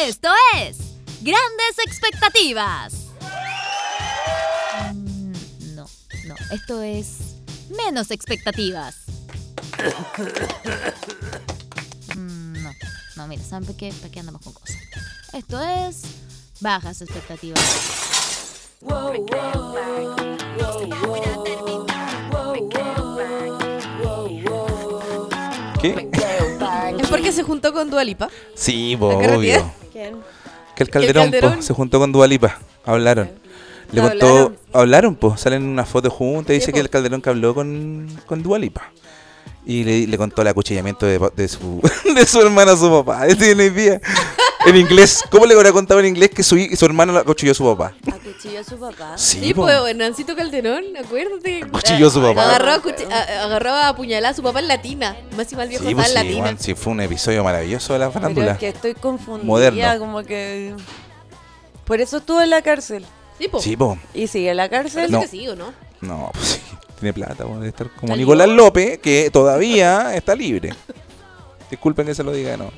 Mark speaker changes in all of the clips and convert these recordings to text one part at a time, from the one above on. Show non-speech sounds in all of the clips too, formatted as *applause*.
Speaker 1: Esto es Grandes Expectativas. Mm, No, no, esto es Menos Expectativas. Mm, No, no, mira, ¿saben por qué, por qué andamos con cosas? Esto es Bajas Expectativas.
Speaker 2: ¿Qué?
Speaker 3: Es porque se juntó con Dualipa.
Speaker 2: Sí, bo,
Speaker 3: ¿La carretilla?
Speaker 2: obvio. Que el Calderón, po,
Speaker 3: Calderón?
Speaker 2: se juntó con Dualipa. Hablaron. Le
Speaker 3: No,
Speaker 2: contó.
Speaker 3: hablaron.
Speaker 2: Hablaron, po. Salen una foto juntas y
Speaker 3: Sí,
Speaker 2: dice
Speaker 3: po.
Speaker 2: que el Calderón que habló con, con Dualipa. Y le, le contó el acuchillamiento de, de su, *laughs* de su hermana a su papá. *laughs* Este tiene día. En inglés. ¿Cómo le habrá contado en inglés que su, hi- su hermano lo acuchilló a su papá?
Speaker 4: Acuchilló a su papá.
Speaker 2: Sí,
Speaker 3: Sí,
Speaker 2: po.
Speaker 3: pues Nancito Calderón, acuérdate.
Speaker 2: Acuchilló a su papá.
Speaker 3: Agarró a, cuchi- a- agarró a apuñalar a su papá en latina. Más igual viejo
Speaker 2: Sí,
Speaker 3: estaba
Speaker 2: pues,
Speaker 3: en
Speaker 2: sí,
Speaker 3: latina.
Speaker 2: weón, sí, fue un episodio maravilloso de la
Speaker 4: Pero
Speaker 2: farándula.
Speaker 4: es que estoy confundida,
Speaker 2: Moderno.
Speaker 4: como que... Por eso estuvo en la cárcel.
Speaker 3: Sí, po.
Speaker 2: Sí, po.
Speaker 4: Y sigue en la cárcel.
Speaker 3: Parece
Speaker 2: No.
Speaker 3: que sí, ¿o no?
Speaker 2: No, *laughs* pues sí. Tiene plata, po, debe estar como
Speaker 3: ¿Está
Speaker 2: Nicolás López, que todavía está libre. Disculpen que se lo diga, no.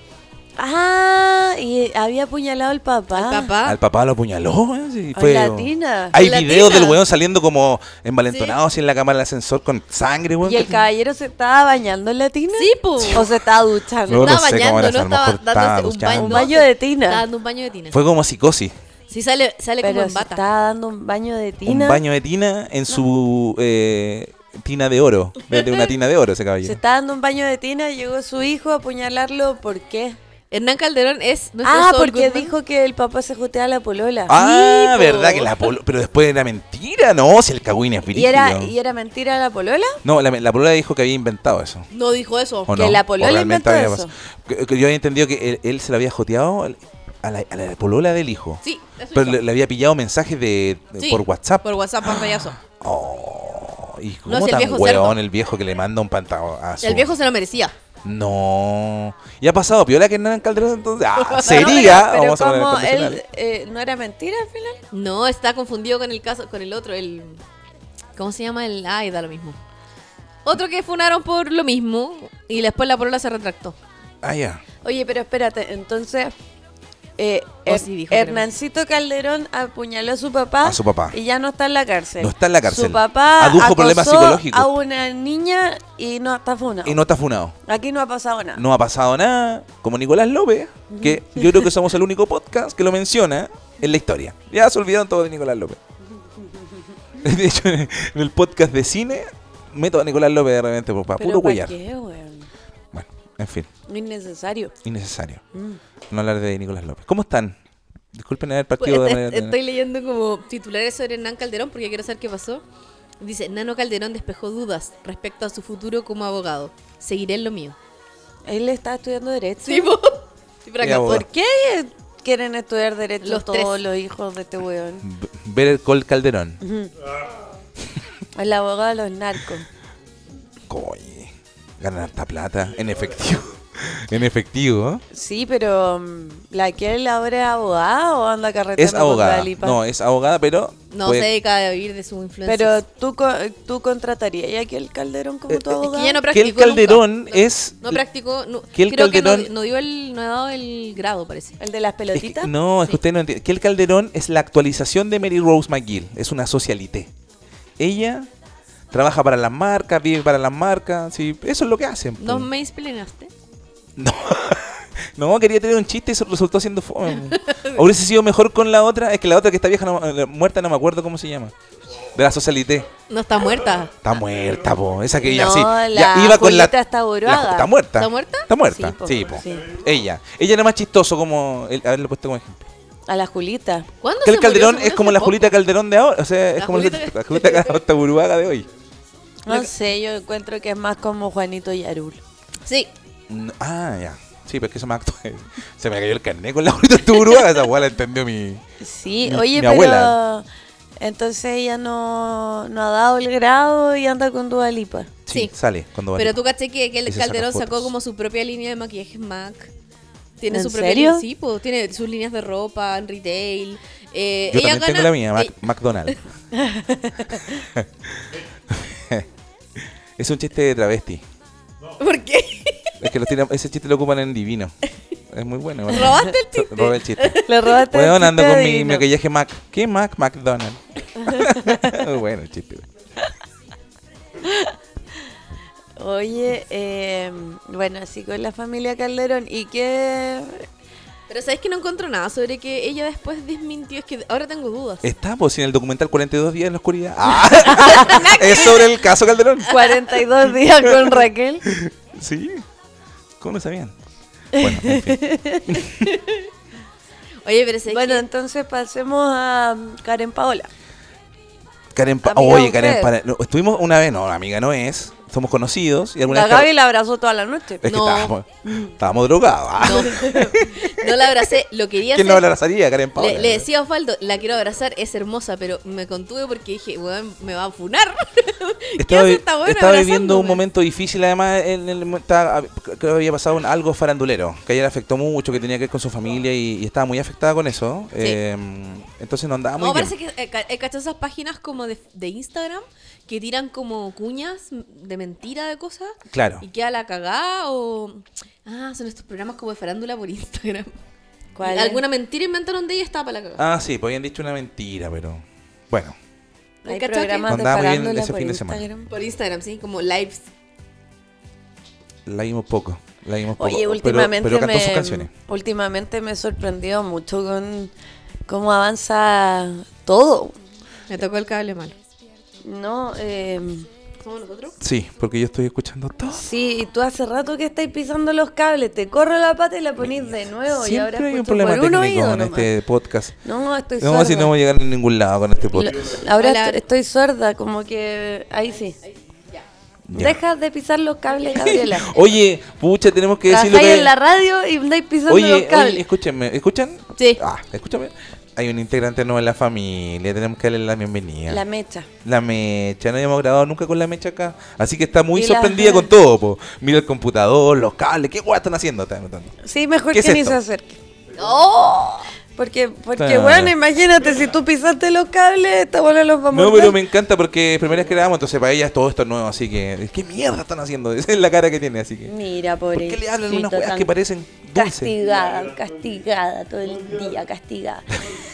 Speaker 4: Ah, y había apuñalado al papá.
Speaker 3: Al papá.
Speaker 2: Ah. Al papá lo apuñaló. ¿eh? Sí,
Speaker 4: A
Speaker 2: fue-
Speaker 4: Latina.
Speaker 2: Hay
Speaker 3: Latina.
Speaker 2: videos del weón saliendo como envalentonado así en la cámara del ascensor con sangre, weón.
Speaker 4: ¿Y el caballero se estaba bañando en la tina?
Speaker 3: Sí, po.
Speaker 4: ¿O se estaba
Speaker 2: No,
Speaker 4: duchando?
Speaker 2: no
Speaker 3: estaba
Speaker 2: sé cómo
Speaker 3: bañando, no
Speaker 2: era, a lo
Speaker 3: estaba
Speaker 2: mejor estaba
Speaker 3: dándose un
Speaker 2: duchando.
Speaker 3: baño.
Speaker 4: Un baño de tina.
Speaker 3: Está dando un baño de tina.
Speaker 2: Fue como psicosis.
Speaker 3: Sí, sale, sale como
Speaker 4: Pero
Speaker 3: en
Speaker 4: se
Speaker 3: bata.
Speaker 4: estaba dando un baño de tina.
Speaker 2: Un baño de tina en su eh, tina de oro. De de
Speaker 4: *laughs*
Speaker 2: una tina de oro ese
Speaker 4: Se
Speaker 2: caballero.
Speaker 4: estaba dando un baño de tina, llegó su hijo a apuñalarlo. ¿Por qué?
Speaker 3: Hernán Calderón es nuestro
Speaker 4: ah,
Speaker 3: Saul
Speaker 4: porque
Speaker 3: Goodman.
Speaker 4: dijo que el papá se jotea a la polola.
Speaker 2: Ah,
Speaker 3: po.
Speaker 2: verdad que la polo- Pero después era mentira, ¿no? Si el cagüín es
Speaker 4: ¿Y era,
Speaker 2: brígido.
Speaker 4: ¿Y era mentira la polola?
Speaker 2: No, la, la polola dijo que había inventado eso.
Speaker 3: No dijo eso.
Speaker 2: ¿O
Speaker 4: Que
Speaker 2: no?
Speaker 4: la
Speaker 2: ¿O
Speaker 4: polola
Speaker 2: realmente
Speaker 4: inventó
Speaker 2: había
Speaker 4: eso.
Speaker 2: pasado? Que- que yo había entendido que él, él se la había joteado al- a la, a la polola del hijo.
Speaker 3: Sí, eso
Speaker 2: Pero
Speaker 3: hizo.
Speaker 2: le, le había pillado mensajes de, de-
Speaker 3: Sí,
Speaker 2: por WhatsApp. Ah,
Speaker 3: Por WhatsApp, pantallazo.
Speaker 2: Oh, y cómo
Speaker 3: No, si el
Speaker 2: tan
Speaker 3: viejo
Speaker 2: weón
Speaker 3: cerdo.
Speaker 2: el viejo que le manda un pantalón a su-
Speaker 3: El viejo se lo merecía.
Speaker 2: No. Y ha pasado piola que Hernán Calderón entonces. Ah,
Speaker 4: No,
Speaker 2: sería.
Speaker 4: pero- pero
Speaker 2: vamos a poner
Speaker 4: como
Speaker 2: condicional.
Speaker 4: él eh, no era mentira al final.
Speaker 3: No, está confundido con el caso, con el otro, el... ¿Cómo se llama? El... Ay, da lo mismo. Otro que funaron por lo mismo y después la polola se retractó.
Speaker 2: Ah, ya.
Speaker 4: Oye, pero espérate, entonces eh,
Speaker 3: Oh,
Speaker 4: Her-
Speaker 3: sí, dijo que era
Speaker 4: Hernancito Calderón apuñaló a su papá
Speaker 2: A su papá.
Speaker 4: y ya no está en la cárcel.
Speaker 2: No está en la cárcel.
Speaker 4: Su papá
Speaker 2: Adujo
Speaker 4: acosó
Speaker 2: problemas psicológicos.
Speaker 4: a una niña y no está funado.
Speaker 2: Y no está funado.
Speaker 4: Aquí no ha pasado nada.
Speaker 2: No ha pasado nada. Como Nicolás López, que yo creo que somos el único podcast que lo menciona en la historia. Ya se olvidaron todo de Nicolás
Speaker 4: *laughs*
Speaker 2: López. De hecho, en el podcast de cine, meto a Nicolás López de repente por pa-
Speaker 4: Pero
Speaker 2: puro
Speaker 4: ¿pa'
Speaker 2: cuellar.
Speaker 4: qué, weón?
Speaker 2: Bueno, en fin.
Speaker 4: Innecesario.
Speaker 2: Innecesario.
Speaker 4: Mm.
Speaker 2: No hablar de Nicolás López. ¿Cómo están? Disculpen haber
Speaker 3: Pues,
Speaker 2: partido
Speaker 4: este,
Speaker 2: de
Speaker 3: est-
Speaker 2: manera...
Speaker 3: estoy leyendo como titulares sobre Hernán Calderón porque quiero saber qué pasó. Dice, Nano Calderón despejó dudas respecto a su futuro como abogado. Seguiré en lo mío.
Speaker 4: Él está estudiando derecho.
Speaker 3: Sí, po. *laughs* Sí, por acá.
Speaker 2: Ya, abogado.
Speaker 4: ¿Por qué quieren estudiar derecho
Speaker 3: Los
Speaker 4: todos
Speaker 3: tres.
Speaker 4: los hijos de este weón?
Speaker 2: B- Better Call Calderón.
Speaker 4: El abogado de los narcos.
Speaker 2: Coye. Ganan harta plata en efectivo. *laughs* en efectivo. ¿eh?
Speaker 4: Sí, pero mm, ¿la que él ahora es abogada o anda carreteando
Speaker 2: Es
Speaker 4: con
Speaker 2: abogada.
Speaker 4: Dualipa?
Speaker 2: No, es abogada, pero.
Speaker 3: No
Speaker 2: puede-
Speaker 3: se dedica a vivir de su influencia.
Speaker 4: Pero tú, co- tú contratarías a el Calderón como
Speaker 2: Eh,
Speaker 4: tu
Speaker 2: eh,
Speaker 3: Es
Speaker 4: abogado.
Speaker 3: que ya no
Speaker 2: Que el
Speaker 3: practicó
Speaker 2: Calderón
Speaker 3: nunca.
Speaker 2: es.
Speaker 3: No practicó. no-
Speaker 2: que el
Speaker 3: creo que
Speaker 2: Calderón-
Speaker 3: no, no dio el, no ha dado el grado, parece.
Speaker 4: ¿El de las
Speaker 2: es que-
Speaker 4: pelotitas?
Speaker 2: no, es que usted no entiende. Que el Calderón es la actualización de Mary Rose McGill. Es una socialité. Ella trabaja para las marcas, vive para las marcas. sí, eso es lo que hacen.
Speaker 3: No
Speaker 2: pues.
Speaker 3: me explicaste.
Speaker 2: No. No, quería tener un chiste y eso resultó siendo fome. pues. Hubiese sido mejor con la otra. Es que la otra que está vieja, no- eh, muerta, no me acuerdo cómo se llama. De la socialité.
Speaker 3: No está muerta.
Speaker 2: Está muerta, po. Esa que
Speaker 4: No,
Speaker 2: así.
Speaker 4: la Julieta está borrada.
Speaker 2: Está muerta.
Speaker 3: ¿Está muerta?
Speaker 2: Está muerta.
Speaker 4: Sí, po,
Speaker 2: Sí, po.
Speaker 4: sí.
Speaker 2: Ella. Ella era más chistoso como. el- haberlo puesto como ejemplo.
Speaker 4: A la Julita.
Speaker 3: ¿Cuándo
Speaker 2: Que el
Speaker 3: se murió?
Speaker 2: Calderón
Speaker 3: Se murió
Speaker 2: es como
Speaker 3: hace
Speaker 2: la
Speaker 3: poco.
Speaker 2: Julita Calderón de ahora. O sea, es
Speaker 3: La
Speaker 2: como
Speaker 3: Julita-
Speaker 2: la- la Julita Calderón Buruaga de hoy.
Speaker 4: No sé, yo encuentro que es más como Juanito Yarul.
Speaker 3: Sí. Mm.
Speaker 2: No, ah, ya. Sí, pero es que eso me actual. *laughs* Se me cayó el carnet con la Julita Buruaga. Esa weá la entendió mi.
Speaker 4: Sí,
Speaker 2: Mi-
Speaker 4: oye,
Speaker 2: mi
Speaker 4: pero...
Speaker 2: abuela.
Speaker 4: Entonces ella no, no ha dado el grado y anda con Dualipa.
Speaker 2: Sí,
Speaker 3: Sí.
Speaker 2: sale cuando va.
Speaker 3: Pero tú caché que, que
Speaker 2: Y
Speaker 3: el
Speaker 2: se saca
Speaker 3: Calderón
Speaker 2: fotos.
Speaker 3: sacó como su propia línea de maquillaje MAC. Tiene
Speaker 4: ¿En
Speaker 3: su propia
Speaker 4: serio?
Speaker 3: línea, sí, po, tiene sus líneas de ropa, en retail. Eh,
Speaker 2: Yo
Speaker 3: ella
Speaker 2: también tengo
Speaker 3: gana-
Speaker 2: la mía, Mac-
Speaker 3: eh,
Speaker 2: McDonald's. es un chiste de travesti.
Speaker 3: ¿Por qué?
Speaker 2: Es que los tiran- ese chiste lo ocupan en Divino. Es muy bueno.
Speaker 3: Robaste el chiste.
Speaker 2: Robé el chiste. *laughs*
Speaker 4: Le robaste el
Speaker 2: Weón, ando
Speaker 4: chiste
Speaker 2: con mi
Speaker 4: adivino.
Speaker 2: maquillaje Mac. ¿Qué Mac?
Speaker 3: *laughs*
Speaker 2: McDonald's. Muy bueno el chiste. weón.
Speaker 4: Oye, eh, bueno, así con la familia Calderón. ¿Y qué?
Speaker 3: *laughs* Pero sabes que no encuentro nada sobre que ella después desmintió. Es que ahora tengo dudas.
Speaker 2: Está, pues, en el documental 42 días en la oscuridad. Ah, es sobre el caso Calderón.
Speaker 4: 42 días con Raquel.
Speaker 2: Sí. ¿Cómo no sabían? Bueno, en fin. Eh.
Speaker 3: Oye, pero sabes
Speaker 4: Bueno,
Speaker 3: que-
Speaker 4: entonces pasemos a um, Karen Paola.
Speaker 2: Karen Pa-
Speaker 4: Amiga
Speaker 2: Oye,
Speaker 4: usted.
Speaker 2: Karen, para- no, estuvimos una vez, no, amiga no es. Somos conocidos y alguna
Speaker 4: La
Speaker 2: vez. Karen-
Speaker 4: Gaby la abrazó toda la noche.
Speaker 2: Es que
Speaker 3: No.
Speaker 2: estábamos, estábamos drogados. ah. *laughs*
Speaker 3: no la abracé. Lo quería
Speaker 2: ¿Quién
Speaker 3: hacer.
Speaker 2: no la abrazaría, Karen Paola?
Speaker 3: le, le decía a Osvaldo, la quiero abrazar, es hermosa, pero me contuve porque dije, weón, me va a funar. *laughs* ¿Qué
Speaker 2: Estaba,
Speaker 3: hace esta buena
Speaker 2: estaba viviendo un
Speaker 3: abrazándome?
Speaker 2: momento difícil, además, en el mo- estaba- creo que había pasado un- algo farandulero, que a ella le afectó mucho, que tenía que ver con su familia y, y estaba muy afectada con eso. Eh, entonces no andaba Ah, muy
Speaker 3: No,
Speaker 2: bien.
Speaker 3: parece que eh, ca- he cachado esas páginas como de, de Instagram que tiran como cuñas de mentira de cosas.
Speaker 2: Claro.
Speaker 3: Y queda la cagada o... Ah, son estos programas como de farándula por Instagram.
Speaker 4: ¿Cuál?
Speaker 3: Alguna mentira inventaron de ella y estaba para la cagada.
Speaker 2: Ah, sí, pues habían dicho una mentira, pero. Bueno,
Speaker 4: Hay
Speaker 3: ¿Cachai?
Speaker 4: programas
Speaker 2: No
Speaker 4: de
Speaker 2: andaba muy bien
Speaker 4: farándula
Speaker 2: ese
Speaker 4: por
Speaker 2: fin de semana.
Speaker 4: Instagram.
Speaker 3: Por Instagram, sí, como lives.
Speaker 2: la vimos poco. La vimos poco.
Speaker 4: Oye,
Speaker 2: pero-
Speaker 4: últimamente
Speaker 2: Pero, cantó sus
Speaker 4: me-
Speaker 2: canciones.
Speaker 4: Últimamente me he sorprendido mucho con cómo avanza todo.
Speaker 3: Me tocó el cable mal.
Speaker 4: No, eh,
Speaker 3: ¿Somos
Speaker 2: *laughs*
Speaker 3: nosotros?
Speaker 2: Sí, porque yo estoy escuchando todo.
Speaker 4: sí, y tú hace rato que estáis pisando los cables, te corro la pata y la ponís de nuevo y
Speaker 2: Siempre
Speaker 4: ahora
Speaker 2: hay un
Speaker 4: escucho
Speaker 2: problema
Speaker 4: por un
Speaker 2: técnico
Speaker 4: oído
Speaker 2: con
Speaker 4: nomás.
Speaker 2: este podcast.
Speaker 4: No, estoy sorda.
Speaker 2: No, si no vamos a llegar a ningún lado con este podcast.
Speaker 4: Lo- ahora
Speaker 3: Hola.
Speaker 4: est- estoy sorda, como que ahí sí.
Speaker 2: Ya.
Speaker 4: Deja de pisar los
Speaker 2: *laughs*
Speaker 4: cables, Gabriela.
Speaker 2: Oye, pucha, tenemos que decirlo.
Speaker 4: Trabajáis
Speaker 2: que-
Speaker 4: en la radio y andáis pisando
Speaker 2: Oye,
Speaker 4: los cables.
Speaker 2: oye, escúchenme, ¿escuchan?
Speaker 3: Sí.
Speaker 2: Ah, escúchame. Hay un integrante nuevo en la familia, tenemos que darle la bienvenida. La,
Speaker 4: La mecha.
Speaker 2: mecha, no habíamos grabado nunca con la mecha acá. Así que está muy
Speaker 4: Y la-
Speaker 2: sorprendida con todo, po. Mira el computador, los cables, ¿qué guay están haciendo? Está anotando.
Speaker 4: Sí, mejor
Speaker 2: ¿Qué
Speaker 4: que
Speaker 2: es
Speaker 4: ni
Speaker 2: esto?
Speaker 4: se acerque.
Speaker 3: ¡Oh!
Speaker 4: Porque, porque
Speaker 2: Claro.
Speaker 4: bueno, imagínate, si tú pisaste los cables, esta bola los va a
Speaker 2: No,
Speaker 4: morder.
Speaker 2: pero me encanta porque primera vez que grabamos, entonces para ella todo esto es nuevo, así que. ¿Qué mierda están haciendo? *laughs* Esa es la cara que tiene, así que.
Speaker 4: Mira,
Speaker 2: ¿Por
Speaker 4: pobre.
Speaker 2: qué le hablan unas weas que parecen dulces?
Speaker 4: Castigada, castigada todo el día, castigada.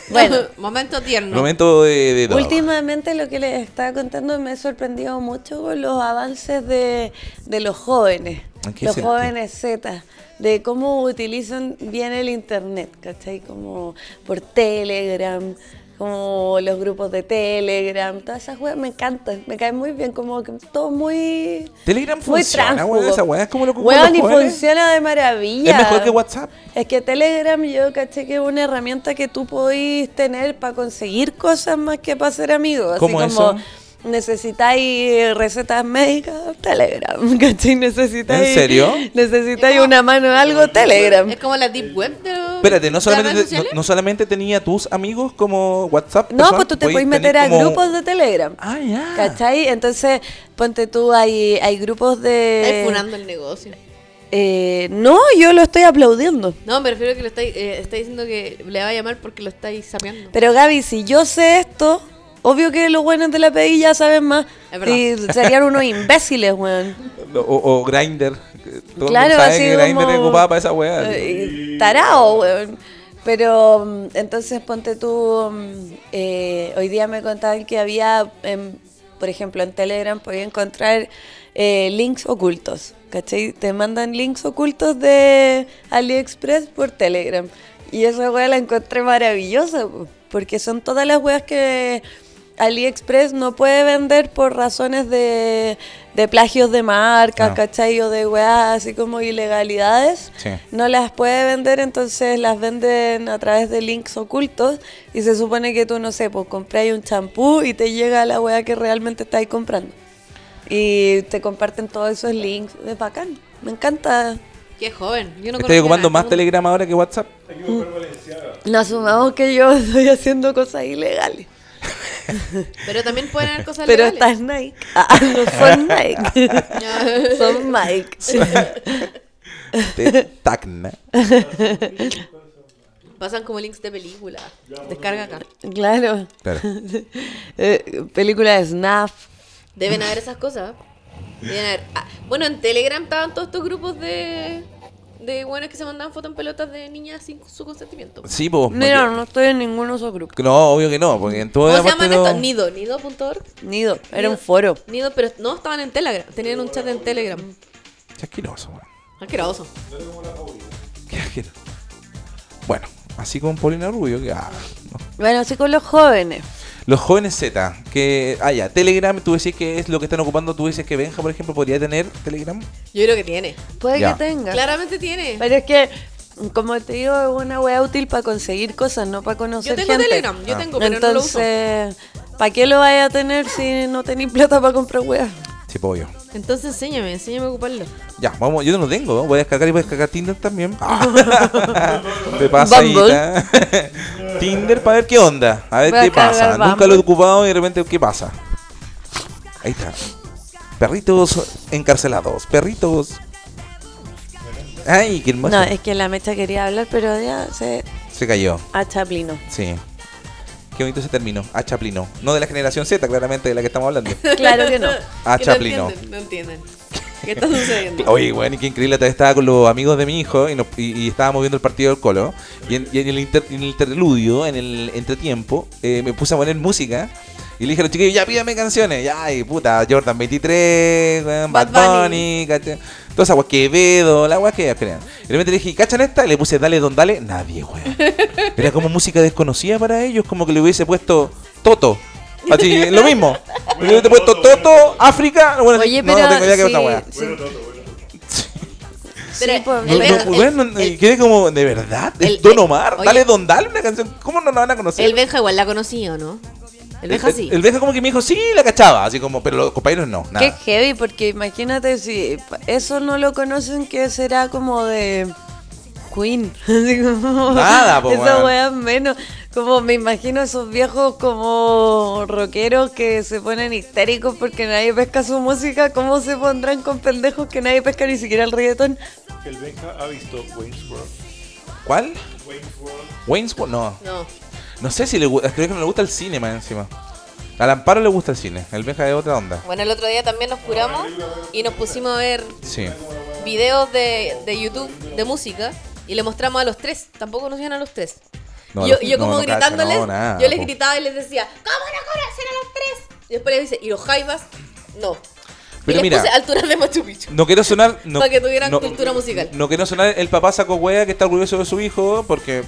Speaker 3: Bueno,
Speaker 4: Bueno,
Speaker 3: *laughs*
Speaker 2: *laughs*
Speaker 3: momento tierno.
Speaker 2: Momento de, de droga.
Speaker 4: últimamente lo que les estaba contando me he sorprendido mucho con los avances de, de los jóvenes,
Speaker 2: ¿En qué
Speaker 4: los
Speaker 2: sentido?
Speaker 4: jóvenes Z, de cómo utilizan bien el internet, ¿cachai? Como por Telegram, como los grupos de Telegram, todas esas weas me encantan, me caen muy bien, como que todo muy...
Speaker 2: Telegram
Speaker 4: Muy
Speaker 2: funciona,
Speaker 4: tránsfugo.
Speaker 2: weón. Esa weá es como lo que ocupan
Speaker 4: Weón,
Speaker 2: los
Speaker 4: y
Speaker 2: jóvenes.
Speaker 4: funciona de maravilla.
Speaker 2: Es mejor que WhatsApp.
Speaker 4: Es que Telegram yo caché que es una herramienta que tú podís tener para conseguir cosas más que para ser amigos. Así
Speaker 2: ¿Cómo
Speaker 4: como
Speaker 2: eso?
Speaker 4: necesitáis recetas médicas, Telegram, *laughs* ¿cachai? Necesitáis,
Speaker 2: ¿En serio?
Speaker 4: Necesitáis una mano o algo, Telegram.
Speaker 3: Es como la deep web de los-
Speaker 2: *laughs* Espérate, no
Speaker 3: de las
Speaker 2: solamente,
Speaker 3: redes
Speaker 2: te- no,
Speaker 3: sociales.
Speaker 2: no solamente tenía tus amigos como WhatsApp.
Speaker 4: No,
Speaker 2: personas,
Speaker 4: pues tú te
Speaker 2: podéis
Speaker 4: podés
Speaker 2: tener
Speaker 4: meter a
Speaker 2: como-
Speaker 4: grupos de Telegram.
Speaker 2: Ah, ya.
Speaker 4: ¿Cachai? Entonces, ponte tú, hay, hay grupos
Speaker 3: Estáis
Speaker 4: de...
Speaker 3: funando el negocio.
Speaker 4: Eh, no, yo lo estoy aplaudiendo.
Speaker 3: No, me refiero a que lo estáis, eh, estáis diciendo que le va a llamar porque lo estáis sapeando.
Speaker 4: Pero Gaby, si yo sé esto, obvio que los buenos de la PDI ya saben más.
Speaker 3: Es verdad.
Speaker 4: Y
Speaker 3: *laughs*
Speaker 4: serían unos imbéciles, weón.
Speaker 2: O, o Grindr. que Todo claro,
Speaker 4: claro,
Speaker 2: sabe
Speaker 4: así
Speaker 2: que Grindr
Speaker 4: como-
Speaker 2: es ocupaba para esa weá.
Speaker 4: Eh, Tarao, weón. Pero mm, entonces ponte tú, mm, eh, hoy día me contaban que había, em, por ejemplo, en Telegram podía encontrar eh, links ocultos, ¿cachai? Te mandan links ocultos de AliExpress por Telegram. Y esa weá la encontré maravillosa, po, porque son todas las weas que AliExpress no puede vender por razones de, de plagios de marcas,
Speaker 2: Ah.
Speaker 4: ¿cachai? O de weas así como ilegalidades.
Speaker 2: Sí.
Speaker 4: No las puede vender, entonces las venden a través de links ocultos. Y se supone que tú, no sé, pues compráis un champú y te llega la wea que realmente estáis comprando. Y te comparten todos esos links. Es bacán. Me encanta.
Speaker 3: Qué joven. Yo no conocía
Speaker 2: Estoy
Speaker 3: nada de
Speaker 2: ocupando
Speaker 3: este
Speaker 2: más
Speaker 3: mundo.
Speaker 2: Telegram ahora que WhatsApp.
Speaker 4: No asumamos que yo *laughs* estoy haciendo cosas ilegales.
Speaker 3: Pero también pueden haber cosas
Speaker 4: Pero
Speaker 3: legales.
Speaker 4: estas Nike. Ah, no son Nike. son Mike.
Speaker 2: Te- Tacna.
Speaker 3: Pasan como links de película. Descarga acá.
Speaker 4: Claro.
Speaker 2: Claro.
Speaker 4: Eh, película de Snap.
Speaker 3: Deben haber esas cosas. Deben haber. ah, bueno, en Telegram estaban todos estos grupos de. de buenas que se mandaban fotos en pelotas de niñas sin su consentimiento.
Speaker 2: Sí, pues.
Speaker 4: Mira, no estoy en ninguno de esos grupos.
Speaker 2: No, obvio que no, porque en todo
Speaker 3: ¿Cómo se
Speaker 2: aparte
Speaker 3: llaman
Speaker 2: no-
Speaker 3: estos? Nido, nido.org.
Speaker 4: Nido, era
Speaker 3: Nido.
Speaker 4: un foro.
Speaker 3: Nido, pero no, estaban en Telegram. Tenían un chat en Telegram.
Speaker 2: Qué asqueroso, weón.
Speaker 3: Asqueroso.
Speaker 2: Qué asqueroso. Bueno, así con Paulina Rubio, que. ah, no.
Speaker 4: Bueno, así con los jóvenes.
Speaker 2: Los jóvenes Z, que. Ah, ya, Telegram, tú decís que es lo que están ocupando, tú dices que Benja, por ejemplo, podría tener Telegram.
Speaker 3: Yo creo que tiene.
Speaker 4: Puede
Speaker 2: Ya.
Speaker 4: que tenga.
Speaker 3: Claramente tiene.
Speaker 4: Pero es que, como te digo, es una wea útil para conseguir cosas, no para conocer
Speaker 3: Yo tengo
Speaker 4: gente.
Speaker 3: Telegram,
Speaker 2: Ah.
Speaker 3: yo tengo, pero no lo
Speaker 4: Entonces, ¿para qué lo vaya a tener si no tenéis plata para comprar weas?
Speaker 2: Sí, pues, pollo.
Speaker 3: uso. Entonces enséñame, enséñame a ocuparlo.
Speaker 2: Ya, vamos, yo no lo tengo, ¿no? voy a descargar y voy a descargar Tinder también. *laughs* Ah. Te pasa ahí,
Speaker 4: Bumble.
Speaker 2: ¿eh? *laughs* Tinder para ver qué onda, a ver
Speaker 4: Voy a
Speaker 2: qué pasa.
Speaker 4: descargar
Speaker 2: Nunca
Speaker 4: Bumble.
Speaker 2: lo he ocupado y de repente, ¿qué pasa? Ahí está. Perritos encarcelados, perritos. Ay, qué hermoso.
Speaker 4: No, es que la mecha quería hablar, pero ya se
Speaker 2: Se cayó,
Speaker 4: achaplinó.
Speaker 3: *laughs*
Speaker 2: sí. Qué bonito se terminó. A Chaplino. No de la generación Z, claramente, de la que estamos hablando.
Speaker 4: *laughs* Claro que no.
Speaker 2: Ah,
Speaker 3: *laughs* Que
Speaker 2: Chaplino.
Speaker 3: No entienden, no entienden. ¿Qué está sucediendo?
Speaker 2: Oye, bueno, y qué increíble. otra vez Estaba con los amigos de mi hijo y, nos- y- y estábamos viendo el partido del Colo. Y en, y en el, inter- en el interludio, en el entretiempo, eh, me puse a poner música. Y le dije a los chiquillos, ya pídame canciones. Ya, y puta, Jordan 23, weón, Bad,
Speaker 3: Bad
Speaker 2: Bunny, ¿cachai? Todas esas weas, Quevedo, la weas que ellas crean. Y de repente le dije, ¿cachan esta? Y le puse, dale, don, dale. Nadie,
Speaker 4: *laughs*
Speaker 2: weón. Era como música desconocida para ellos, como que le hubiese puesto Toto. Así, lo mismo. Le hubiese puesto Toto, África. Bueno,
Speaker 4: Oye,
Speaker 2: no,
Speaker 4: pero.
Speaker 2: no tengo idea qué
Speaker 4: sí,
Speaker 2: otra wea.
Speaker 4: sí. Sí,
Speaker 3: Pero-
Speaker 4: pues,
Speaker 2: No,
Speaker 3: El
Speaker 2: no,
Speaker 3: Benja-
Speaker 2: bueno,
Speaker 3: el-
Speaker 2: y quedé como, ¿de verdad? ¿Es
Speaker 3: el-
Speaker 2: Don
Speaker 3: el-
Speaker 2: Omar?
Speaker 3: oye.
Speaker 2: Dale Don Dale una canción. ¿Cómo no la van a conocer?
Speaker 3: El Benja igual la conocía, ¿o no? El Benja sí.
Speaker 2: El, el Benja como que me dijo, sí, la cachaba. Así como, pero los compañeros no, nada.
Speaker 4: Qué heavy, porque imagínate si eso no lo conocen, que será como de Queen. *laughs* Así como-
Speaker 2: Nada, po,
Speaker 4: Esa
Speaker 2: weón.
Speaker 4: wea menos. Como me imagino esos viejos como rockeros que se ponen histéricos porque nadie pesca su música. ¿Cómo se pondrán con pendejos que nadie pesca ni siquiera el reggaetón?
Speaker 5: El Benja ha visto Wayne's World.
Speaker 2: ¿Cuál? Wayne's World. No,
Speaker 3: No.
Speaker 2: no sé si le gusta, creo que no le gusta el cine más encima. Al Amparo le gusta el cine, el Benja es otra onda.
Speaker 3: Bueno, el otro día también nos curamos y nos pusimos a ver
Speaker 2: Sí.
Speaker 3: videos de, de YouTube de música y le mostramos a los tres. Tampoco conocían a los tres.
Speaker 2: No,
Speaker 3: Y yo,
Speaker 2: los-
Speaker 3: y yo
Speaker 2: no,
Speaker 3: como
Speaker 2: no cacho,
Speaker 3: gritándoles,
Speaker 2: no, nada,
Speaker 3: yo les
Speaker 2: po.
Speaker 3: gritaba y les decía, ¿cómo no conocen a los tres? Y después les dice, ¿y los jaivas? No.
Speaker 2: Pero
Speaker 3: y les
Speaker 2: mira.
Speaker 3: puse alturas de Machu Picchu.
Speaker 2: No quiero sonar. No,
Speaker 3: Para que tuvieran
Speaker 2: no-
Speaker 3: cultura musical.
Speaker 2: No quiero sonar el papá saco hueá que está orgulloso de su hijo, porque.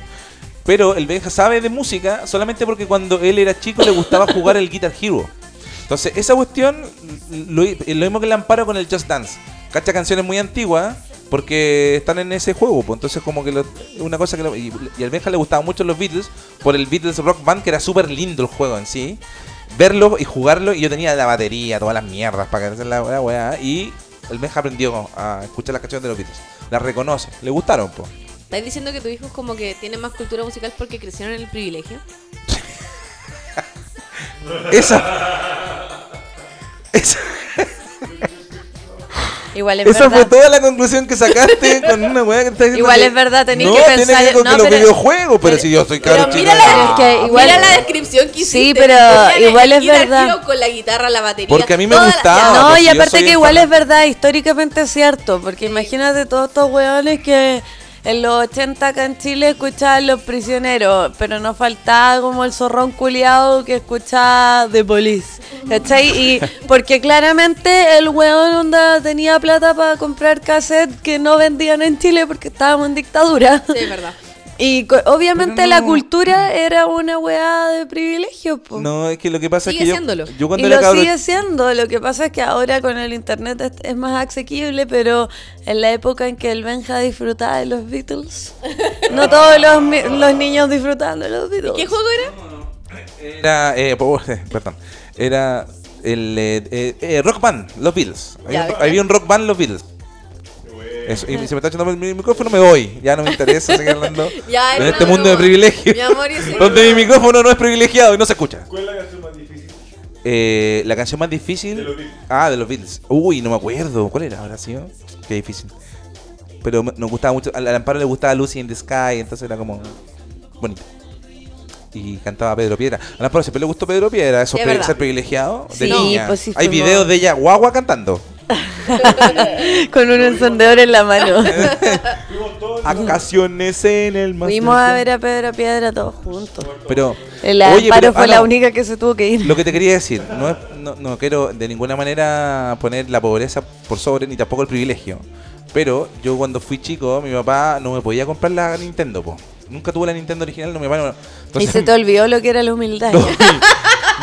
Speaker 2: Pero el Benja sabe de música solamente porque cuando él era chico
Speaker 3: *laughs*
Speaker 2: le gustaba jugar el Guitar Hero. Entonces, esa cuestión, lo, lo mismo que el amparo con el Just Dance. Cacha canciones muy antiguas porque están en ese juego. pues, entonces, como que lo- una cosa que. lo- y, y al Benja le gustaban mucho los Beatles por el Beatles Rock Band, que era súper lindo el juego en sí. Verlo y jugarlo, y yo tenía la batería, todas las mierdas para que hacer la la weá. Y el Benja aprendió a escuchar las canciones de los Beatles. Las reconoce, le gustaron, po.
Speaker 3: ¿Estáis diciendo que tu hijo es como que tiene más cultura musical porque crecieron en el privilegio?
Speaker 2: Esa. Esa,
Speaker 4: Igual es
Speaker 2: esa fue
Speaker 4: verdad.
Speaker 2: toda la conclusión que sacaste
Speaker 4: *laughs*
Speaker 2: con una weá que te está diciendo.
Speaker 4: Igual
Speaker 2: que-
Speaker 4: es verdad, tenés
Speaker 2: no,
Speaker 4: que
Speaker 2: tiene
Speaker 4: pensar-
Speaker 2: ver con
Speaker 4: no,
Speaker 2: que los
Speaker 4: pero-
Speaker 2: videojuegos, pero,
Speaker 4: pero-
Speaker 2: si yo soy
Speaker 3: Pero
Speaker 2: caro chico.
Speaker 3: mira, la,
Speaker 4: Es que igual-
Speaker 3: mira la descripción que
Speaker 4: Sí,
Speaker 3: hiciste.
Speaker 4: pero
Speaker 3: Ponían el
Speaker 4: igual es
Speaker 3: Guitar
Speaker 4: verdad.
Speaker 3: Hero Con la guitarra, la batería.
Speaker 2: Porque a mí me
Speaker 3: toda la-
Speaker 2: gustaba.
Speaker 4: No,
Speaker 2: pues, si
Speaker 4: y
Speaker 2: yo
Speaker 4: aparte
Speaker 2: soy
Speaker 4: que igual
Speaker 2: enfermo.
Speaker 4: es verdad, históricamente es cierto, porque imagínate todos estos hueones que en los 80 acá en Chile escuchaban Los Prisioneros, pero no faltaba como el zorrón culiado que escuchaba The Police,
Speaker 2: *laughs*
Speaker 4: ¿cachai? Y porque claramente el hueón onda tenía plata para comprar cassette que no vendían en Chile porque estábamos en dictadura.
Speaker 3: Sí, es verdad.
Speaker 4: Y co- obviamente
Speaker 2: Pero
Speaker 4: la
Speaker 2: no.
Speaker 4: cultura era una hueá de privilegios, po.
Speaker 2: No, es que lo que pasa
Speaker 3: Sigue
Speaker 2: es que. Yo,
Speaker 3: siéndolo.
Speaker 2: yo cuando
Speaker 4: y
Speaker 2: era
Speaker 4: lo
Speaker 2: cabro.
Speaker 4: sigue siendo, lo que pasa es que ahora con el internet es, es más asequible, pero en la época en que el Benja disfrutaba de los Beatles, no todos los, mi- los niños disfrutaban de los Beatles.
Speaker 3: ¿Qué juego
Speaker 2: *laughs*
Speaker 3: era?
Speaker 2: Era. Eh, po- *laughs* perdón. Era. El eh, eh, eh, Rock Band, los Beatles. Había,
Speaker 3: Ya,
Speaker 2: un,
Speaker 3: ¿viste?
Speaker 2: había un Rock Band, los Beatles. Eso, y se me está echando mi micrófono, me voy. Ya no me interesa seguir hablando
Speaker 3: *laughs* Ya,
Speaker 2: en
Speaker 3: era
Speaker 2: este
Speaker 3: una
Speaker 2: mundo de
Speaker 3: broma.
Speaker 2: privilegio.
Speaker 3: Mi amor, yo sé-
Speaker 2: *laughs* donde mi micrófono no es privilegiado y no se escucha.
Speaker 5: ¿Cuál es la canción más difícil?
Speaker 2: Eh, la canción más difícil.
Speaker 5: De los Beatles.
Speaker 2: Ah, de los Beatles. Uy, no me acuerdo. ¿Cuál era ahora, sí? Qué difícil. Pero me- nos gustaba mucho. Al al Amparo le gustaba Lucy in the Sky, entonces era como. Bonito. Y cantaba Pedro Piedra. Al Amparo siempre le gustó Pedro Piedra, eso
Speaker 3: Sí, es
Speaker 2: pri-
Speaker 3: verdad.
Speaker 2: ser privilegiado. de
Speaker 4: Sí,
Speaker 2: niña.
Speaker 4: pues sí,
Speaker 2: Hay
Speaker 4: fuimos-
Speaker 2: videos de ella guagua cantando.
Speaker 4: *laughs* Con un encendedor en
Speaker 2: *laughs*
Speaker 4: la mano.
Speaker 5: Fuimos todos
Speaker 2: Acasiones en el mar.
Speaker 4: Fuimos a ver a Pedro Piedra todos juntos.
Speaker 2: Pero.
Speaker 4: El
Speaker 2: Oye,
Speaker 4: amparo
Speaker 2: pero-
Speaker 4: fue
Speaker 2: ah,
Speaker 4: la
Speaker 2: no.
Speaker 4: única que se tuvo que ir.
Speaker 2: Lo que te quería decir, no, es- no, no quiero de ninguna manera poner la pobreza por sobre ni tampoco el privilegio. Pero yo cuando fui chico, mi papá no me podía comprar la Nintendo, po. Nunca tuvo la Nintendo original, no mi papá no.
Speaker 4: Y se te olvidó lo que era la
Speaker 2: *laughs*
Speaker 4: humildad.
Speaker 2: no, y-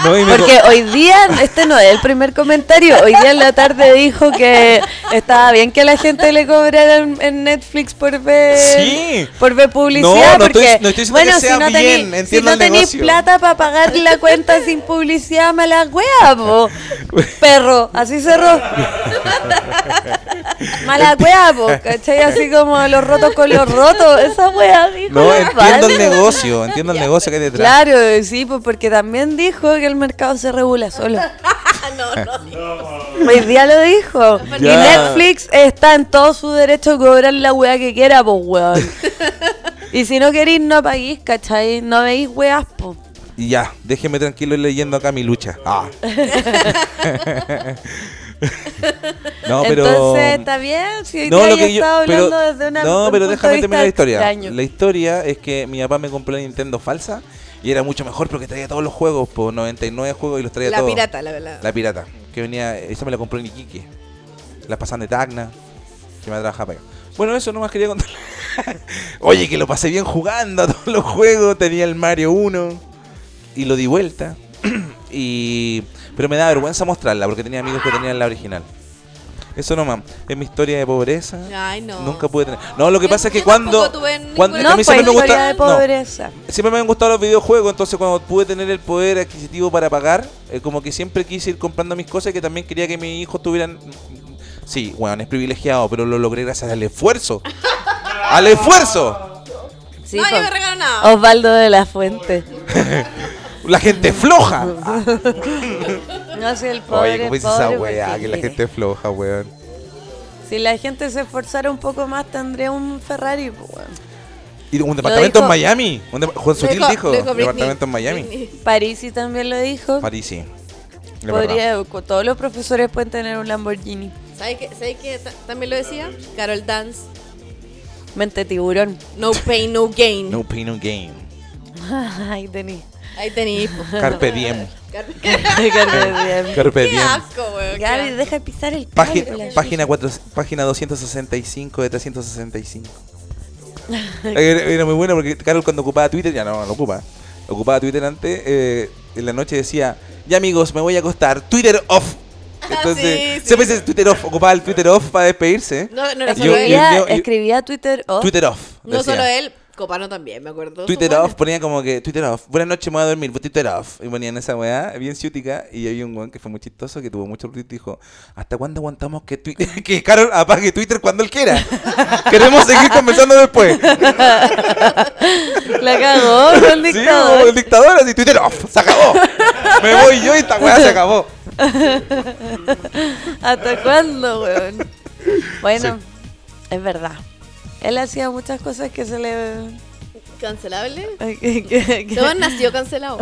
Speaker 2: no, y me
Speaker 4: Porque hoy día, este no es el primer comentario, hoy día en la tarde dijo que estaba bien que a la gente le cobraran en Netflix por ver,
Speaker 2: Sí.
Speaker 4: por ver
Speaker 2: No,
Speaker 4: publicidad.
Speaker 2: no
Speaker 4: porque,
Speaker 2: estoy- no estoy diciendo
Speaker 4: bueno,
Speaker 2: que sea
Speaker 4: si no
Speaker 2: bien,
Speaker 4: tení- si
Speaker 2: entiendo
Speaker 4: no
Speaker 2: el
Speaker 4: tenéis
Speaker 2: negocio.
Speaker 4: plata para pagar la cuenta sin publicidad, mala wea, po. Perro, así cerró. mala wea, po, ¿cachai? Así como los rotos con los rotos, esa wea, dijo.
Speaker 2: No,
Speaker 4: la
Speaker 2: entiendo el
Speaker 4: Vale.
Speaker 2: negocio, entiendo el negocio que hay detrás.
Speaker 4: Claro, sí, pues porque también dijo que el mercado se regula solo.
Speaker 3: Ah, no, no.
Speaker 4: Hoy día lo dijo. Y
Speaker 2: Ya.
Speaker 4: Netflix está en todo su derecho de cobrar la weá que quiera, pues
Speaker 2: *laughs*
Speaker 4: weón. y si no queréis, no paguís, ¿cachai? No veis weas, po.
Speaker 2: Y ya, déjeme tranquilo ir leyendo acá mi lucha. Ah.
Speaker 4: *laughs*
Speaker 2: *laughs* no, pero.
Speaker 4: Entonces, está bien. Si hoy
Speaker 2: No,
Speaker 4: día
Speaker 2: lo
Speaker 4: ya
Speaker 2: que yo,
Speaker 4: está
Speaker 2: pero,
Speaker 4: hablando desde una.
Speaker 2: no,
Speaker 4: un
Speaker 2: pero
Speaker 4: punto
Speaker 2: déjame
Speaker 4: de
Speaker 2: terminar la
Speaker 4: vista
Speaker 2: historia.
Speaker 4: extraño.
Speaker 2: La historia es que mi papá me compró la Nintendo falsa y era mucho mejor porque traía todos los juegos, por 99 juegos y los traía
Speaker 3: La
Speaker 2: todos.
Speaker 3: pirata, la verdad.
Speaker 2: La pirata, que venía, esa me la compró en Iquique. La pasan de Tacna, que me trabaja para acá. Bueno, eso nomás quería contar. *laughs* Oye, que lo pasé bien jugando a todos los juegos, tenía el Mario 1 y lo di vuelta. *clears throat* y pero me da vergüenza mostrarla porque tenía amigos que tenían la original. Eso nomás, es mi historia de pobreza.
Speaker 3: Ay, no.
Speaker 2: Nunca pude tener. No, lo que
Speaker 3: Yo-
Speaker 2: pasa es que
Speaker 3: yo
Speaker 2: cuando,
Speaker 3: tampoco tuve ninguna-
Speaker 2: cuando- es que
Speaker 4: No,
Speaker 2: a mí
Speaker 4: pues
Speaker 2: siempre me
Speaker 4: historia
Speaker 2: gusta-
Speaker 4: de
Speaker 2: no,
Speaker 4: pobreza.
Speaker 2: siempre me han gustado los videojuegos, entonces cuando pude tener el poder adquisitivo para pagar, eh, como que siempre quise ir comprando mis cosas y que también quería que mis hijos tuvieran... Sí, bueno, es privilegiado, pero lo logré gracias al esfuerzo. ¡Al esfuerzo!
Speaker 4: Sí,
Speaker 3: Nadie
Speaker 4: po.
Speaker 3: me regaló
Speaker 2: Oh,
Speaker 3: nada.
Speaker 4: Osvaldo de la Fuente.
Speaker 2: La gente es floja.
Speaker 4: No sé, el pobre.
Speaker 2: Oye, ¿cómo dice
Speaker 4: pobre
Speaker 2: esa
Speaker 4: porque
Speaker 2: weá? Que la
Speaker 4: quiere.
Speaker 2: gente es floja, weón.
Speaker 4: Si la gente se esforzara un poco más, tendría un Ferrari, pues, weón.
Speaker 2: Y un departamento
Speaker 4: dijo-
Speaker 2: en Miami. Un dep- Juan Sutil
Speaker 3: Luego-
Speaker 2: dijo,
Speaker 3: luego Britney.
Speaker 2: departamento en Miami.
Speaker 3: Britney.
Speaker 4: Parisi también lo dijo.
Speaker 2: París, sí. De verdad.
Speaker 4: Podría, co- todos los profesores pueden tener un Lamborghini.
Speaker 3: ¿Sabes qué, ¿sabes qué ta- también lo decía? Carol Dance.
Speaker 4: Mente tiburón. *laughs*
Speaker 3: No pain, no gain.
Speaker 2: No pain, no game.
Speaker 4: Ay,
Speaker 2: *laughs*
Speaker 4: Denis.
Speaker 3: Ahí tenéis. po.
Speaker 2: Carpe diem.
Speaker 3: Carpe-
Speaker 4: Qué bien.
Speaker 2: Carpe
Speaker 3: Qué
Speaker 2: diem.
Speaker 3: asco, weón.
Speaker 4: Gaby,
Speaker 3: qué asco.
Speaker 4: deja pisar el
Speaker 2: Página,
Speaker 4: cable, la
Speaker 2: página, cuatro- página 265
Speaker 3: *laughs*
Speaker 2: de 365. Eh, era, era muy bueno porque Carol cuando ocupaba Twitter, ya no, no lo ocupa. Ocupaba Twitter antes, eh, en la noche decía, ya amigos, me voy a acostar, Twitter
Speaker 3: *laughs*
Speaker 2: off. Entonces,
Speaker 3: Ah, sí, sí.
Speaker 2: siempre dice Twitter off, ocupaba el Twitter off para despedirse.
Speaker 3: No, no era
Speaker 4: chucha.
Speaker 3: solo
Speaker 2: Yo-
Speaker 3: él.
Speaker 4: Escribía,
Speaker 2: yo- yo-
Speaker 4: escribía Twitter Oh. off.
Speaker 2: Twitter off.
Speaker 3: No
Speaker 2: decía.
Speaker 3: solo él, Copano también, me acuerdo.
Speaker 2: Twitter
Speaker 3: Bueno.
Speaker 2: off, ponía como que Twitter off, buenas noches, me voy a dormir, pues, Twitter off. Y ponían esa weá bien ciútica. Y había un weón que fue muy chistoso, que tuvo mucho ruido y dijo: ¿Hasta cuándo aguantamos que, Twi- *laughs* que Carol apague Twitter cuando él
Speaker 4: *laughs*
Speaker 2: quiera? Queremos seguir conversando después.
Speaker 4: *laughs* La cagó con el
Speaker 2: Sí, como el
Speaker 4: dictador.
Speaker 2: dictador, así Twitter off, se acabó. Me voy yo y esta weá se acabó.
Speaker 4: ¿Hasta cuándo, weón? Bueno, es verdad. Él hacía muchas cosas que se le... *laughs*
Speaker 3: ¿Cancelable?
Speaker 4: que- que- *laughs* que-
Speaker 3: Todo nació cancelado.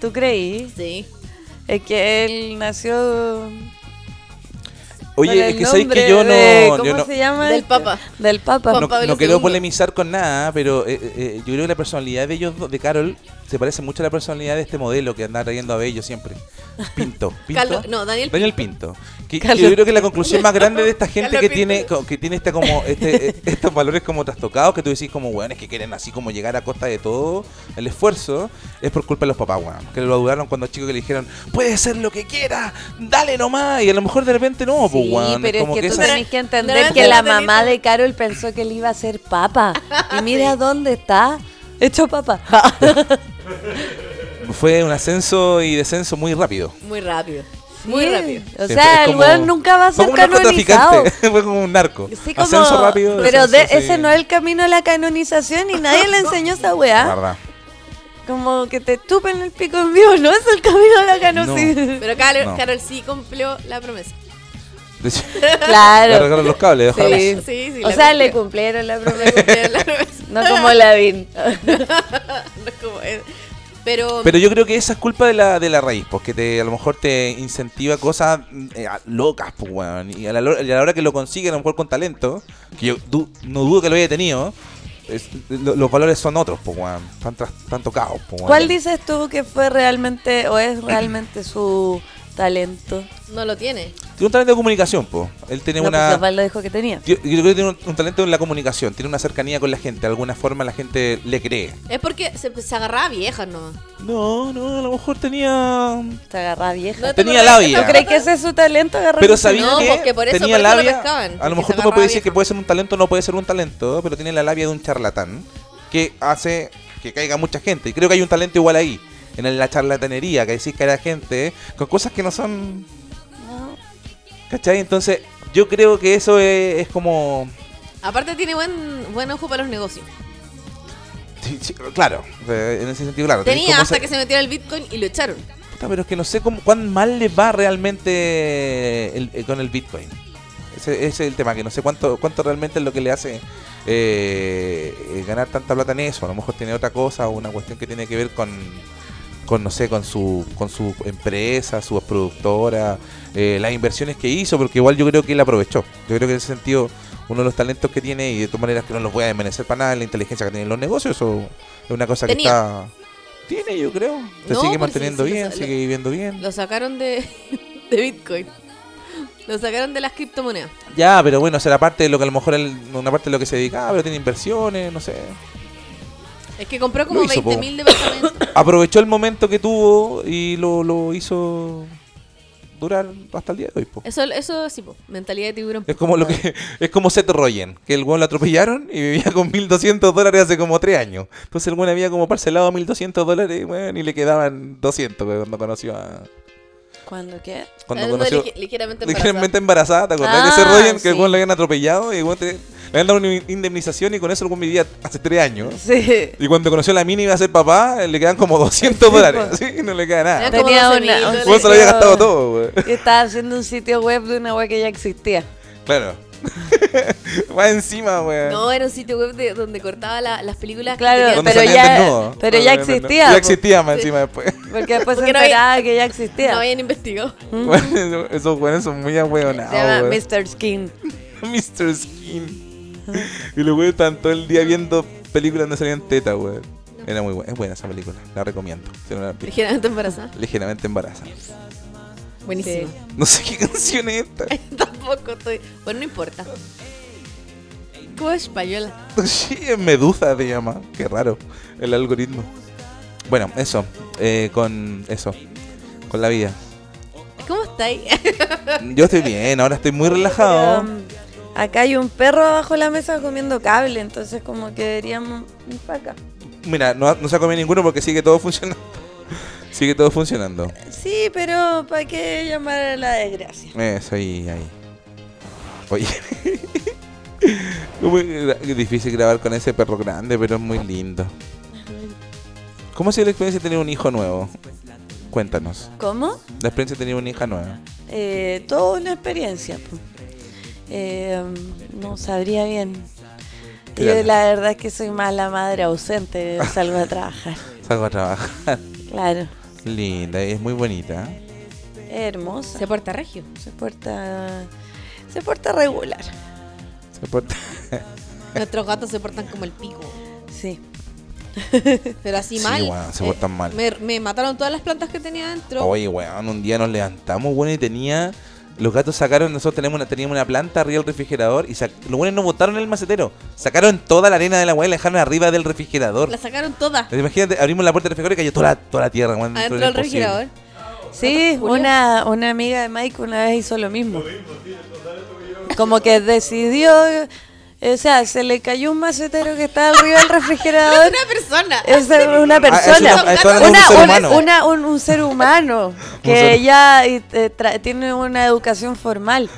Speaker 4: ¿Tú creí?
Speaker 3: Sí.
Speaker 4: Es que él nació... con
Speaker 2: Oye, es
Speaker 4: el
Speaker 2: que sabéis que
Speaker 4: nombre
Speaker 2: yo no.
Speaker 4: de-
Speaker 2: yo
Speaker 4: ¿Cómo
Speaker 2: no-
Speaker 4: se llama?
Speaker 3: Del
Speaker 4: este?
Speaker 3: Papa.
Speaker 4: Del Papa.
Speaker 3: Juan
Speaker 2: no,
Speaker 3: Pablo
Speaker 2: no quiero
Speaker 3: II.
Speaker 2: polemizar con nada, pero eh, eh, eh, yo creo que la personalidad de ellos, dos- de Carol, se parece mucho a la personalidad de este modelo que anda trayendo a Bello siempre. Pinto. Pinto.
Speaker 3: Carlos- no, Daniel
Speaker 2: Pinto. Que, que
Speaker 4: Carlos
Speaker 2: yo creo que la conclusión más grande de esta gente
Speaker 3: Carlos
Speaker 2: que
Speaker 3: Pinto.
Speaker 2: tiene, co- que tiene esta como, este, eh, *laughs* estos valores como trastocados, que tú decís como, weón, es que quieren así como llegar a costa de todo el esfuerzo, es por culpa de los papás, weón. Que lo duraron cuando chicos que le dijeron, puedes ser lo que quieras, dale nomás. Y a lo mejor de repente no, pues,
Speaker 4: Sí,
Speaker 2: weón.
Speaker 4: pero es
Speaker 2: como
Speaker 4: que, tú
Speaker 2: esas-
Speaker 4: tenés que
Speaker 3: de
Speaker 4: entender
Speaker 3: repente
Speaker 4: que la
Speaker 3: lo tenés
Speaker 4: mamá
Speaker 3: todo.
Speaker 4: de Carol pensó que él iba a ser papa. *laughs* Y mira dónde está. Hecho papa.
Speaker 2: fue un ascenso y descenso muy rápido.
Speaker 3: Muy rápido.
Speaker 4: Sí,
Speaker 3: Muy rápido.
Speaker 4: O
Speaker 2: Sí,
Speaker 4: sea,
Speaker 2: es
Speaker 4: el
Speaker 2: como-
Speaker 4: weón nunca va a
Speaker 2: fue
Speaker 4: ser
Speaker 2: como un narcotraficante, *laughs*
Speaker 4: canonizado.
Speaker 2: Fue como un narco.
Speaker 4: Sí, como-
Speaker 2: Ascenso rápido.
Speaker 4: pero de-
Speaker 2: descenso, sí.
Speaker 4: ese no es el camino a la
Speaker 2: *laughs*
Speaker 4: canonización y nadie le enseñó esa
Speaker 2: La
Speaker 4: weá.
Speaker 2: verdad.
Speaker 4: Como que te tupen el pico en vivo, no *laughs* es el camino a la canonización.
Speaker 2: *laughs*
Speaker 3: Pero Carol,
Speaker 2: No.
Speaker 3: Carol sí cumplió la promesa.
Speaker 2: De
Speaker 4: *laughs*
Speaker 2: hecho, le
Speaker 4: Claro.
Speaker 2: arreglaron los cables. ojalá.
Speaker 4: Sí.
Speaker 3: Sí, sí,
Speaker 4: o
Speaker 3: la
Speaker 4: sea,
Speaker 3: cumplió.
Speaker 4: le
Speaker 2: *laughs*
Speaker 4: cumplieron la
Speaker 3: Le *laughs*
Speaker 4: promesa.
Speaker 3: cumplió la promesa.
Speaker 4: No como Lavín.
Speaker 3: No es como- eh, Pero,
Speaker 2: Pero yo creo que esa es culpa de la, de la raíz, porque te, a lo mejor te incentiva cosas mm, eh, a- locas, pues, weón. Y a, la, lo- y a la hora que lo consigue, a lo mejor con talento, que yo du- no dudo que lo haya tenido, es- lo- los valores son otros, pues, weón. Están, tras- están tocados, pues, weón.
Speaker 4: ¿Cuál dices tú que fue realmente o es realmente su talento?
Speaker 3: no lo tiene.
Speaker 2: Tiene un talento de comunicación, pues. Él tiene
Speaker 4: No, pues
Speaker 2: una...
Speaker 4: Osvaldo dijo que tenía.
Speaker 2: Yo, yo creo que tiene un, un talento en la comunicación, tiene una cercanía con la gente, de alguna forma la gente le cree.
Speaker 3: Es porque se, se agarraba a viejas nomás.
Speaker 2: No, no, a lo mejor tenía...
Speaker 4: Se agarraba vieja.
Speaker 3: No te
Speaker 2: Tenía
Speaker 3: acordás de
Speaker 2: labia.
Speaker 3: esa
Speaker 4: ¿Tú crees que ese es su talento? Agarrar
Speaker 2: Pero
Speaker 4: vieja?
Speaker 2: sabía
Speaker 3: No,
Speaker 2: que
Speaker 3: pues que por eso-
Speaker 2: tenía
Speaker 3: por eso lo
Speaker 2: labia.
Speaker 3: pescaban,
Speaker 2: a lo
Speaker 3: porque se
Speaker 2: mejor tú me
Speaker 3: agarraba
Speaker 2: puedes decir
Speaker 3: vieja.
Speaker 2: que puede ser un talento o no puede ser un talento, pero tiene la labia de un charlatán que hace que caiga mucha gente. Y creo que hay un talento igual ahí, en la charlatanería, que decís que era gente con cosas que no son.
Speaker 4: No.
Speaker 2: ¿Cachai? Entonces, yo creo que eso es, es como.
Speaker 3: Aparte tiene buen, buen ojo para los negocios.
Speaker 2: sí, sí, Claro, eh, en ese sentido, claro. tenés
Speaker 3: Tenía
Speaker 2: como
Speaker 3: hasta
Speaker 2: esa-
Speaker 3: que se metiera el Bitcoin y lo echaron.
Speaker 2: Puta, pero es que no sé cómo, cuán mal le va realmente el- eh, con el Bitcoin. Ese, ese es el tema, que no sé cuánto cuánto realmente es lo que le hace eh, eh, ganar tanta plata en eso. A lo mejor tiene otra cosa, una cuestión que tiene que ver con, con no sé, con su, con su empresa, su productora, eh, las inversiones que hizo, porque igual yo creo que él aprovechó. Yo creo que en ese sentido, uno de los talentos que tiene, y de todas maneras que no los voy a desmerecer para nada, es la inteligencia que tiene en los negocios, o es una cosa que
Speaker 3: Tenía.
Speaker 2: está... Tiene, yo creo. Se
Speaker 3: No,
Speaker 2: sigue
Speaker 3: porque
Speaker 2: manteniendo
Speaker 3: sí, sí,
Speaker 2: bien,
Speaker 3: lo sa-
Speaker 2: sigue viviendo bien.
Speaker 3: Lo sacaron de, *laughs* de Bitcoin. Lo sacaron de las criptomonedas.
Speaker 2: Ya, pero bueno, será parte de lo que a lo mejor él, una parte de lo que se dedicaba, pero tiene inversiones, no sé.
Speaker 3: Es que compró como
Speaker 2: Lo hizo, po.
Speaker 3: 20 mil departamentos.
Speaker 2: Aprovechó el momento que tuvo y lo, lo hizo durar hasta el día de hoy, po.
Speaker 3: Eso, eso sí, po, mentalidad de tiburón.
Speaker 2: Es como lo que *laughs* es como Seth Rogen, que el weón lo atropellaron y vivía con 1200 dólares hace como 3 años. Entonces el weón había como parcelado 1200 dólares weón, y le quedaban 200 weón, cuando conoció a
Speaker 4: ¿Cuándo qué?
Speaker 2: cuando
Speaker 3: Hablando de
Speaker 2: conoció
Speaker 3: lige-
Speaker 2: *laughs*
Speaker 3: ligeramente
Speaker 2: ligeramente
Speaker 3: embarazada.
Speaker 2: embarazada, ¿te acordás de ese
Speaker 4: Ah,
Speaker 2: Rogen que el
Speaker 4: sí.
Speaker 2: weón lo habían atropellado y el weón te- le habían dado una indemnización y con eso el weón vivía hace 3 años?
Speaker 4: Sí.
Speaker 2: Y cuando conoció a la mini iba a ser papá, le quedan como
Speaker 4: *laughs*
Speaker 2: 200 dólares. Sí, no le queda nada.
Speaker 3: Era como
Speaker 4: Tenía
Speaker 3: 12.000
Speaker 4: una-
Speaker 3: dólares.
Speaker 4: un
Speaker 2: Vos se lo había
Speaker 4: sitio-
Speaker 2: gastado todo, güey. *laughs*
Speaker 4: Yo estaba haciendo un sitio web de una web que ya existía. *laughs*
Speaker 2: Claro. Va encima, güey.
Speaker 3: No, era un sitio web de- donde cortaba la- las películas. que
Speaker 4: Claro,
Speaker 3: tenían-
Speaker 2: Cuando
Speaker 4: pero
Speaker 2: salían
Speaker 4: ya-
Speaker 2: desnudos.
Speaker 4: pero
Speaker 2: Cuando
Speaker 4: ya
Speaker 2: salían desnudos.
Speaker 4: existía,
Speaker 2: Ya
Speaker 4: po.
Speaker 2: existía más encima después.
Speaker 4: Porque después
Speaker 3: Porque
Speaker 4: se
Speaker 3: no había-
Speaker 4: enteraba que ya
Speaker 3: No
Speaker 4: existía.
Speaker 3: habían investigado. *laughs*
Speaker 2: Bueno, *laughs* esos güeyes son muy
Speaker 4: se llama
Speaker 2: ahueonados, güey.
Speaker 4: Mr. Skin.
Speaker 2: *laughs* Mr. Skin. Y los güeyes están todo el día viendo películas donde salían tetas, güey. Era muy buena. Es buena esa película. La recomiendo. Si no la han visto.
Speaker 3: Ligeramente embarazada.
Speaker 2: Ligeramente embarazada.
Speaker 3: Buenísimo.
Speaker 2: No sé qué *laughs* canción es esta.
Speaker 3: *laughs* Tampoco estoy. Bueno, no importa. Como española.
Speaker 2: Sí, es Medusa se llama. Qué raro el algoritmo. Bueno, eso. eh, con eso. Con la vida.
Speaker 3: ¿Cómo estáis? *laughs*
Speaker 2: Yo estoy bien, ahora estoy muy relajado.
Speaker 4: Pero, um, acá hay un perro abajo de la mesa comiendo cable, entonces como que deberíamos ir para acá.
Speaker 2: Mira, no, no se ha comido ninguno porque sigue todo funcionando. *laughs* Sigue todo funcionando.
Speaker 4: Sí, pero ¿para qué llamar a la desgracia?
Speaker 2: Eso, ahí, ahí. Oye. *laughs* Muy gra- difícil grabar con ese perro grande, pero es muy lindo. ¿Cómo ha sido la experiencia de tener un hijo nuevo? Cuéntanos.
Speaker 4: ¿Cómo?
Speaker 2: La experiencia de tener una hija nueva.
Speaker 4: Eh, toda una experiencia. po. Eh, no sabría bien. Yo
Speaker 2: Claro.
Speaker 4: la verdad es que soy mala madre ausente, salgo a trabajar.
Speaker 2: Salgo a trabajar. *laughs*
Speaker 4: Claro.
Speaker 2: Linda, es muy bonita.
Speaker 4: Hermosa.
Speaker 3: Se porta regio.
Speaker 4: Se porta. Se porta regular.
Speaker 2: Se porta-
Speaker 3: Nuestros gatos se portan como el pico.
Speaker 4: Sí.
Speaker 3: Pero así
Speaker 2: Sí,
Speaker 3: mal.
Speaker 2: weón, se portan mal.
Speaker 3: Me, me mataron todas las plantas que tenía adentro.
Speaker 2: Oye, weón, un día nos levantamos, bueno, y tenía. Los gatos sacaron, nosotros tenemos una, teníamos una planta arriba del refrigerador y sac- los buenos no botaron el macetero. Sacaron toda la arena de la weá y la dejaron arriba del refrigerador.
Speaker 3: La sacaron todas.
Speaker 2: Imagínate, abrimos la puerta del refrigerador y cayó toda la, toda la tierra, weón.
Speaker 3: Adentro
Speaker 2: era
Speaker 3: del
Speaker 2: imposible.
Speaker 3: refrigerador.
Speaker 4: Sí,
Speaker 3: Julia?
Speaker 4: una, una amiga de Mike una vez hizo lo mismo. Como que decidió. O sea, se le cayó un macetero que estaba arriba
Speaker 2: *laughs*
Speaker 4: del refrigerador.
Speaker 3: Una persona.
Speaker 4: Es una
Speaker 2: Ah,
Speaker 4: persona.
Speaker 2: es una- esto era un
Speaker 4: Una-
Speaker 2: ser
Speaker 4: un-
Speaker 2: humano.
Speaker 4: una- un, un ser
Speaker 2: *laughs*
Speaker 4: humano que
Speaker 2: ser-
Speaker 4: ya eh, tra- tiene una educación formal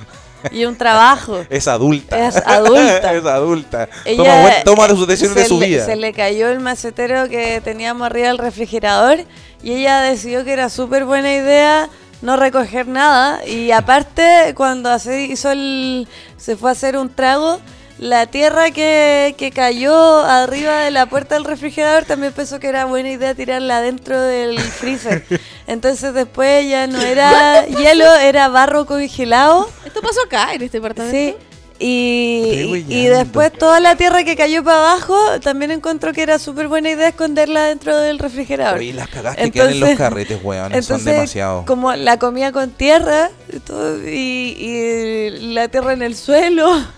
Speaker 4: y un trabajo.
Speaker 2: Es adulta. *laughs*
Speaker 4: Es adulta.
Speaker 2: es adulta.
Speaker 4: Ella-
Speaker 2: toma, buen- toma sus decisiones de
Speaker 4: se
Speaker 2: su
Speaker 4: le-
Speaker 2: vida.
Speaker 4: Se le cayó el macetero que teníamos arriba del refrigerador y ella decidió que era súper buena idea no recoger nada. Y aparte, cuando hace- hizo el, se fue a hacer un trago, la tierra que, que cayó arriba de la puerta del refrigerador también pensó que era buena idea tirarla dentro del freezer.
Speaker 2: *laughs*
Speaker 4: Entonces después ya no era hielo, era barro congelado.
Speaker 3: Esto pasó acá, en este
Speaker 4: Sí.
Speaker 3: departamento.
Speaker 4: Y,
Speaker 2: Estoy
Speaker 4: y- y
Speaker 2: huellando.
Speaker 4: después toda la tierra que cayó para abajo también encontró que era súper buena idea esconderla dentro del refrigerador.
Speaker 2: Oye, las cagadas que quedan en los carretes, weón, son demasiado.
Speaker 4: Como la comida con tierra y, todo, y- y la tierra en el suelo. *laughs*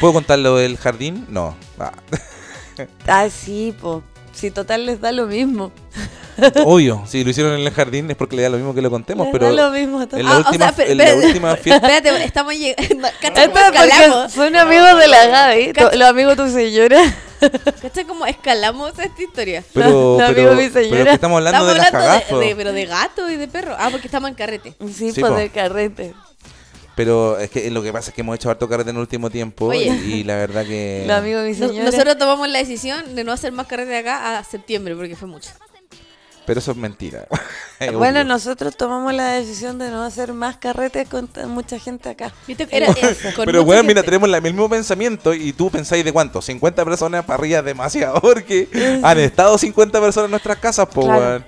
Speaker 2: ¿Puedo contar lo del jardín? No. Ah,
Speaker 4: Ah, sí, po. Si total les da lo mismo.
Speaker 2: obvio, si lo hicieron en el jardín es porque le da lo mismo que lo contemos,
Speaker 4: Les
Speaker 2: pero.
Speaker 4: da lo mismo. to-
Speaker 2: en
Speaker 3: Ah,
Speaker 2: la
Speaker 3: o
Speaker 2: última,
Speaker 3: sea, pero-
Speaker 2: en la
Speaker 3: pero- *laughs*
Speaker 2: última fiesta.
Speaker 3: Espérate, estamos *laughs* llegando. Cacha
Speaker 4: Esto
Speaker 3: como
Speaker 4: es Ah, porque
Speaker 2: *laughs*
Speaker 3: escalamos.
Speaker 4: son amigos de la Gaby. to-
Speaker 3: Cacha-
Speaker 4: Los amigos de tu señora. *laughs*
Speaker 3: Cacha como escalamos esta historia.
Speaker 2: Pero,
Speaker 4: *laughs* Lo
Speaker 2: pero,
Speaker 4: amigo mi
Speaker 2: pero es que
Speaker 4: señora.
Speaker 2: estamos hablando de las
Speaker 3: Estamos
Speaker 2: cagadas. po.
Speaker 3: de, de- pero de gato y de perro. Ah, porque estamos en carrete.
Speaker 4: Sí,
Speaker 2: Sí,
Speaker 4: po,
Speaker 2: po.
Speaker 4: de carrete.
Speaker 2: Pero es que lo que pasa es que hemos hecho harto carrete en el último tiempo
Speaker 3: Oye.
Speaker 2: y, y la verdad
Speaker 4: *laughs*
Speaker 2: que...
Speaker 4: Los amigos de mi
Speaker 3: No-
Speaker 4: señora.
Speaker 3: nosotros tomamos la decisión de no hacer más carrete de acá a septiembre porque fue mucho.
Speaker 2: Pero eso es mentira. *laughs* Es
Speaker 4: Bueno,
Speaker 2: Eh, obvio.
Speaker 4: nosotros tomamos la decisión de no hacer más carretes con tan- mucha gente acá.
Speaker 3: ¿Viste? Era, eh, con
Speaker 2: Pero
Speaker 3: mucha
Speaker 2: bueno, mira,
Speaker 3: gente.
Speaker 2: tenemos la- el mismo pensamiento y tú pensáis de cuánto, 50 personas para arriba es demasiado *laughs* porque han estado 50 personas en nuestras casas, po,
Speaker 4: Claro.
Speaker 2: weón.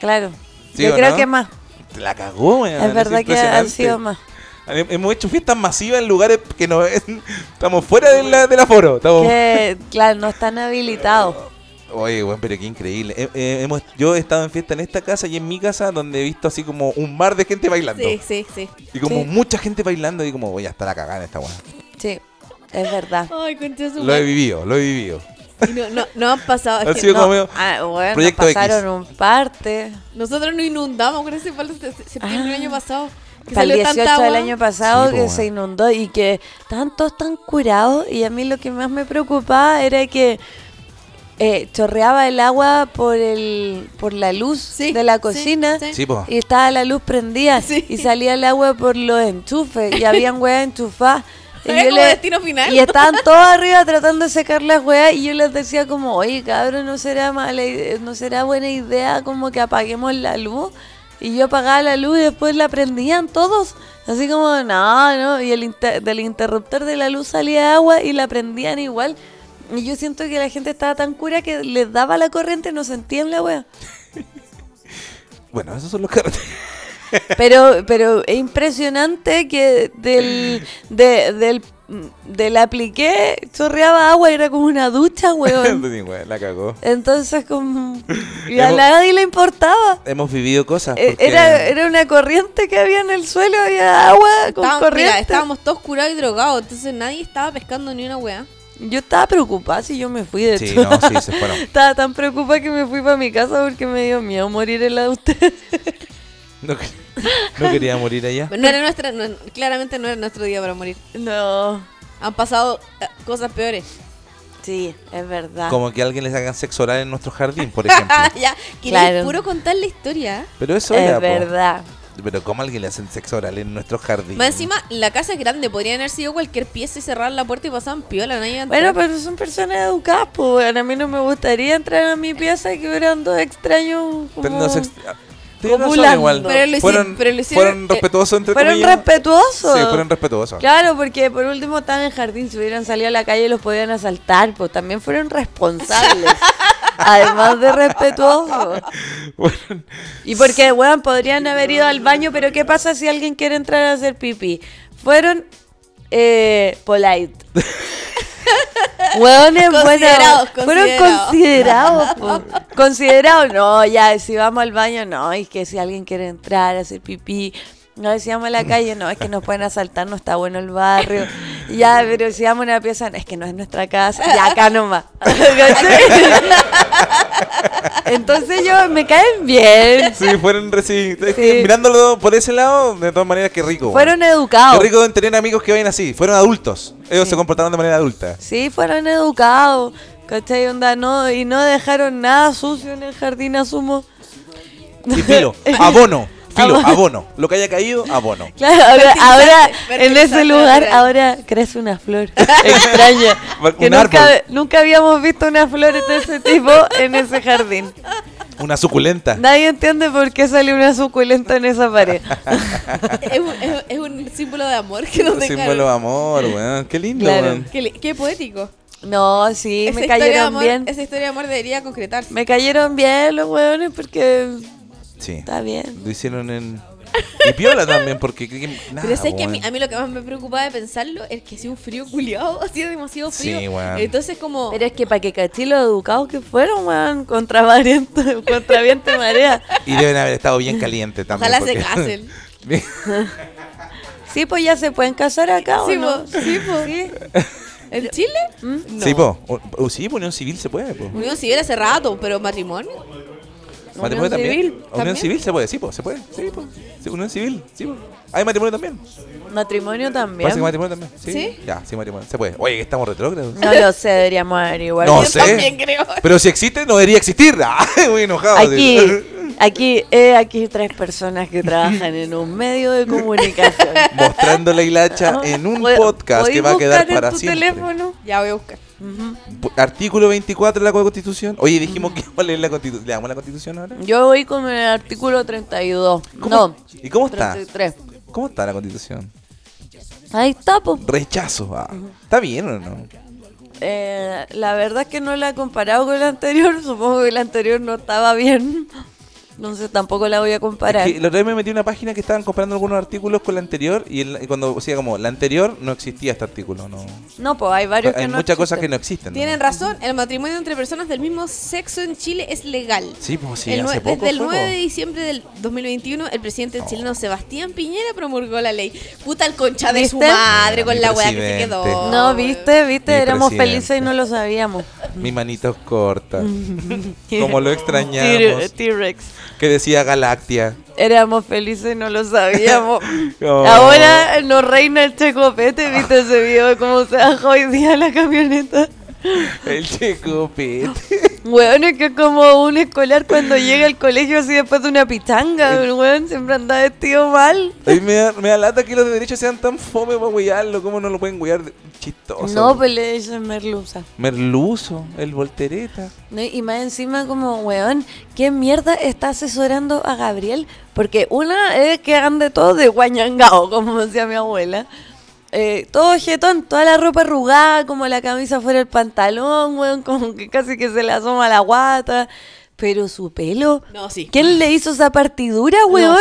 Speaker 4: Claro.
Speaker 2: ¿Sí
Speaker 4: Yo
Speaker 2: o
Speaker 4: creo
Speaker 2: no?
Speaker 4: que más.
Speaker 2: Te La cagó, weón.
Speaker 4: es verdad que han
Speaker 2: impresionante.
Speaker 4: sido más.
Speaker 2: Hem- Hemos hecho fiestas masivas en lugares que no *laughs* estamos fuera de la, del aforo. Estamos...
Speaker 4: Que, claro, no están habilitados.
Speaker 2: Oye, weón, pero qué increíble. Eh, eh, hemos, yo he estado en fiesta en esta casa y en mi casa donde he visto así como un mar de gente bailando.
Speaker 3: Sí, sí, sí.
Speaker 2: Y como
Speaker 4: Sí.
Speaker 2: mucha gente bailando y como voy a estar a cagar en esta weón.
Speaker 4: Sí, es verdad.
Speaker 3: Ay, conté su
Speaker 2: Lo he vivido, lo he vivido.
Speaker 3: madre. Y no, no, no han pasado. es
Speaker 2: Ha
Speaker 3: que
Speaker 2: sido
Speaker 4: No,
Speaker 2: como medio-
Speaker 4: ah, bueno,
Speaker 2: Proyecto
Speaker 4: pasaron
Speaker 2: X.
Speaker 4: un parte.
Speaker 3: Nosotros nos inundamos con ese palo de septiembre del
Speaker 4: Ah.
Speaker 3: año pasado. Que
Speaker 4: Para el
Speaker 3: salió tanta
Speaker 4: 18 del
Speaker 3: agua.
Speaker 4: año pasado
Speaker 2: Sí, po,
Speaker 4: que
Speaker 2: bueno.
Speaker 4: se inundó y que tantos están curados. Y a mí lo que más me preocupaba era que eh, chorreaba el agua por el por la luz
Speaker 3: Sí,
Speaker 4: de la
Speaker 3: sí,
Speaker 4: cocina.
Speaker 3: sí.
Speaker 2: Sí, po.
Speaker 4: Y estaba la luz prendida
Speaker 3: *laughs* Sí.
Speaker 4: y salía el agua por los enchufes
Speaker 3: *laughs*
Speaker 4: y habían weas enchufadas. Y,
Speaker 3: Era
Speaker 4: yo
Speaker 3: como
Speaker 4: le-
Speaker 3: destino final. *laughs*
Speaker 4: y estaban todos arriba tratando de secar las weas y yo les decía como, oye cabrón, no será mala ide- no será buena idea como que apaguemos la luz. Y yo apagaba la luz y después la prendían todos. Así como, no, no. Y el inter- del interruptor de la luz salía agua y la prendían igual. Y yo siento que la gente estaba tan cura que les daba la corriente y no sentían la wea.
Speaker 2: Bueno, esos son los carretes.
Speaker 4: Pero, pero es impresionante que del, de, del, del apliqué chorreaba agua, era como una
Speaker 2: *laughs*
Speaker 4: ducha, weón.
Speaker 2: Sí, weón, la cagó.
Speaker 4: Entonces, como. Y a
Speaker 2: Hemos-
Speaker 4: nadie le importaba.
Speaker 2: Hemos vivido cosas.
Speaker 4: Eh,
Speaker 2: porque-
Speaker 4: Era, era una corriente que había en el suelo, había agua con
Speaker 3: Estábamos, mira,
Speaker 4: corriente.
Speaker 3: estábamos todos curados y drogados, entonces nadie estaba pescando ni una weá.
Speaker 4: Yo estaba preocupada si yo me fui de
Speaker 2: Sí,
Speaker 4: hecho.
Speaker 2: no, sí, se fueron.
Speaker 4: *laughs* estaba tan preocupada que me fui para mi casa porque me dio miedo morir en la E. de ustedes.
Speaker 2: No, que- no quería morir allá.
Speaker 3: No era nuestra, no- claramente no era nuestro día para morir.
Speaker 4: *laughs* No.
Speaker 3: Han pasado eh, cosas peores.
Speaker 4: Sí, es verdad.
Speaker 2: Como que a alguien les hagan sexo oral en nuestro jardín, por
Speaker 4: *laughs*
Speaker 2: ejemplo.
Speaker 3: *laughs* ya, queréis
Speaker 4: Claro.
Speaker 3: puro contar la historia.
Speaker 2: Pero eso era.
Speaker 4: Es
Speaker 2: po.
Speaker 4: verdad.
Speaker 2: Pero ¿cómo a alguien le hacen sexo oral en nuestro jardín?
Speaker 3: Más encima, la casa es grande, podrían haber sido cualquier pieza y cerrar la puerta y pasaban piola, nadie iba a
Speaker 4: Bueno,
Speaker 3: entrar.
Speaker 4: pero son personas educadas, pues, weón. A mí no me gustaría entrar a mi pieza y que hubieran dos extraños como...
Speaker 2: Pero no se ex- ah, tienes razón
Speaker 4: copulando.
Speaker 2: igual.
Speaker 3: Pero lo hici-
Speaker 2: fueron,
Speaker 3: pero lo hicieron- eh,
Speaker 2: fueron respetuosos entre
Speaker 4: Fueron
Speaker 2: comillas.
Speaker 4: respetuosos.
Speaker 2: Sí, fueron respetuosos. *laughs*
Speaker 4: Claro, porque por último estaban en el jardín, si hubieran salido a la calle los podían asaltar, pues también
Speaker 2: *laughs*
Speaker 4: fueron responsables. Además de respetuosos.
Speaker 2: Bueno,
Speaker 4: Y porque, weón, podrían haber ido al baño, pero ¿qué pasa si alguien quiere entrar a hacer pipí? Fueron eh, polite. *laughs* Weones
Speaker 3: Considerados,
Speaker 4: buena. Fueron considerados. po. Considerados, no, ya, si vamos al baño, no, es que si alguien quiere entrar a hacer pipí. No, si vamos a la calle, no, es que nos pueden asaltar, no está bueno el barrio. Ya, pero si vamos a una pieza, no, es que no es nuestra casa. Ya, acá *laughs* nomás. Entonces yo, me caen bien.
Speaker 2: sí, fueron reci- es
Speaker 4: Sí.
Speaker 2: que Mirándolo por ese lado, de todas maneras, qué rico.
Speaker 4: Fueron
Speaker 2: bueno.
Speaker 4: educados.
Speaker 2: Qué rico de tener amigos que vayan así. Fueron adultos. Ellos se comportaron de manera adulta.
Speaker 4: Sí, fueron educados. ¿Cachai? Onda, no, y no dejaron nada sucio en el jardín, asumo.
Speaker 2: Y filo, *laughs* abono. Filo, abono. Lo que haya caído, abono.
Speaker 4: *laughs* Claro, ahora, ahora en
Speaker 3: fertilizante
Speaker 4: ese lugar,
Speaker 3: natural.
Speaker 4: ahora crece una flor *laughs* extraña.
Speaker 2: Un
Speaker 4: que nunca,
Speaker 2: árbol. *laughs*
Speaker 4: nunca habíamos visto una flor de ese tipo en ese jardín.
Speaker 2: Una *laughs* suculenta.
Speaker 4: Nadie entiende por qué salió una suculenta en
Speaker 2: *laughs*
Speaker 4: esa pared.
Speaker 3: *laughs* es, un, es- es un símbolo de amor que nos dejaron.
Speaker 2: Símbolo de amor, weón. Qué lindo,
Speaker 4: Claro.
Speaker 2: weón.
Speaker 3: Qué, li- qué poético.
Speaker 4: No, sí,
Speaker 3: esa,
Speaker 4: me
Speaker 3: historia de
Speaker 4: cayeron
Speaker 3: amor,
Speaker 4: bien.
Speaker 3: esa historia de amor debería concretarse.
Speaker 4: Me cayeron bien los hueones porque
Speaker 2: Sí.
Speaker 4: está bien.
Speaker 2: Lo hicieron en. Y piola también, porque. que- que- nada,
Speaker 3: Pero sabes que a mí,
Speaker 2: weón.
Speaker 3: a mí lo que más me preocupaba de pensarlo es que hacía un frío culiado, *laughs* hacía demasiado frío.
Speaker 2: Sí, weón.
Speaker 3: Entonces como...
Speaker 4: Pero es que para que caché los educados que fueron, weón, contra, variento, *laughs* contra viento y marea.
Speaker 2: Y deben haber
Speaker 3: *laughs*
Speaker 2: estado bien caliente también.
Speaker 3: Ojalá se
Speaker 2: porque- *laughs*
Speaker 3: casen.
Speaker 4: Sí, pues ya se pueden casar acá, ¿o
Speaker 3: Sí, pues.
Speaker 4: no? Mm.
Speaker 3: po, sí, po. ¿En Chile? No.
Speaker 2: Sí, po. U- u- sí, po, unión civil se puede, po.
Speaker 3: Unión civil hace rato, pero matrimonio.
Speaker 2: Matrimonio también.
Speaker 4: civil,
Speaker 2: Unión
Speaker 3: también.
Speaker 2: civil se puede, sí, po, se puede. Sí, po. Sí, unión civil, sí, po. Hay matrimonio también.
Speaker 4: Matrimonio también.
Speaker 2: Parece que matrimonio también. Sí.
Speaker 3: ¿Sí?
Speaker 2: Ya, sí, matrimonio. Se puede. Oye, que estamos retrógrados.
Speaker 4: No lo sé, deberíamos averiguar.
Speaker 2: No
Speaker 3: Yo
Speaker 2: sé.
Speaker 3: también creo. *laughs*
Speaker 2: Pero si existe, no debería existir. *laughs* Ay, muy enojado.
Speaker 4: Aquí,
Speaker 2: así.
Speaker 4: aquí, eh, aquí tres personas que trabajan en un medio de comunicación.
Speaker 2: *laughs* Mostrando la
Speaker 4: *laughs*
Speaker 2: hilacha en un
Speaker 4: Pod-
Speaker 2: podcast que
Speaker 4: podéis
Speaker 2: va a quedar
Speaker 4: buscar en
Speaker 2: para
Speaker 4: tu
Speaker 2: siempre.
Speaker 4: teléfono?
Speaker 3: Ya voy a buscar.
Speaker 4: Ujú.
Speaker 2: Bu- Artículo 24 de la Constitución. Oye, dijimos que íbamos a leer la Constitución. ¿Le damos la Constitución ahora?
Speaker 4: Yo voy con el artículo 32.
Speaker 2: ¿Cómo-
Speaker 4: No.
Speaker 2: ¿Y cómo está?
Speaker 4: 33.
Speaker 2: ¿Cómo está la Constitución?
Speaker 4: Ahí está, pues, po.
Speaker 2: Rechazo. ah. ¿Está bien o no?
Speaker 4: Eh, la verdad es que no la he comparado con la anterior. *laughs* Supongo que la anterior no estaba bien. Entonces tampoco la voy a comparar.
Speaker 2: Es que la otra vez me metí en una página que estaban comparando algunos artículos con la anterior y, el- y cuando, o sea, como la anterior no existía este artículo. No.
Speaker 4: No, pues hay varios
Speaker 2: Hay
Speaker 4: que no.
Speaker 2: muchas cosas que
Speaker 4: existen.
Speaker 2: no existen. ¿no?
Speaker 3: Tienen razón, el matrimonio entre personas del mismo sexo en Chile es legal.
Speaker 2: Sí, pues sí,
Speaker 3: El nue-
Speaker 2: hace poco.
Speaker 3: desde el
Speaker 2: fue, po.
Speaker 3: 9 de diciembre del 2021, el presidente chileno Sebastián Piñera promulgó la ley. Puta el concha de su
Speaker 4: ¿Viste?
Speaker 3: madre con
Speaker 2: Mi
Speaker 3: la weá que se
Speaker 2: presidente.
Speaker 3: quedó.
Speaker 4: No, viste, viste,
Speaker 2: Mi
Speaker 4: éramos
Speaker 2: presidente.
Speaker 4: felices y no lo sabíamos.
Speaker 2: Mis manitos cortas. *laughs* como lo extrañamos.
Speaker 4: T- T-Rex.
Speaker 2: Que decía Galactia.
Speaker 4: Éramos felices y no
Speaker 2: *laughs*
Speaker 4: lo sabíamos.
Speaker 2: Oh.
Speaker 4: Ahora nos reina el checopete, viste ese video de cómo se bajó hoy día la camioneta.
Speaker 2: El checopete.
Speaker 4: Weón, es que es como un escolar cuando llega al colegio así después de una pitanga, el weón, siempre anda vestido mal.
Speaker 2: A mí me da, me da lata que los de derecha sean tan fome para huearlo. ¿Cómo no lo pueden huear? de- Chistoso.
Speaker 4: No, pues le dicen merluza.
Speaker 2: Merluzo, el voltereta.
Speaker 4: No, y más encima como, weón, ¿qué mierda está asesorando a Gabriel? Porque una es que ande todo de guañangao, como decía mi abuela. Eh, todo jetón, toda la ropa arrugada, como la camisa fuera el pantalón, weón, como que casi que se le asoma la guata. Pero su pelo...
Speaker 3: No, sí.
Speaker 4: ¿Quién le hizo esa partidura, weón?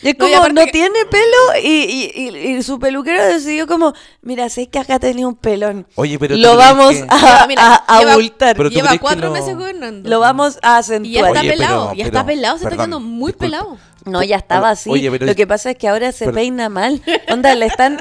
Speaker 4: Es
Speaker 3: No, y
Speaker 4: como, no,
Speaker 3: aparte que-
Speaker 4: tiene pelo y, y- y- y su peluquero decidió como, mira, sé que acá tenía un pelón.
Speaker 2: Oye, pero
Speaker 4: Lo
Speaker 2: ¿tú
Speaker 4: vamos
Speaker 2: crees que-
Speaker 4: a,
Speaker 3: Lleva, mira,
Speaker 4: a- a
Speaker 3: lleva-
Speaker 4: abultar.
Speaker 2: Pero tú
Speaker 3: Lleva
Speaker 2: crees que
Speaker 3: cuatro
Speaker 2: lo-
Speaker 3: meses gobernando.
Speaker 4: Lo vamos a
Speaker 3: Y ya está
Speaker 4: acentuar.
Speaker 2: Oye,
Speaker 3: pelado,
Speaker 2: pero-
Speaker 3: ya
Speaker 2: pero-
Speaker 3: está pelado, se está
Speaker 2: perdón,
Speaker 3: quedando muy
Speaker 2: disculpa.
Speaker 3: pelado.
Speaker 4: No, ya estaba así.
Speaker 2: Oye, pero
Speaker 4: Lo
Speaker 2: es-
Speaker 4: que pasa es que ahora se
Speaker 2: pero-
Speaker 4: peina mal. Onda, le están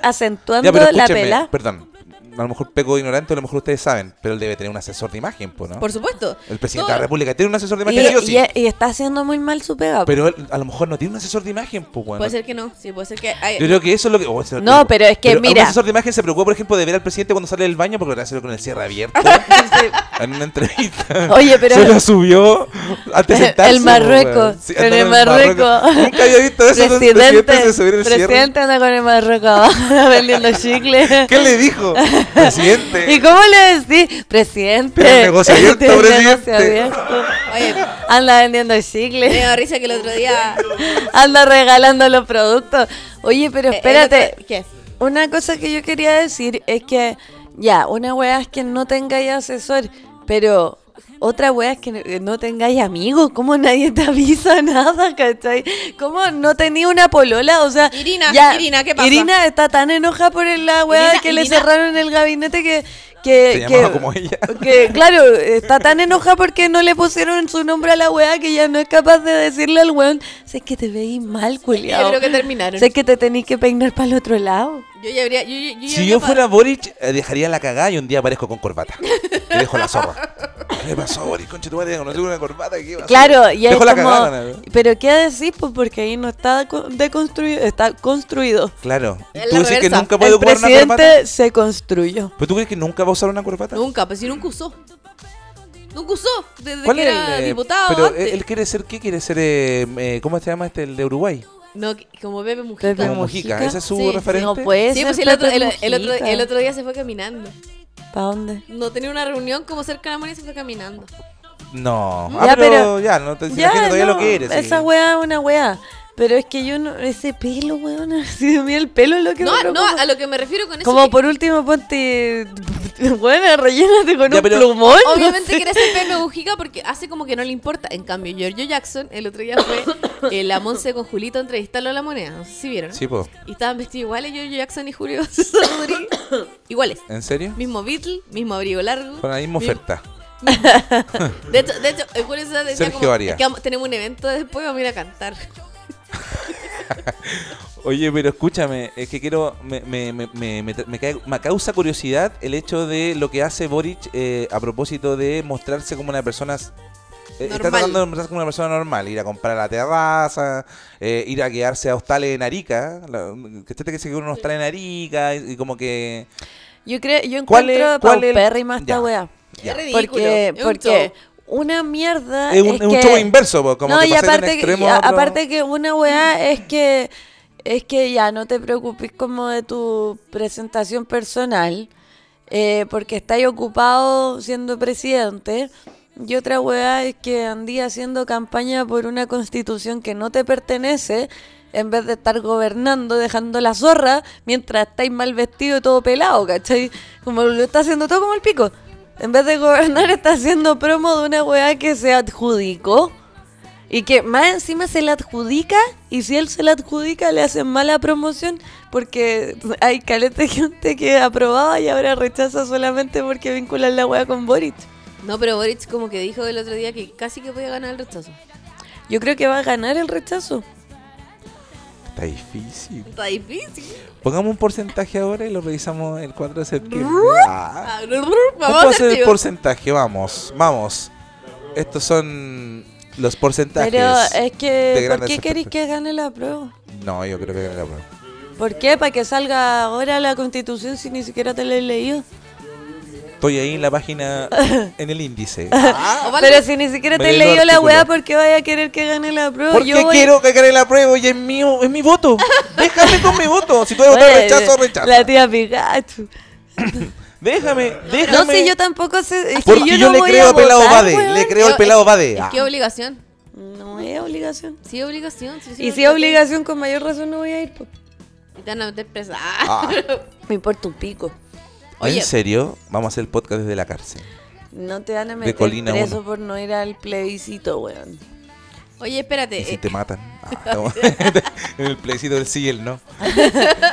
Speaker 2: *laughs*
Speaker 4: acentuando
Speaker 2: Ya, pero
Speaker 4: la
Speaker 2: escúcheme,
Speaker 4: pela.
Speaker 2: Perdón. A lo mejor peco de ignorante, a lo mejor ustedes saben, pero él debe tener un asesor de imagen, pues, ¿no?
Speaker 3: Por supuesto.
Speaker 2: el presidente
Speaker 3: Todo-
Speaker 2: de la República tiene un asesor de
Speaker 4: Y, e-
Speaker 2: imagen, sí o sí.
Speaker 4: y- y está haciendo muy mal su pega. *laughs*
Speaker 2: Pero él a lo mejor no tiene un asesor de imagen, pues, bueno.
Speaker 3: Puede ser que no, sí, puede ser que. ay,
Speaker 2: Yo creo que eso es lo que. oh, se lo
Speaker 4: Eh, No,
Speaker 2: creo.
Speaker 4: pero es que,
Speaker 2: algún
Speaker 4: mira.
Speaker 2: asesor de imagen se preocupa, por ejemplo, de ver al presidente cuando sale del baño porque lo hacerlo con el cierre abierto
Speaker 4: *laughs*
Speaker 2: en una entrevista.
Speaker 4: Oye,
Speaker 2: *laughs*
Speaker 4: pero-
Speaker 2: Se lo subió antes de
Speaker 4: El
Speaker 2: sentarse.
Speaker 4: Marruecos,
Speaker 2: pues, weón.
Speaker 4: con
Speaker 2: andaba
Speaker 4: el Marruecos.
Speaker 2: Nunca había visto eso de un presidente se subió en el cierre.
Speaker 4: presidente anda con el marroco abajo
Speaker 2: *laughs*
Speaker 4: *laughs* vendiendo chicles.
Speaker 2: ¿Qué le dijo? Presidente.
Speaker 4: *laughs* ¿Y cómo le decís? Presidente.
Speaker 2: Tiene un
Speaker 4: *laughs*
Speaker 2: negocio abierto,
Speaker 4: Tiene un negocio
Speaker 2: presidente.
Speaker 4: abierto.
Speaker 3: Oye,
Speaker 4: Anda vendiendo
Speaker 3: me
Speaker 2: *laughs*
Speaker 4: chicles.
Speaker 3: da risa que el otro día.
Speaker 4: Anda regalando los productos. Oye, pero
Speaker 3: Eh, el
Speaker 4: espérate.
Speaker 3: otro- ¿Qué?
Speaker 4: Una cosa que yo quería decir es que, ya, una wea es que no tengáis asesor, pero otra wea es que no- no tengáis amigos. ¿Cómo nadie te avisa *laughs* nada, cachai? ¿Cómo no tenía una polola? O sea,
Speaker 3: Irina,
Speaker 4: ya,
Speaker 3: Irina, ¿qué pasa?
Speaker 4: Irina está tan enojada por el- la wea
Speaker 3: Irina,
Speaker 4: que le
Speaker 3: Irina.
Speaker 4: cerraron el gabinete que. Que,
Speaker 2: Se
Speaker 4: eh, que,
Speaker 2: llamaba como ella.
Speaker 4: que, claro, está tan enojada porque no le pusieron su nombre a la wea que ya no es capaz de decirle al weón, sé que te veí mal, culiao.
Speaker 3: Yo creo que terminaron.
Speaker 4: Sé que te tenés que peinar para el otro lado.
Speaker 3: Yo ya habría. Yo, yo- yo ya
Speaker 2: Si
Speaker 3: habría
Speaker 2: yo fuera
Speaker 3: pa-
Speaker 2: Boric, eh, dejaría la cagada y un día aparezco con corbata. Le dejo la zorra. ¿Qué le pasó a Boric? Concha tu madre, no tengo una corbata. ¿qué pasó?
Speaker 4: Claro, y es
Speaker 2: Dejo
Speaker 4: como,
Speaker 2: la cagada. ¿no?
Speaker 4: pero ¿qué decís? Pues porque ahí no está co- deconstruido, está construido.
Speaker 2: Claro.
Speaker 3: En
Speaker 2: ¿Tú
Speaker 3: la
Speaker 2: dices que
Speaker 3: reversa.
Speaker 2: nunca puede
Speaker 4: El
Speaker 2: ocupar una corbata?
Speaker 4: presidente se construyó.
Speaker 2: ¿Pero Pues tú crees que nunca va a usar una corbata?
Speaker 3: Nunca, pues si nunca usó. Nunca usó. Desde
Speaker 2: ¿Cuál
Speaker 3: que
Speaker 2: es
Speaker 3: era
Speaker 2: el, eh,
Speaker 3: diputado.
Speaker 2: Pero
Speaker 3: antes.
Speaker 2: él él quiere ser, ¿qué quiere ser? eh, eh, ¿Cómo se llama este? El de Uruguay.
Speaker 3: No, que- como Pepe Mujica.
Speaker 4: Pepe
Speaker 2: Como Mujica.
Speaker 4: Mujica?
Speaker 2: Ese es su
Speaker 3: Sí, sí.
Speaker 2: referente.
Speaker 4: No puede
Speaker 3: Sí,
Speaker 4: ser
Speaker 3: pues el otro, el,
Speaker 4: Pepe
Speaker 3: el otro,
Speaker 4: Mujica.
Speaker 3: el otro día se fue caminando.
Speaker 4: ¿Pa' dónde?
Speaker 3: No tenía una reunión como cerca de la mañana y se fue caminando.
Speaker 2: No.
Speaker 4: Ya,
Speaker 2: Ah, pero,
Speaker 4: pero-
Speaker 2: ya, no te si la
Speaker 4: Ya,
Speaker 2: gente Pues todavía
Speaker 4: no,
Speaker 2: lo quiere. sí.
Speaker 4: Esa weá es una weá. Pero es que yo no. Ese pelo, weón. *laughs* Así de mí, el pelo es lo que me
Speaker 3: No, no,
Speaker 4: preocupa.
Speaker 3: a lo que me refiero con eso. es
Speaker 4: Como
Speaker 3: que
Speaker 4: por último, ponte. *laughs* Buena, rellénate con
Speaker 2: Ya,
Speaker 4: un
Speaker 2: pero-
Speaker 4: plumón. no
Speaker 3: Obviamente
Speaker 4: *laughs* sé.
Speaker 3: quiere ser Pepe Mujica porque hace como que no le importa. En cambio, Giorgio Jackson el otro día fue eh, la Monse con Julito a entrevistarlo a la moneda. No sé si vieron. ¿no?
Speaker 2: Sí, po.
Speaker 3: Y estaban vestidos iguales Giorgio Jackson y Julio *coughs* César Rodríguez.
Speaker 4: *coughs*
Speaker 3: iguales.
Speaker 2: ¿En serio?
Speaker 3: Mismo Beatle, mismo abrigo largo.
Speaker 2: Con la misma
Speaker 3: mismo-
Speaker 2: oferta.
Speaker 3: De hecho, de hecho el Julio César decía
Speaker 2: Sergio
Speaker 3: como,
Speaker 2: Arias.
Speaker 3: "Es que vamos- tenemos un evento después, vamos a ir a cantar.
Speaker 2: Oye, pero escúchame, es que quiero. Me, me, me, me, me, me cae- me causa curiosidad el hecho de lo que hace Boric eh, a propósito de mostrarse como una persona. eh, está
Speaker 3: Normal.
Speaker 2: tratando de mostrarse como una persona normal, ir a comprar a la terraza, eh, ir a quedarse a hostales en Arica. la- Que usted que se quedó en un hostal en Arica y, y como que.
Speaker 4: Yo creo, yo
Speaker 2: ¿Cuál es-
Speaker 4: encuentro
Speaker 2: cuál es el-
Speaker 4: paupérrima esta
Speaker 2: Ya.
Speaker 4: weá.
Speaker 2: Ya.
Speaker 3: Es ridículo.
Speaker 4: Porque,
Speaker 3: es un
Speaker 4: porque
Speaker 3: show.
Speaker 4: una mierda.
Speaker 2: Es un, es un
Speaker 4: que-
Speaker 2: show inverso, po, como
Speaker 4: no,
Speaker 2: que
Speaker 4: y
Speaker 2: pasé de un
Speaker 4: aparte, que-
Speaker 2: extremo
Speaker 4: y
Speaker 2: a
Speaker 4: a-
Speaker 2: otro.
Speaker 4: aparte que una weá es que es que ya no te preocupes como de tu presentación personal, eh, porque estáis ocupado siendo presidente. Y otra weá es que andí haciendo campaña por una constitución que no te pertenece, en vez de estar gobernando, dejando la zorra, mientras estáis mal vestido y todo pelado, ¿cachai? Como lo está haciendo todo como el pico. En vez de gobernar, *laughs* está haciendo promo de una weá que se adjudicó. Y que más encima se la adjudica y si él se la adjudica le hacen mala promoción porque hay caleta de gente que aprobaba y ahora rechaza solamente porque vinculan la weá con Boric.
Speaker 3: No, pero Boric como que dijo el otro día que casi que podía ganar el rechazo.
Speaker 4: Yo creo que va a ganar el rechazo.
Speaker 2: Está difícil.
Speaker 3: Está difícil.
Speaker 2: Pongamos un porcentaje ahora y lo revisamos el 4 de septiembre. Ah.
Speaker 3: Ah,
Speaker 2: ¿Cómo
Speaker 3: Vamos a
Speaker 2: hacer
Speaker 3: hacer
Speaker 2: el
Speaker 3: tío.
Speaker 2: porcentaje? Vamos, vamos. Estos son los porcentajes.
Speaker 4: Pero eh, es
Speaker 2: de
Speaker 4: que, ¿por
Speaker 2: grandes
Speaker 4: qué queréis
Speaker 2: expectativas.
Speaker 4: que gane la prueba?
Speaker 2: No, yo creo que gané la prueba.
Speaker 4: ¿Por qué? ¿Para que salga ahora la constitución si ni siquiera te la he leído?
Speaker 2: Estoy ahí en la
Speaker 4: *laughs*
Speaker 2: página, en el índice. Ah,
Speaker 3: Ovaldo,
Speaker 4: Pero si ni siquiera te he
Speaker 2: Medio
Speaker 4: leído la
Speaker 2: artículo.
Speaker 4: weá, ¿por qué vaya a querer que gane la prueba?
Speaker 2: Porque
Speaker 4: Yo voy-
Speaker 2: quiero que gane la prueba y es mío, es mi voto. Déjame con mi voto. Si tú votas
Speaker 4: Oye,
Speaker 2: rechazo, rechazo.
Speaker 4: La tía Pikachu.
Speaker 2: Déjame,
Speaker 4: No,
Speaker 2: déjame.
Speaker 4: si yo tampoco sé. es que
Speaker 2: Porque yo,
Speaker 4: no
Speaker 2: le
Speaker 4: voy
Speaker 2: creo
Speaker 4: a
Speaker 2: al pelado
Speaker 4: votar,
Speaker 2: Bade.
Speaker 4: weón.
Speaker 2: Le creo al
Speaker 3: Yo-
Speaker 2: pelado
Speaker 3: es-
Speaker 2: Bade.
Speaker 3: es
Speaker 2: Ah.
Speaker 3: que obligación.
Speaker 4: No es obligación.
Speaker 3: Sí, obligación. sí, sí,
Speaker 4: Y si es obligación, con mayor razón no voy a ir. po.
Speaker 3: Y te van a meter presa.
Speaker 2: Ah.
Speaker 4: Me importa un pico.
Speaker 2: ¿En
Speaker 3: Oye.
Speaker 2: serio? Vamos a hacer el podcast desde la cárcel.
Speaker 4: No te van a meter
Speaker 2: Colina
Speaker 4: preso
Speaker 2: uno.
Speaker 4: por no ir al plebiscito, weón.
Speaker 3: *laughs* Oye, espérate.
Speaker 2: Y si
Speaker 3: eh,
Speaker 2: te matan.
Speaker 4: *laughs*
Speaker 2: Ah, estamos *laughs* en el plebiscito del sí y el no.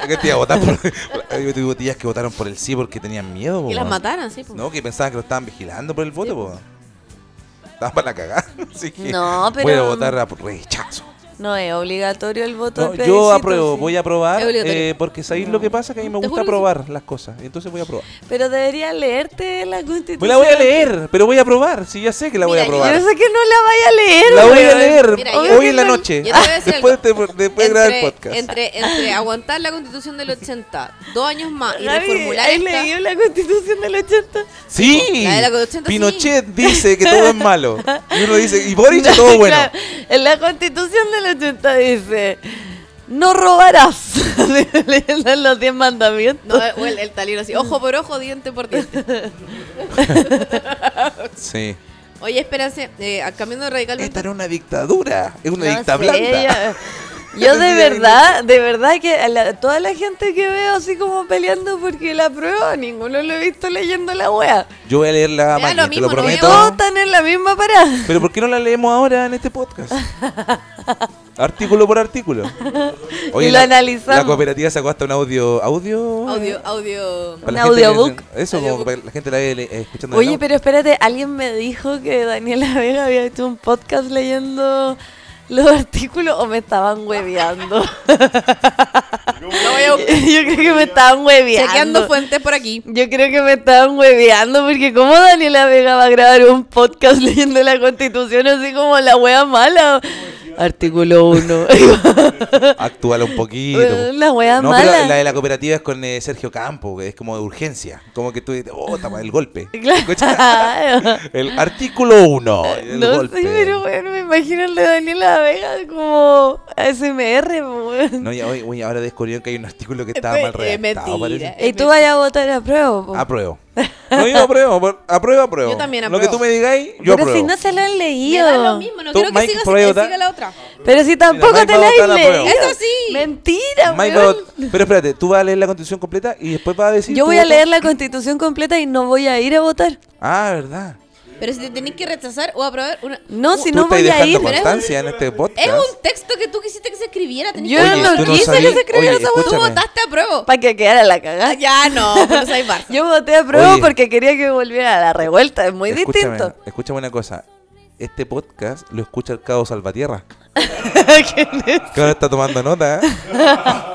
Speaker 2: que te iba a votar por- *laughs* Yo tuve tías que votaron por el sí porque tenían miedo. po,
Speaker 3: que las
Speaker 2: weón.
Speaker 3: mataran, sí. pues. po.
Speaker 2: No, que pensaban que lo estaban vigilando por el voto. po. Estaban para la cagada. *laughs* Así que
Speaker 4: No, pero-
Speaker 2: Voy a votar a rechazo.
Speaker 4: No es obligatorio el voto
Speaker 2: No,
Speaker 4: al plebiscito.
Speaker 2: yo apruebo, voy a aprobar
Speaker 3: Es obligatorio.
Speaker 2: eh, porque sabéis lo que pasa que a mí me
Speaker 3: Te
Speaker 2: gusta
Speaker 3: juro que sí.
Speaker 2: aprobar las cosas, entonces voy a aprobar.
Speaker 4: Pero debería leerte la constitución.
Speaker 2: Me la voy a leer, pero voy a aprobar, si ya sé que la voy a
Speaker 3: Mira, yo
Speaker 2: aprobar.
Speaker 4: Yo sé que no la vaya a leer,
Speaker 2: La voy a
Speaker 4: weón.
Speaker 2: leer
Speaker 3: Mira, yo
Speaker 2: hoy
Speaker 3: creo
Speaker 2: en la
Speaker 3: que-
Speaker 2: noche.
Speaker 3: yo te voy a decir algo.
Speaker 2: después de, después de grabar el podcast.
Speaker 3: Entre, entre aguantar la constitución del 80, dos años más y
Speaker 4: Gaby,
Speaker 3: reformular
Speaker 4: ¿has
Speaker 3: esta.
Speaker 4: leído la constitución del 80?
Speaker 2: Sí,
Speaker 3: La de la constitución,
Speaker 2: Pinochet dice que todo
Speaker 3: *laughs*
Speaker 2: es malo. Y uno dice, y Boric
Speaker 4: *laughs*
Speaker 2: todo bueno.
Speaker 4: Claro, en la constitución del 80 dice, no robarás. *laughs* Leían los 10 mandamientos.
Speaker 3: No, o el, el talero así, ojo por ojo, diente por diente.
Speaker 2: Sí.
Speaker 3: Oye, espérate, eh, cambiando radicalmente.
Speaker 2: Esta no es una dictadura, es una
Speaker 4: No
Speaker 2: dicta
Speaker 4: sé,
Speaker 2: blanda. *laughs*
Speaker 4: yo- Yo de
Speaker 2: Sí,
Speaker 4: verdad, de verdad que a la- toda la gente que veo así como peleando porque la prueba, ninguno lo he visto leyendo la wea.
Speaker 2: Yo voy a leer la
Speaker 3: Me da lo
Speaker 2: mañana, te lo
Speaker 3: mismo, no
Speaker 2: prometo.
Speaker 3: veo.
Speaker 4: Todos están en la misma parada.
Speaker 2: Pero ¿por qué no la leemos ahora en este
Speaker 4: *laughs*
Speaker 2: podcast? artículo por artículo.
Speaker 4: Y lo
Speaker 2: la,
Speaker 4: analizamos.
Speaker 2: La cooperativa sacó hasta un audio. ¿Audio? eh,
Speaker 3: Audio, audio.
Speaker 2: Para la
Speaker 4: Un
Speaker 2: gente que-
Speaker 4: audiobook.
Speaker 2: Eso, como
Speaker 3: Audiobook.
Speaker 2: para que la gente la vea le- eh, escuchando. en el
Speaker 4: Oye,
Speaker 2: auto.
Speaker 4: pero espérate, alguien me dijo que Daniela Vega había hecho un podcast leyendo los artículos o me estaban hueveando.
Speaker 3: No voy a
Speaker 4: *laughs* Yo creo que me estaban
Speaker 3: Chequeando
Speaker 4: hueveando.
Speaker 3: fuentes por aquí.
Speaker 4: Yo creo que me estaban hueveando porque como Daniela Vega va a grabar un podcast *laughs* leyendo la constitución así como la wea mala. Artículo *laughs* 1.
Speaker 2: Actúala un poquito.
Speaker 4: *laughs* Eh, la wea
Speaker 2: no,
Speaker 4: mala.
Speaker 2: pero la de la cooperativa es con eh, Sergio Campo, que es como de urgencia. Como que tú dices, oh, está mal el
Speaker 4: *laughs*
Speaker 2: golpe.
Speaker 4: claro.
Speaker 2: El artículo 1. El
Speaker 4: No
Speaker 2: golpe.
Speaker 4: sé, pero bueno, me imagino el de Daniela Vega como ASMR. weón.
Speaker 2: No, y, oye,
Speaker 4: Eh, pues,
Speaker 2: oye, ahora descubrieron que hay un artículo que estaba
Speaker 3: Esto
Speaker 2: mal
Speaker 3: es- es
Speaker 2: redactado.
Speaker 3: mentira.
Speaker 2: parece.
Speaker 4: Y tú vayas a votar a prueba. po.
Speaker 2: Apruebo. No, yo apruebo, por- apruebo, apruebo.
Speaker 3: Yo también
Speaker 2: Lo que
Speaker 3: apruebo.
Speaker 2: tú me digáis, yo
Speaker 4: Pero
Speaker 2: apruebo.
Speaker 4: si no se lo
Speaker 3: Me
Speaker 4: han
Speaker 3: da lo
Speaker 4: leído.
Speaker 3: mismo, no
Speaker 2: Tú,
Speaker 3: quiero que
Speaker 2: Mike,
Speaker 3: siga,
Speaker 2: por ahí
Speaker 3: que
Speaker 2: está.
Speaker 3: siga la otra.
Speaker 4: Pero si tampoco
Speaker 2: Mike
Speaker 4: te
Speaker 2: va a
Speaker 4: lo
Speaker 2: votar
Speaker 4: han
Speaker 2: la
Speaker 4: leído.
Speaker 2: prueba.
Speaker 3: Eso sí.
Speaker 4: Mentira,
Speaker 2: Mike
Speaker 4: weón.
Speaker 2: va a- Pero espérate, tú vas a leer la constitución completa y después vas a decir.
Speaker 4: Yo
Speaker 2: tu
Speaker 4: voy a
Speaker 2: voto?
Speaker 4: leer la constitución completa y no voy a ir a votar.
Speaker 2: Ah, verdad.
Speaker 3: Pero si te tenés que rechazar o aprobar una...
Speaker 4: No, si
Speaker 2: tú
Speaker 4: no
Speaker 2: estás
Speaker 4: voy a
Speaker 2: dejando
Speaker 4: ir. ¿eh?
Speaker 2: constancia en este podcast.
Speaker 3: Es un texto que tú quisiste que se escribiera. tenés
Speaker 4: Yo
Speaker 3: que-
Speaker 2: Oye,
Speaker 4: no
Speaker 2: tú no
Speaker 4: quise
Speaker 2: sabí-
Speaker 4: que se escribiera
Speaker 2: oye,
Speaker 4: esa
Speaker 3: Tú
Speaker 2: escúchame.
Speaker 3: votaste a prueba.
Speaker 4: Para que quedara la cagada.
Speaker 3: Ya no, pero soy Barça.
Speaker 4: Yo voté a prueba
Speaker 2: Oye.
Speaker 4: porque quería que volviera a la revuelta. Es muy
Speaker 2: Escúchame,
Speaker 4: distinto.
Speaker 2: Escúchame una cosa. Este podcast lo escucha el Cabo Salvatierra.
Speaker 4: *laughs* ¿Quién es?
Speaker 2: Que ahora está tomando nota, ¿eh? *laughs*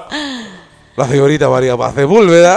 Speaker 2: La figurita María Paz de
Speaker 4: *laughs*
Speaker 2: Púlveda.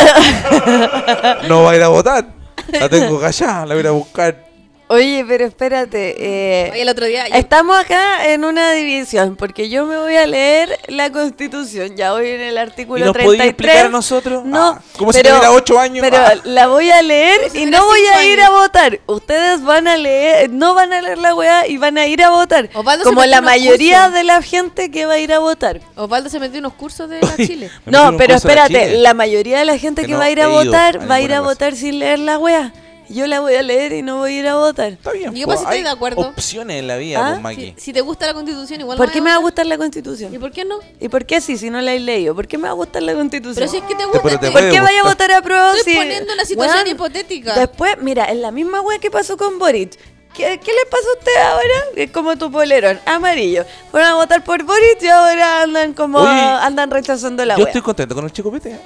Speaker 2: No va a ir a votar. La tengo callada, la voy a ir a buscar.
Speaker 4: Oye, pero espérate. eh,
Speaker 3: Oye, el otro día... yo-
Speaker 4: Estamos acá en una división porque yo me voy a leer la Constitución. Ya voy en el
Speaker 2: ¿Y
Speaker 4: artículo
Speaker 2: nos
Speaker 4: 33.
Speaker 2: podía explicar a nosotros?
Speaker 4: No.
Speaker 2: Ah, como si
Speaker 4: pero-
Speaker 2: tuviera ocho años.
Speaker 4: Pero
Speaker 2: Ah.
Speaker 4: la voy a leer
Speaker 3: Como si
Speaker 4: y
Speaker 3: tuviera
Speaker 4: no voy
Speaker 3: cinco
Speaker 4: a ir a
Speaker 3: años.
Speaker 4: votar. Ustedes van a leer, no van a leer la weá y van a ir a votar.
Speaker 3: Osvaldo se
Speaker 4: como
Speaker 3: metió
Speaker 4: la
Speaker 3: en un
Speaker 4: mayoría
Speaker 3: curso.
Speaker 4: de la gente que va a ir a votar.
Speaker 3: Osvaldo se metió en unos cursos de la Chile.
Speaker 2: Me metí en
Speaker 4: No,
Speaker 2: un
Speaker 4: pero
Speaker 2: curso de
Speaker 4: espérate,
Speaker 2: Chile.
Speaker 4: la mayoría de la gente
Speaker 2: Que
Speaker 4: que,
Speaker 2: no
Speaker 4: va a ir a
Speaker 2: he ido a
Speaker 4: votar va a
Speaker 2: ninguna
Speaker 4: ir a
Speaker 2: clase.
Speaker 4: votar sin leer la wea. Yo la voy a leer y no voy a ir a votar.
Speaker 2: Está bien.
Speaker 3: Yo
Speaker 2: pues,
Speaker 3: pues estoy
Speaker 2: hay
Speaker 3: de acuerdo.
Speaker 2: Opciones en la vida,
Speaker 4: ¿Ah?
Speaker 2: con Maggie.
Speaker 3: Si, si te gusta la constitución, igual
Speaker 4: ¿Por
Speaker 3: no
Speaker 4: qué me
Speaker 3: vaya
Speaker 4: va a
Speaker 3: votar.
Speaker 4: gustar la
Speaker 3: ¿Y
Speaker 4: constitución?
Speaker 3: por qué no?
Speaker 4: ¿Y por qué si, si no la he leído? ¿Por qué me va a gustar la
Speaker 3: Pero
Speaker 4: constitución?
Speaker 3: si *laughs* es que te gusta,
Speaker 2: pero te
Speaker 3: te-
Speaker 2: puede
Speaker 4: ¿Por qué vaya a
Speaker 2: gustar.
Speaker 4: votar a prueba
Speaker 3: Estoy
Speaker 4: si-
Speaker 3: poniendo una situación hipotética.
Speaker 4: Después, mira, es la misma wea que pasó con Boric. ¿Qué, qué le pasó a usted ahora? Es como tu polerón, amarillo. Fueron a votar por Boric y ahora andan como
Speaker 2: Oye,
Speaker 4: andan rechazando la
Speaker 2: Yo
Speaker 4: wea.
Speaker 2: estoy contento con el chico
Speaker 4: *laughs*
Speaker 2: pete.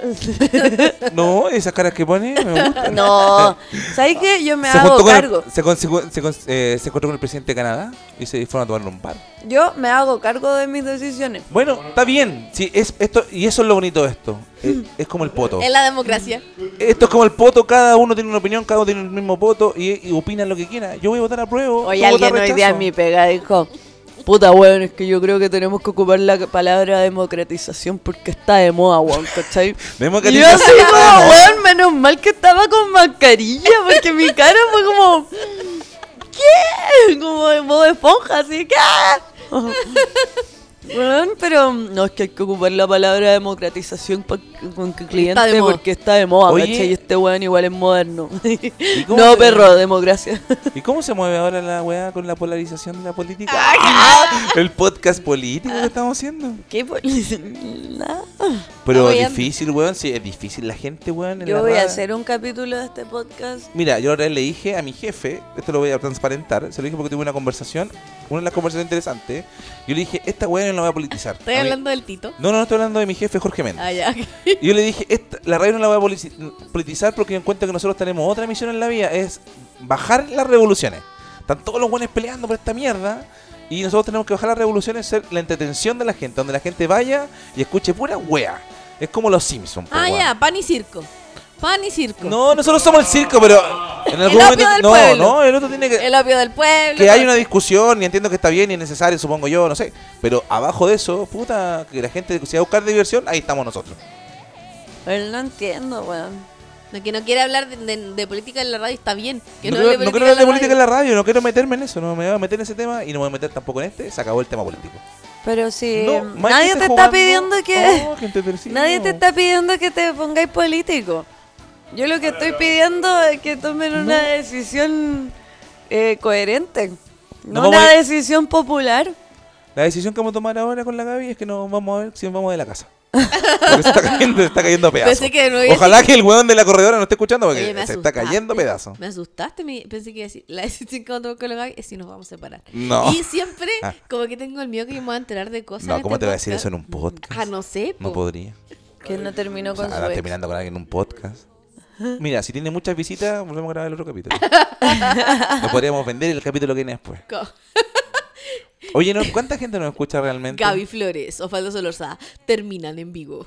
Speaker 2: no, esas caras que pone me gustan.
Speaker 4: No, ¿sabes qué? Yo me hago
Speaker 2: juntó con el-
Speaker 4: cargo.
Speaker 2: se, con- se con- se con- eh, se encontró con el presidente de Canadá y se fueron a tomar un par.
Speaker 4: Yo me hago cargo de mis decisiones.
Speaker 2: Bueno, está bien. Sí, es esto y eso es lo bonito de esto. Es, es como el poto.
Speaker 3: Es la democracia.
Speaker 2: Esto es como el poto. Cada uno tiene una opinión, cada uno tiene el mismo poto y, y opina lo que quiera. Yo voy a votar a prueba.
Speaker 4: Hoy
Speaker 2: tú vota
Speaker 4: alguien hoy
Speaker 2: rechazo.
Speaker 4: día en mi pega dijo, puta weón, es que yo creo que tenemos que ocupar la c- palabra democratización porque está de moda, weón, ¿cachai? Y yo
Speaker 2: *laughs* Democratización
Speaker 4: así
Speaker 2: está de
Speaker 4: como,
Speaker 2: moda".
Speaker 4: weón, menos mal que estaba con mascarilla porque mi cara fue como, ¿qué? Como de modo esponja,
Speaker 3: *laughs*
Speaker 4: así, ¿qué? Weón, pero no, es que hay que ocupar la palabra democratización pa- con que cliente
Speaker 3: Está de moda.
Speaker 4: porque está de moda,
Speaker 2: Oye.
Speaker 4: ¿cachai? Y este weón igual es moderno.
Speaker 2: cómo
Speaker 4: *laughs* No,
Speaker 2: se-
Speaker 4: perro, democracia.
Speaker 2: ¿Y cómo se mueve ahora la weá con la polarización de la
Speaker 4: *laughs*
Speaker 2: política?
Speaker 4: Ah,
Speaker 2: el podcast político que estamos haciendo.
Speaker 4: ¿Qué policía?
Speaker 2: Pero
Speaker 3: Está
Speaker 2: es difícil, weón. Sí, es difícil la gente, weón. en la
Speaker 4: Yo voy a
Speaker 2: radio.
Speaker 4: hacer un capítulo de este podcast.
Speaker 2: Mira, yo ahora le dije a mi jefe, esto lo voy a transparentar, se lo dije porque tuve una conversación, una de las conversaciones interesantes. Yo le dije, esta weá no la voy a politizar.
Speaker 3: Estoy
Speaker 2: A mí-
Speaker 3: hablando del Tito.
Speaker 2: No, no, no estoy hablando de mi jefe, Jorge Méndez.
Speaker 3: Ah, ya.
Speaker 2: Y yo le dije, "Esta- la radio no la voy a polici- politizar porque yo encuentro que nosotros tenemos otra misión en la vida, es bajar las revoluciones. Están todos los buenos peleando por esta mierda y nosotros tenemos que bajar las revoluciones, ser la entretención de la gente, donde la gente vaya y escuche pura wea. Es como los Simpsons.
Speaker 3: *laughs*
Speaker 2: po,
Speaker 3: Ah,
Speaker 2: weón.
Speaker 3: ya, pan y circo. Pan y circo.
Speaker 2: No, nosotros somos el circo, pero en algún
Speaker 3: opio
Speaker 2: momento...
Speaker 3: del
Speaker 2: no,
Speaker 3: pueblo.
Speaker 2: no, el otro tiene que...
Speaker 3: El opio del pueblo.
Speaker 2: eh, que hay una discusión y entiendo que está bien y es necesario, supongo yo, no sé. Pero abajo de eso, puta, que la gente se va a buscar diversión, ahí estamos nosotros.
Speaker 4: Pero no entiendo, weón.
Speaker 3: No, que no quiere hablar de, de- de política en la radio está bien. Que
Speaker 2: no,
Speaker 3: no,
Speaker 2: quiero-
Speaker 3: hable
Speaker 2: no quiero hablar de política en la radio, no quiero meterme en eso, no me voy a meter en ese tema y no me voy a meter tampoco en este, se acabó el tema político.
Speaker 4: Pero
Speaker 3: Eh,
Speaker 4: si
Speaker 2: No, Mike
Speaker 4: nadie te está
Speaker 2: jugando-
Speaker 4: pidiendo que
Speaker 2: Oh, gente tercera.
Speaker 4: nadie te está pidiendo que te pongáis político. Yo lo que estoy pidiendo es que tomen una decisión eh, coherente, no,
Speaker 2: No
Speaker 4: una
Speaker 2: vamos a-
Speaker 4: decisión popular.
Speaker 2: La decisión que vamos a tomar ahora con la Gaby es que nos vamos a ver si nos vamos de la casa. Porque se está *laughs* cayendo, se está cayendo a pedazos.
Speaker 3: Pensé que no iba a
Speaker 2: Ojalá que el weón de la corredora no esté escuchando porque
Speaker 3: Oye, me
Speaker 2: se está
Speaker 3: asustaste.
Speaker 2: cayendo a pedazos.
Speaker 3: Me asustaste, me- pensé que iba a decir, la decisión que otro colega es si nos vamos a separar.
Speaker 2: No.
Speaker 3: Y siempre
Speaker 2: Ah.
Speaker 3: como que tengo el miedo que yo me voy a enterar de cosas.
Speaker 2: No,
Speaker 3: en
Speaker 2: ¿cómo
Speaker 3: este
Speaker 2: te voy a decir
Speaker 3: podcast.
Speaker 2: eso en un podcast?
Speaker 3: Ah, no sé.
Speaker 2: No
Speaker 3: po.
Speaker 2: podría.
Speaker 4: Que no terminó
Speaker 2: O sea,
Speaker 4: con su
Speaker 2: andar
Speaker 4: ex.
Speaker 2: terminando con alguien en un podcast. Mira, si tiene muchas visitas, volvemos a grabar el otro
Speaker 3: *laughs*
Speaker 2: capítulo. Lo podríamos vender el capítulo que viene después.
Speaker 3: Co-
Speaker 2: Oye, ¿no? ¿cuánta gente nos escucha realmente?
Speaker 3: Gaby Flores, Osvaldo Solorza, terminan en vivo.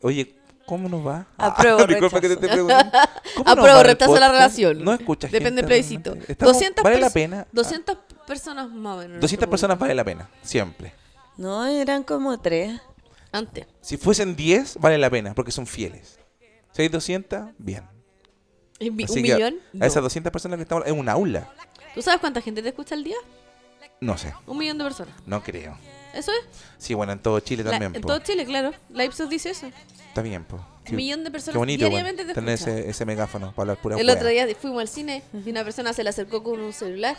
Speaker 2: Oye, ¿cómo nos va? *laughs* Ah,
Speaker 4: Apruebo,
Speaker 2: Disculpa que te
Speaker 4: rechazo.
Speaker 2: esté
Speaker 3: *laughs*
Speaker 2: preguntando. ¿Cómo nos
Speaker 3: Apruebo,
Speaker 2: va el
Speaker 3: rechazo la
Speaker 2: podcast?
Speaker 3: relación.
Speaker 2: No escuchas
Speaker 3: Depende del
Speaker 2: gente
Speaker 3: plebiscito.
Speaker 2: realmente. Estamos-
Speaker 3: 200
Speaker 2: ¿Vale la
Speaker 3: pers-
Speaker 2: pena?
Speaker 3: 200 personas más o menos.
Speaker 2: 200 personas vale la pena, siempre.
Speaker 4: No, eran como tres. *laughs*
Speaker 3: Antes.
Speaker 2: Si fuesen 10, vale la pena, porque son fieles. Si hay 200, bien.
Speaker 3: ¿Un Eh, mi-
Speaker 2: Así
Speaker 3: un
Speaker 2: que
Speaker 3: millón?
Speaker 2: A
Speaker 3: No.
Speaker 2: esas 200 personas que estamos... Es un aula.
Speaker 3: ¿Tú sabes cuánta gente te escucha al día?
Speaker 2: No sé,
Speaker 3: Un millón de personas.
Speaker 2: no creo.
Speaker 3: Eso es.
Speaker 2: Sí, bueno, en todo Chile
Speaker 3: La-
Speaker 2: también.
Speaker 3: en
Speaker 2: po.
Speaker 3: todo Chile, claro. La Ipsos dice eso.
Speaker 2: Está bien, po. Qué-
Speaker 3: un millón de personas
Speaker 2: Qué bonito, weón,
Speaker 3: diariamente te
Speaker 2: tener
Speaker 3: escuchan.
Speaker 2: ese, ese megáfono para hablar pura
Speaker 3: El
Speaker 2: hueá.
Speaker 3: otro día fuimos al cine y una persona se le acercó con un celular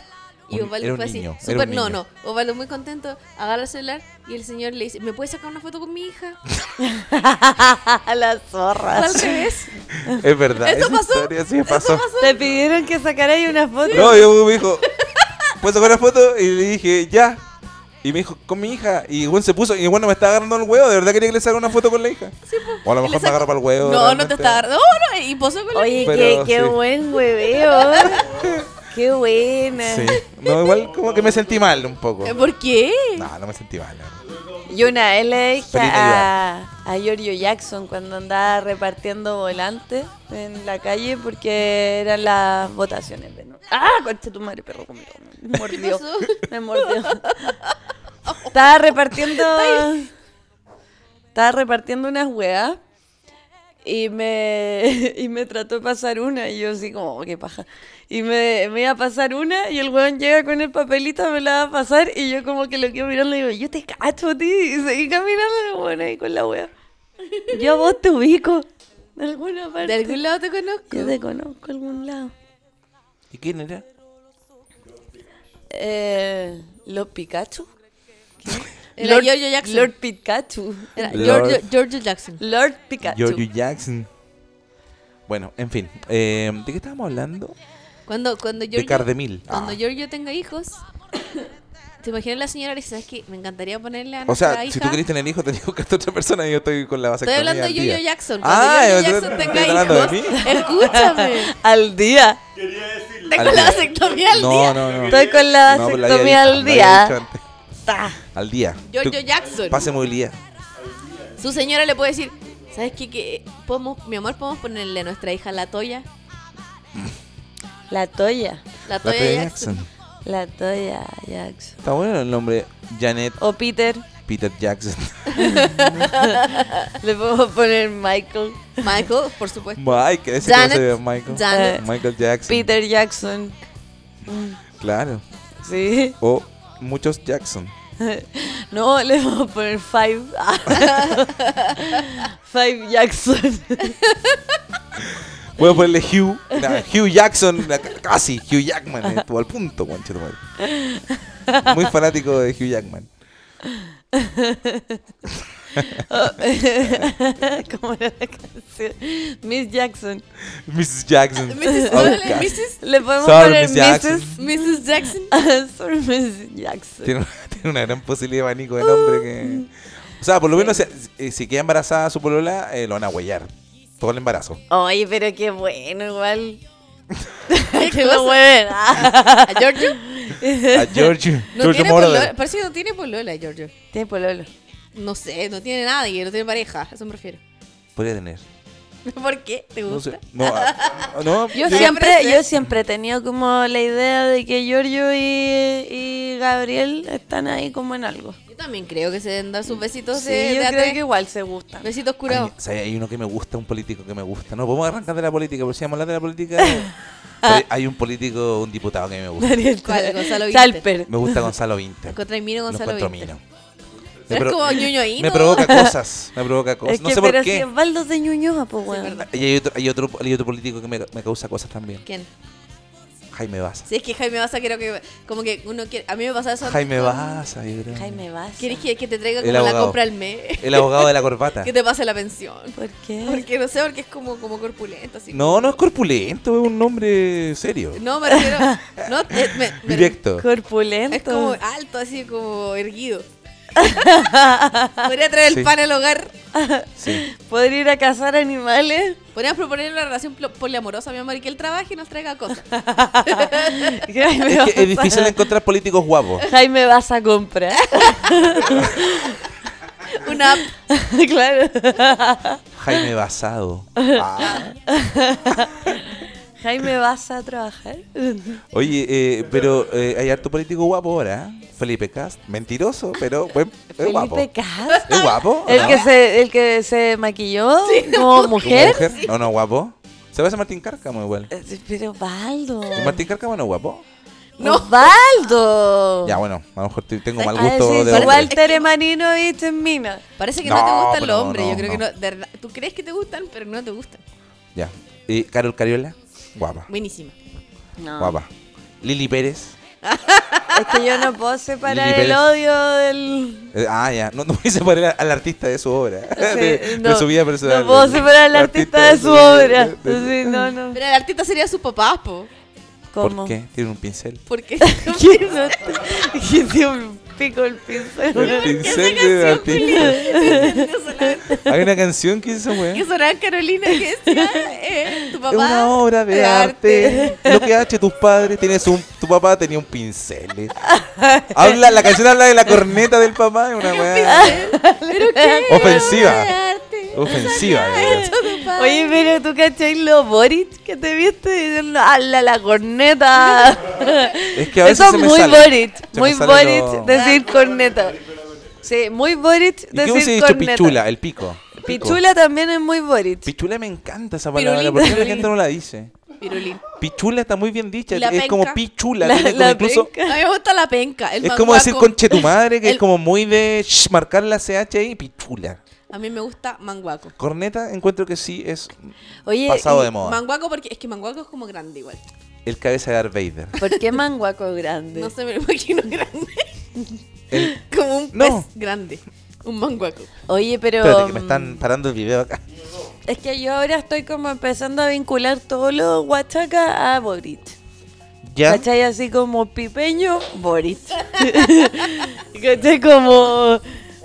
Speaker 3: y
Speaker 2: Un- era
Speaker 3: Osvaldo
Speaker 2: un
Speaker 3: fue así,
Speaker 2: niño, era
Speaker 3: súper,
Speaker 2: un
Speaker 3: no,
Speaker 2: niño.
Speaker 3: no, Osvaldo muy contento, agarra el celular y el señor le dice, ¿me puedes sacar una foto con mi
Speaker 2: *laughs*
Speaker 3: hija?
Speaker 4: la
Speaker 3: Fue
Speaker 2: Ah,
Speaker 4: zorra.
Speaker 3: Al
Speaker 2: *laughs*
Speaker 3: revés.
Speaker 2: Es verdad.
Speaker 3: ¿Eso
Speaker 2: esa
Speaker 3: pasó?
Speaker 2: historia sí pasó.
Speaker 4: Te pidieron que sacara ahí una foto.
Speaker 2: No, yo me dijo, ¿puedes sacar la foto? Y le dije, ya. Y me dijo, con mi hija. Y Juan se puso, y bueno, me está agarrando el huevo. De verdad quería que le sacara una foto con la hija. o a
Speaker 3: pues. Y le
Speaker 2: lo mejor me
Speaker 3: saca-
Speaker 2: agarra para el huevo.
Speaker 3: No, no
Speaker 2: realmente.
Speaker 3: te está agarrando. No, no, y posó con la
Speaker 4: Oye,
Speaker 2: Pero
Speaker 4: qué, qué
Speaker 2: sí.
Speaker 4: buen hueveo. qué buena.
Speaker 2: Sí. No, igual como que me sentí mal un poco.
Speaker 3: Eh, ¿Por qué?
Speaker 2: No, no me sentí mal. la verdad.
Speaker 4: Y una vez le dije
Speaker 2: Feliz
Speaker 4: a, a Giorgio Jackson cuando andaba repartiendo volantes en la calle porque eran las votaciones. de no- ¡Ah! Concha tu madre, perro conmigo. Me mordió.
Speaker 3: pasó?
Speaker 4: Me mordió. Estaba repartiendo. Estaba repartiendo unas weas. Y me, *laughs* y me trató de pasar una. Y yo así como, "Oh, qué paja. Y me, me iba a pasar una y el weón llega con el papelito, me la va a pasar. Y yo como que lo quiero mirando y digo, yo te cacho, tío. Y seguí caminando y el weón ahí con
Speaker 3: *laughs*
Speaker 4: la wea. Yo a vos te ubico. De alguna parte.
Speaker 3: De algún lado te conozco.
Speaker 4: Yo te conozco de algún lado.
Speaker 2: ¿Y quién era?
Speaker 4: Eh, ¿Los Pikachu?
Speaker 3: Era Giorgio Jackson.
Speaker 4: Lord Pikachu.
Speaker 3: Era
Speaker 2: Lord-
Speaker 3: Giorgio, Giorgio Jackson.
Speaker 4: Lord Pikachu.
Speaker 2: George Jackson. Bueno, en fin. eh, ¿De qué estábamos hablando?
Speaker 3: Cuando, cuando Giorgio,
Speaker 2: Cardemil.
Speaker 3: Cuando
Speaker 2: Ah.
Speaker 3: Giorgio tenga hijos, *coughs* ¿te imaginas la señora? Le dice, ¿sabes qué? Me encantaría ponerle a
Speaker 2: O
Speaker 3: nuestra
Speaker 2: sea,
Speaker 3: hija.
Speaker 2: si tú querés tener hijos, tenías que buscar a otra persona y yo estoy con la
Speaker 3: Estoy
Speaker 2: vasectomía
Speaker 3: hablando de
Speaker 2: al día.
Speaker 3: Giorgio Jackson. Cuando
Speaker 2: Ah,
Speaker 3: Giorgio
Speaker 2: yo-
Speaker 3: Jackson
Speaker 2: ¿estás hablando
Speaker 3: tenga
Speaker 2: de mí?
Speaker 3: hijos, escúchame.
Speaker 4: *laughs*
Speaker 2: *laughs*
Speaker 4: Al día.
Speaker 5: Quería decirle.
Speaker 3: Tengo
Speaker 2: Al
Speaker 3: la
Speaker 2: día.
Speaker 3: vasectomía al
Speaker 2: No,
Speaker 3: día.
Speaker 2: no, no.
Speaker 4: Estoy con la
Speaker 2: No, pero la había
Speaker 4: vasectomía
Speaker 2: dicho-
Speaker 4: al
Speaker 2: la
Speaker 4: día.
Speaker 2: había dicho antes.
Speaker 4: Ta.
Speaker 2: Al día.
Speaker 3: Giorgio
Speaker 2: Tú-
Speaker 3: Jackson.
Speaker 2: Pase movilidad.
Speaker 3: Su señora le puede decir, ¿sabes qué? Que podemos, mi amor, podemos ponerle a nuestra hija la Toya.
Speaker 4: La Toya.
Speaker 3: La
Speaker 2: La
Speaker 3: Toya
Speaker 2: Toya
Speaker 3: Jackson.
Speaker 2: Jackson.
Speaker 4: La Toya Jackson.
Speaker 2: Está bueno el nombre. Janet
Speaker 4: O Peter.
Speaker 2: Peter
Speaker 3: *laughs*
Speaker 2: Jackson.
Speaker 4: Le podemos *laughs* poner Michael.
Speaker 3: Michael, por
Speaker 2: *laughs*
Speaker 3: supuesto.
Speaker 2: Mike, ese
Speaker 3: Janet,
Speaker 2: que se ve Michael.
Speaker 3: Janet.
Speaker 2: Michael Jackson.
Speaker 4: Peter Jackson.
Speaker 2: Claro.
Speaker 4: Sí.
Speaker 2: O muchos Jackson.
Speaker 4: No, le podemos poner Five. *laughs* Five Jackson. *laughs*
Speaker 2: Puedo ponerle Hugh. Nah, Hugh Jackson, nah, c- casi. Hugh Jackman eh, estuvo al punto, concha tu madre. Muy fanático de Hugh Jackman.
Speaker 4: ¿Cómo era la canción? Miss Jackson.
Speaker 2: Mrs. Jackson.
Speaker 3: Mrs.
Speaker 2: Oh,
Speaker 3: Dole,
Speaker 2: God.
Speaker 3: Mrs.
Speaker 4: Le podemos
Speaker 2: Sorry,
Speaker 4: poner
Speaker 2: Miss Jackson.
Speaker 4: Mrs.
Speaker 3: Mrs. Jackson. *laughs*
Speaker 4: *laughs* Sorry, Miss Jackson.
Speaker 2: Tiene, una- tiene una gran posibilidad de abanico de nombre que. O sea, por lo menos si, eh, si queda embarazada su polola, eh, lo van a huellar. Todo el embarazo.
Speaker 4: Oye, pero qué bueno, igual. que
Speaker 3: cosa?
Speaker 4: lo mueven.
Speaker 3: ¿A Giorgio?
Speaker 2: A George.
Speaker 3: No
Speaker 2: George
Speaker 3: tiene
Speaker 2: Moroder.
Speaker 3: polola. Parece que no tiene polola, Giorgio.
Speaker 4: *laughs* Tiene pololo.
Speaker 3: No sé, no tiene nadie, no tiene pareja. A eso me refiero.
Speaker 2: Podría tener.
Speaker 3: *laughs* ¿Por qué? ¿Te
Speaker 2: No
Speaker 3: gusta?
Speaker 2: sé. No, ah, no,
Speaker 3: Yo-
Speaker 4: Yo siempre,
Speaker 3: Siempre-
Speaker 4: yo siempre he tenido como la idea de que Giorgio y, y Gabriel están ahí como en algo.
Speaker 3: Yo también creo que se deben dar sus besitos
Speaker 4: Sí,
Speaker 3: de,
Speaker 4: yo
Speaker 3: de
Speaker 4: creo
Speaker 3: ate-
Speaker 4: que igual se gustan.
Speaker 3: Besitos
Speaker 2: Hay,
Speaker 3: curados.
Speaker 2: o sea, hay uno que me gusta, un político que me gusta. No, podemos arrancar de la política, porque si vamos a hablar de la
Speaker 4: *laughs*
Speaker 2: política. hay- hay un político, un diputado que me gusta. *laughs*
Speaker 4: Daniel,
Speaker 3: ¿Cuál?
Speaker 4: *laughs*
Speaker 3: Gonzalo Vinter.
Speaker 4: Salper.
Speaker 2: Me gusta Gonzalo Vinter.
Speaker 3: Contra el Mino
Speaker 2: Lo
Speaker 3: Gonzalo
Speaker 2: encuentro
Speaker 3: Vinter.
Speaker 2: mino. Me
Speaker 3: Pero es
Speaker 2: pro-
Speaker 3: como Ñuño Hino.
Speaker 2: Me provoca cosas. Me provoca cosas.
Speaker 4: Es que,
Speaker 2: no sé por
Speaker 4: pero si
Speaker 2: qué.
Speaker 4: es Baldos de Ñuñoa, pues bueno.
Speaker 3: verdad.
Speaker 2: Y hay otro, hay otro, hay otro político que me, me causa cosas también.
Speaker 3: ¿Quién?
Speaker 2: Jaime Baza.
Speaker 3: Si es que Jaime Baza creo que... Como que uno quiere... A mí me pasa eso. antes
Speaker 2: Jaime
Speaker 3: con-
Speaker 2: Baza, yo creo.
Speaker 4: Jaime Baza.
Speaker 3: ¿Quieres que, que te traiga
Speaker 2: El
Speaker 3: como la
Speaker 2: abogado.
Speaker 3: compra al mes?
Speaker 2: *laughs* El abogado de la corbata.
Speaker 3: que te pase la pensión.
Speaker 4: ¿Por qué?
Speaker 3: Porque no sé, porque es como, como corpulento. Así.
Speaker 2: No, no es corpulento, es un nombre serio.
Speaker 3: No, me
Speaker 2: *laughs*
Speaker 3: refiero... no, eh, me- me-
Speaker 2: Directo.
Speaker 4: Corpulento.
Speaker 3: Es como alto, así como
Speaker 2: *laughs*
Speaker 3: erguido. Podría traer
Speaker 2: Sí.
Speaker 3: el pan al hogar.
Speaker 4: *laughs*
Speaker 2: Sí.
Speaker 4: Podría ir a cazar
Speaker 3: *laughs*
Speaker 4: animales.
Speaker 3: Podríamos proponer una relación plo- poliamorosa, mi amor, y que él trabaje y nos traiga cosas.
Speaker 4: Jaime
Speaker 2: Es, que
Speaker 4: Baza.
Speaker 2: es difícil encontrar políticos guapos.
Speaker 4: *laughs* Jaime Baza compra.
Speaker 3: Una app.
Speaker 4: *laughs* claro. *laughs*
Speaker 2: Jaime Basado.
Speaker 4: Ah. Jaime Baza a trabajar.
Speaker 2: Oye, eh, pero eh, hay harto político guapo ahora. ¿eh? Felipe Cast. Mentiroso, pero buen, es guapo.
Speaker 4: Felipe Cas.
Speaker 2: ¿Es guapo? o
Speaker 4: El
Speaker 2: no?
Speaker 4: que se, el que se maquilló como
Speaker 2: ¿Como
Speaker 4: mujer.
Speaker 2: No, no, guapo. Se parece a Martín Cárcamo igual.
Speaker 4: Eh, Pero Baldo.
Speaker 2: ¿Y Martín Cárcamo no es guapo?
Speaker 3: No.
Speaker 4: Osvaldo.
Speaker 2: Ya, bueno, a lo mejor te- tengo mal
Speaker 4: Ah,
Speaker 2: gusto
Speaker 4: sí,
Speaker 2: de
Speaker 4: sí,
Speaker 2: hombre.
Speaker 4: Walter Emanino y Mina.
Speaker 3: Parece que no, te
Speaker 2: No,
Speaker 3: gustan
Speaker 2: pero
Speaker 3: los hombres.
Speaker 2: no,
Speaker 3: Yo creo
Speaker 2: no.
Speaker 3: que no. De verdad, tú crees que te gustan, pero no te gustan.
Speaker 2: Ya. Y Carol Cariola, guapa,
Speaker 3: Buenísima.
Speaker 4: No.
Speaker 2: guapa. Lili Pérez.
Speaker 4: Es que yo no puedo separar
Speaker 2: Lili
Speaker 4: el
Speaker 2: Pérez.
Speaker 4: odio del.
Speaker 2: Eh, ah, ya. No, no voy a separar al artista de su obra. *laughs* de,
Speaker 4: Sí,
Speaker 2: *laughs* de
Speaker 4: no,
Speaker 2: su vida personal.
Speaker 4: No puedo separar al artista de su obra. Sí, no, no.
Speaker 3: Pero el artista sería su papá, po.
Speaker 4: ¿Cómo?
Speaker 2: ¿Por qué? Tiene un pincel. *laughs*
Speaker 3: Porque
Speaker 4: *laughs* ¿Qué no *laughs* te- que te un pico el
Speaker 2: *laughs* El
Speaker 4: pincel?
Speaker 2: pincel de artista. Hay una canción que hizo,
Speaker 3: que
Speaker 2: weón.
Speaker 3: sonaba Carolina que decía, eh, tu papá.
Speaker 2: Es una obra de
Speaker 3: de arte.
Speaker 2: arte. Lo que hace tus padres, tienes un, tu papá tenía un pincel. Habla, la canción habla de la corneta del papá, es una weá
Speaker 3: ¿Pero qué?
Speaker 2: Ofensiva.
Speaker 3: De arte.
Speaker 2: ofensiva. weón.
Speaker 3: Tu papá.
Speaker 4: Oye, pero tú cachai lo Boric que te viste diciendo, ¡hala la corneta!
Speaker 2: *laughs* Es que a veces
Speaker 4: Eso
Speaker 2: se
Speaker 4: es
Speaker 2: me
Speaker 4: muy
Speaker 2: sale. Se
Speaker 4: Boric,
Speaker 2: me
Speaker 4: muy
Speaker 2: sale
Speaker 4: Boric
Speaker 2: lo-
Speaker 4: decir corneta. Sí, muy Boric
Speaker 2: ¿Y qué hubiese
Speaker 4: decir
Speaker 2: dicho
Speaker 4: corneta.
Speaker 2: pichula? El pico. El pico.
Speaker 4: Pichula también es muy Boric.
Speaker 2: Pichula me encanta esa palabra.
Speaker 3: Pirulín,
Speaker 2: ¿Por qué la
Speaker 3: pirulín.
Speaker 2: gente no la dice?
Speaker 3: Pirulín.
Speaker 2: Pichula está muy bien dicha.
Speaker 3: Y la
Speaker 2: Es como
Speaker 3: penca.
Speaker 2: pichula.
Speaker 4: La-
Speaker 2: tiene como
Speaker 4: la
Speaker 2: incluso,
Speaker 4: penca.
Speaker 3: A mí me gusta la penca. El
Speaker 2: es como decir
Speaker 3: manguaco.
Speaker 2: conche tu madre, que es
Speaker 3: El-
Speaker 2: como muy de sh, marcar la CH ahí. Pichula.
Speaker 3: A mí me gusta manguaco.
Speaker 2: Corneta encuentro que sí es
Speaker 4: Oye,
Speaker 2: pasado
Speaker 4: ¿y
Speaker 2: de moda.
Speaker 3: Manguaco porque es que manguaco es como grande igual.
Speaker 2: El cabeza de Darth Vader.
Speaker 4: ¿por qué manguaco grande?
Speaker 3: No se me lo imagino grande. *laughs*
Speaker 2: El-
Speaker 3: Como un pez
Speaker 2: No.
Speaker 3: grande. Un
Speaker 2: *laughs*
Speaker 3: manguaco.
Speaker 4: Oye, pero...
Speaker 2: Espérate, que me
Speaker 4: mm,
Speaker 2: están parando el video acá.
Speaker 4: Es que yo ahora estoy como empezando a vincular todos los huachacas a Boric.
Speaker 2: Ya.
Speaker 4: ¿Cachai? Así como pipeño, Boric. *laughs* ¿Cachai? Como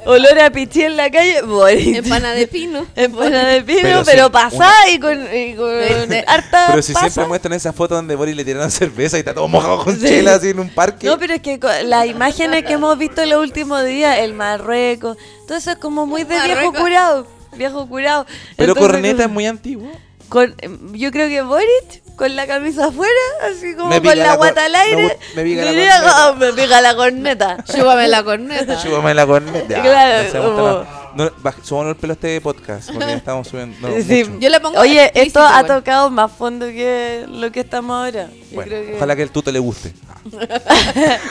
Speaker 4: olor a pichí en la calle, Boric.
Speaker 3: Empana
Speaker 4: *laughs*
Speaker 3: de pino.
Speaker 4: Empanada de pino,
Speaker 2: Pero
Speaker 4: pero,
Speaker 2: si
Speaker 4: pasada y con, y con *laughs* harta
Speaker 2: Pero si
Speaker 4: pasa.
Speaker 2: siempre muestran esa foto donde Boris le tiraron *laughs* cerveza y está todo mojado con
Speaker 4: Sí.
Speaker 2: chela así en un parque.
Speaker 4: No, pero es que co- las imágenes que hemos visto en los últimos días, el Marruecos, todo eso es como muy de viejo
Speaker 3: Marruecos.
Speaker 4: curado. Viejo curado.
Speaker 2: Pero
Speaker 4: Entonces,
Speaker 2: Corneta es
Speaker 4: como-
Speaker 2: muy antiguo.
Speaker 4: con- yo creo que Boric con la camisa afuera, así como
Speaker 2: Me
Speaker 4: con
Speaker 2: pica
Speaker 4: la,
Speaker 2: la
Speaker 4: guata
Speaker 2: cor-
Speaker 4: al
Speaker 2: me
Speaker 4: aire.
Speaker 2: gu- me pica la
Speaker 4: diría,
Speaker 2: corneta.
Speaker 4: "Oh, me pica
Speaker 2: *laughs*
Speaker 4: la corneta.
Speaker 3: Chúpame la corneta.
Speaker 2: Súbame la corneta. Ya,
Speaker 4: Ah. Claro,
Speaker 2: no seamos tan-
Speaker 4: como-
Speaker 2: no, baj- subamos el pelo a este podcast
Speaker 4: *laughs*
Speaker 2: porque estamos subiendo. no,
Speaker 4: Sí,
Speaker 2: mucho.
Speaker 3: Yo le pongo
Speaker 4: Oye,
Speaker 3: explícito
Speaker 4: esto ha
Speaker 3: igual.
Speaker 4: tocado más fondo que lo que estamos ahora. Yo
Speaker 2: Bueno,
Speaker 4: creo que...
Speaker 2: Ojalá que el tuto le guste. Ah.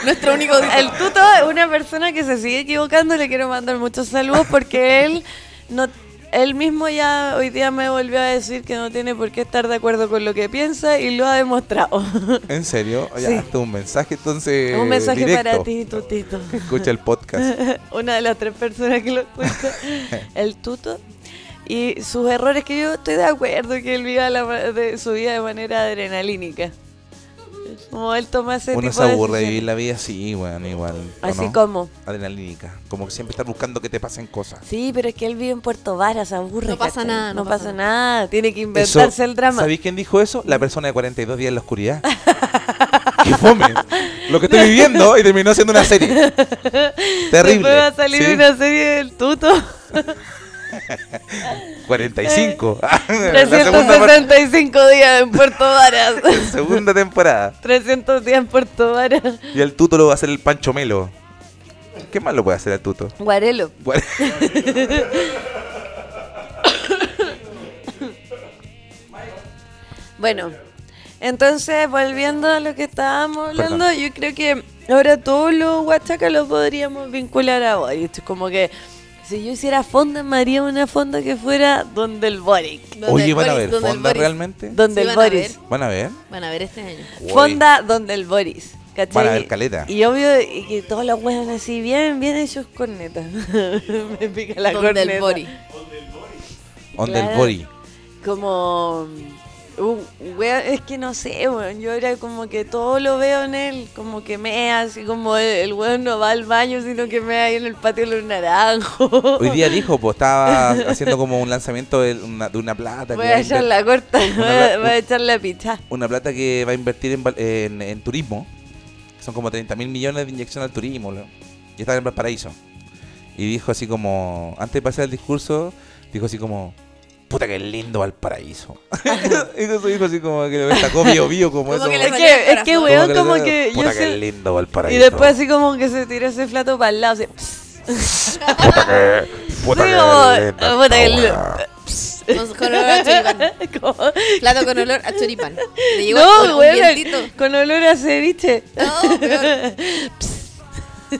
Speaker 3: Nuestro
Speaker 2: *laughs*
Speaker 3: único
Speaker 4: *laughs* El tuto es una persona que se sigue equivocando. Le quiero mandar muchos saludos
Speaker 2: *laughs*
Speaker 4: porque él no, él mismo ya hoy día me volvió a decir que no tiene por qué estar de acuerdo con lo que piensa y lo ha demostrado. *laughs*
Speaker 2: ¿En serio? Ya,
Speaker 4: Sí.
Speaker 2: hasta un mensaje entonces.
Speaker 4: Un mensaje
Speaker 2: Eh, directo.
Speaker 4: para ti, Este tutito.
Speaker 2: Escucha el
Speaker 4: *laughs*
Speaker 2: podcast.
Speaker 4: Una de las tres personas que
Speaker 2: *laughs*
Speaker 4: lo escucha, el tuto. Y sus errores que yo estoy de acuerdo que él viva la, ma- de, su vida de manera adrenalínica. Como él toma ese
Speaker 2: Uno
Speaker 4: tipo
Speaker 2: se
Speaker 4: de
Speaker 2: aburre de
Speaker 4: decisiones.
Speaker 2: vivir la vida así, bueno, igual. ¿o
Speaker 4: Así
Speaker 2: no?
Speaker 4: como.
Speaker 2: Adrenalínica. Como que siempre estar buscando que te pasen cosas.
Speaker 4: Sí, pero es que él vive en Puerto Varas, se aburre.
Speaker 3: No pasa
Speaker 4: ¿cachai?
Speaker 3: nada,
Speaker 4: No,
Speaker 3: no
Speaker 4: pasa,
Speaker 3: pasa
Speaker 4: nada. Tiene que
Speaker 2: Eso-
Speaker 4: inventarse el drama.
Speaker 2: ¿Sabéis quién dijo eso? La persona de 42 días en la
Speaker 4: *laughs*
Speaker 2: oscuridad. ¡Qué fome! Lo que estoy viviendo y terminó siendo una
Speaker 4: *laughs*
Speaker 2: serie. Terrible.
Speaker 4: Después va a salir
Speaker 2: Sí,
Speaker 4: una serie del tuto. *laughs* *laughs*
Speaker 2: 45. *laughs* *laughs* La segunda, par-
Speaker 4: 365 días en Puerto Varas. *laughs*
Speaker 2: segunda temporada.
Speaker 4: 300 días en Puerto Varas.
Speaker 2: Y el tuto lo va a hacer el Pancho Melo. ¿Qué más lo puede hacer el tuto?
Speaker 4: Guarelo.
Speaker 2: Bueno.
Speaker 4: Bueno, entonces volviendo a lo que estábamos hablando,
Speaker 2: Perdón.
Speaker 4: yo creo que ahora todos los huachacas los podríamos vincular a Boric. Como que si yo hiciera fonda, me haría una fonda que fuera donde el Boric.
Speaker 3: Donde
Speaker 2: Oye,
Speaker 3: el
Speaker 2: ¿van a
Speaker 3: Boris,
Speaker 2: ver
Speaker 3: donde el
Speaker 2: fonda
Speaker 3: Boris.
Speaker 2: realmente?
Speaker 4: Donde
Speaker 3: Sí,
Speaker 4: el
Speaker 3: van a
Speaker 4: Boris.
Speaker 3: ver.
Speaker 2: ¿Van a ver?
Speaker 3: Van a ver este año.
Speaker 4: Fonda donde el Boris. ¿Cachai?
Speaker 2: Van a ver caleta.
Speaker 4: Y obvio, y que todos los hueones así, bien, bien hechos cornetas. *laughs* Me pica la
Speaker 3: Donde
Speaker 4: corneta.
Speaker 3: el Boris.
Speaker 2: Donde el
Speaker 4: Claro.
Speaker 2: body.
Speaker 4: Como. un hueón- es que no sé, weón. Yo ahora como que todo lo veo en él. Como que mea, así como el, el weón no va al baño, sino que mea ahí en el patio de los naranjos. *laughs*
Speaker 2: Hoy día dijo, pues estaba haciendo como un lanzamiento de una, de una plata. que
Speaker 4: Voy
Speaker 2: va
Speaker 4: a
Speaker 2: a
Speaker 4: echar
Speaker 2: inver-
Speaker 4: la corta, voy a,
Speaker 2: pla-
Speaker 4: voy a echar la picha.
Speaker 2: Una plata que va a invertir en, val- en- en turismo. que Son como 30 mil millones de inyección al turismo. ¿no? Y estaba en Valparaíso. Y dijo así como, antes de pasar el discurso, dijo así como, puta que lindo Valparaíso. *laughs* y eso dijo así como que lo destacó bio bio como,
Speaker 3: Como
Speaker 2: eso.
Speaker 3: que le
Speaker 4: Es
Speaker 2: como-
Speaker 3: salió
Speaker 4: que,
Speaker 3: el
Speaker 4: es que,
Speaker 3: corazón.
Speaker 4: weón,
Speaker 2: le
Speaker 4: como
Speaker 2: salió,
Speaker 4: que. yo
Speaker 2: Puta que
Speaker 4: sé-
Speaker 2: lindo Valparaíso.
Speaker 4: Y después así como que se tiró ese flato para el lado, así,
Speaker 2: Puta que, puta
Speaker 4: *laughs* Sí,
Speaker 2: que
Speaker 4: como-
Speaker 2: linda
Speaker 4: puta que
Speaker 2: esta
Speaker 4: li-
Speaker 2: weá.
Speaker 4: pss,
Speaker 3: Con, con olor a choripán.
Speaker 4: *laughs* Como-
Speaker 3: Plato con olor a choripán. Le llegó con
Speaker 4: No,
Speaker 3: un
Speaker 4: güey,
Speaker 3: vientito.
Speaker 4: con olor a ceviche.
Speaker 3: No, peor.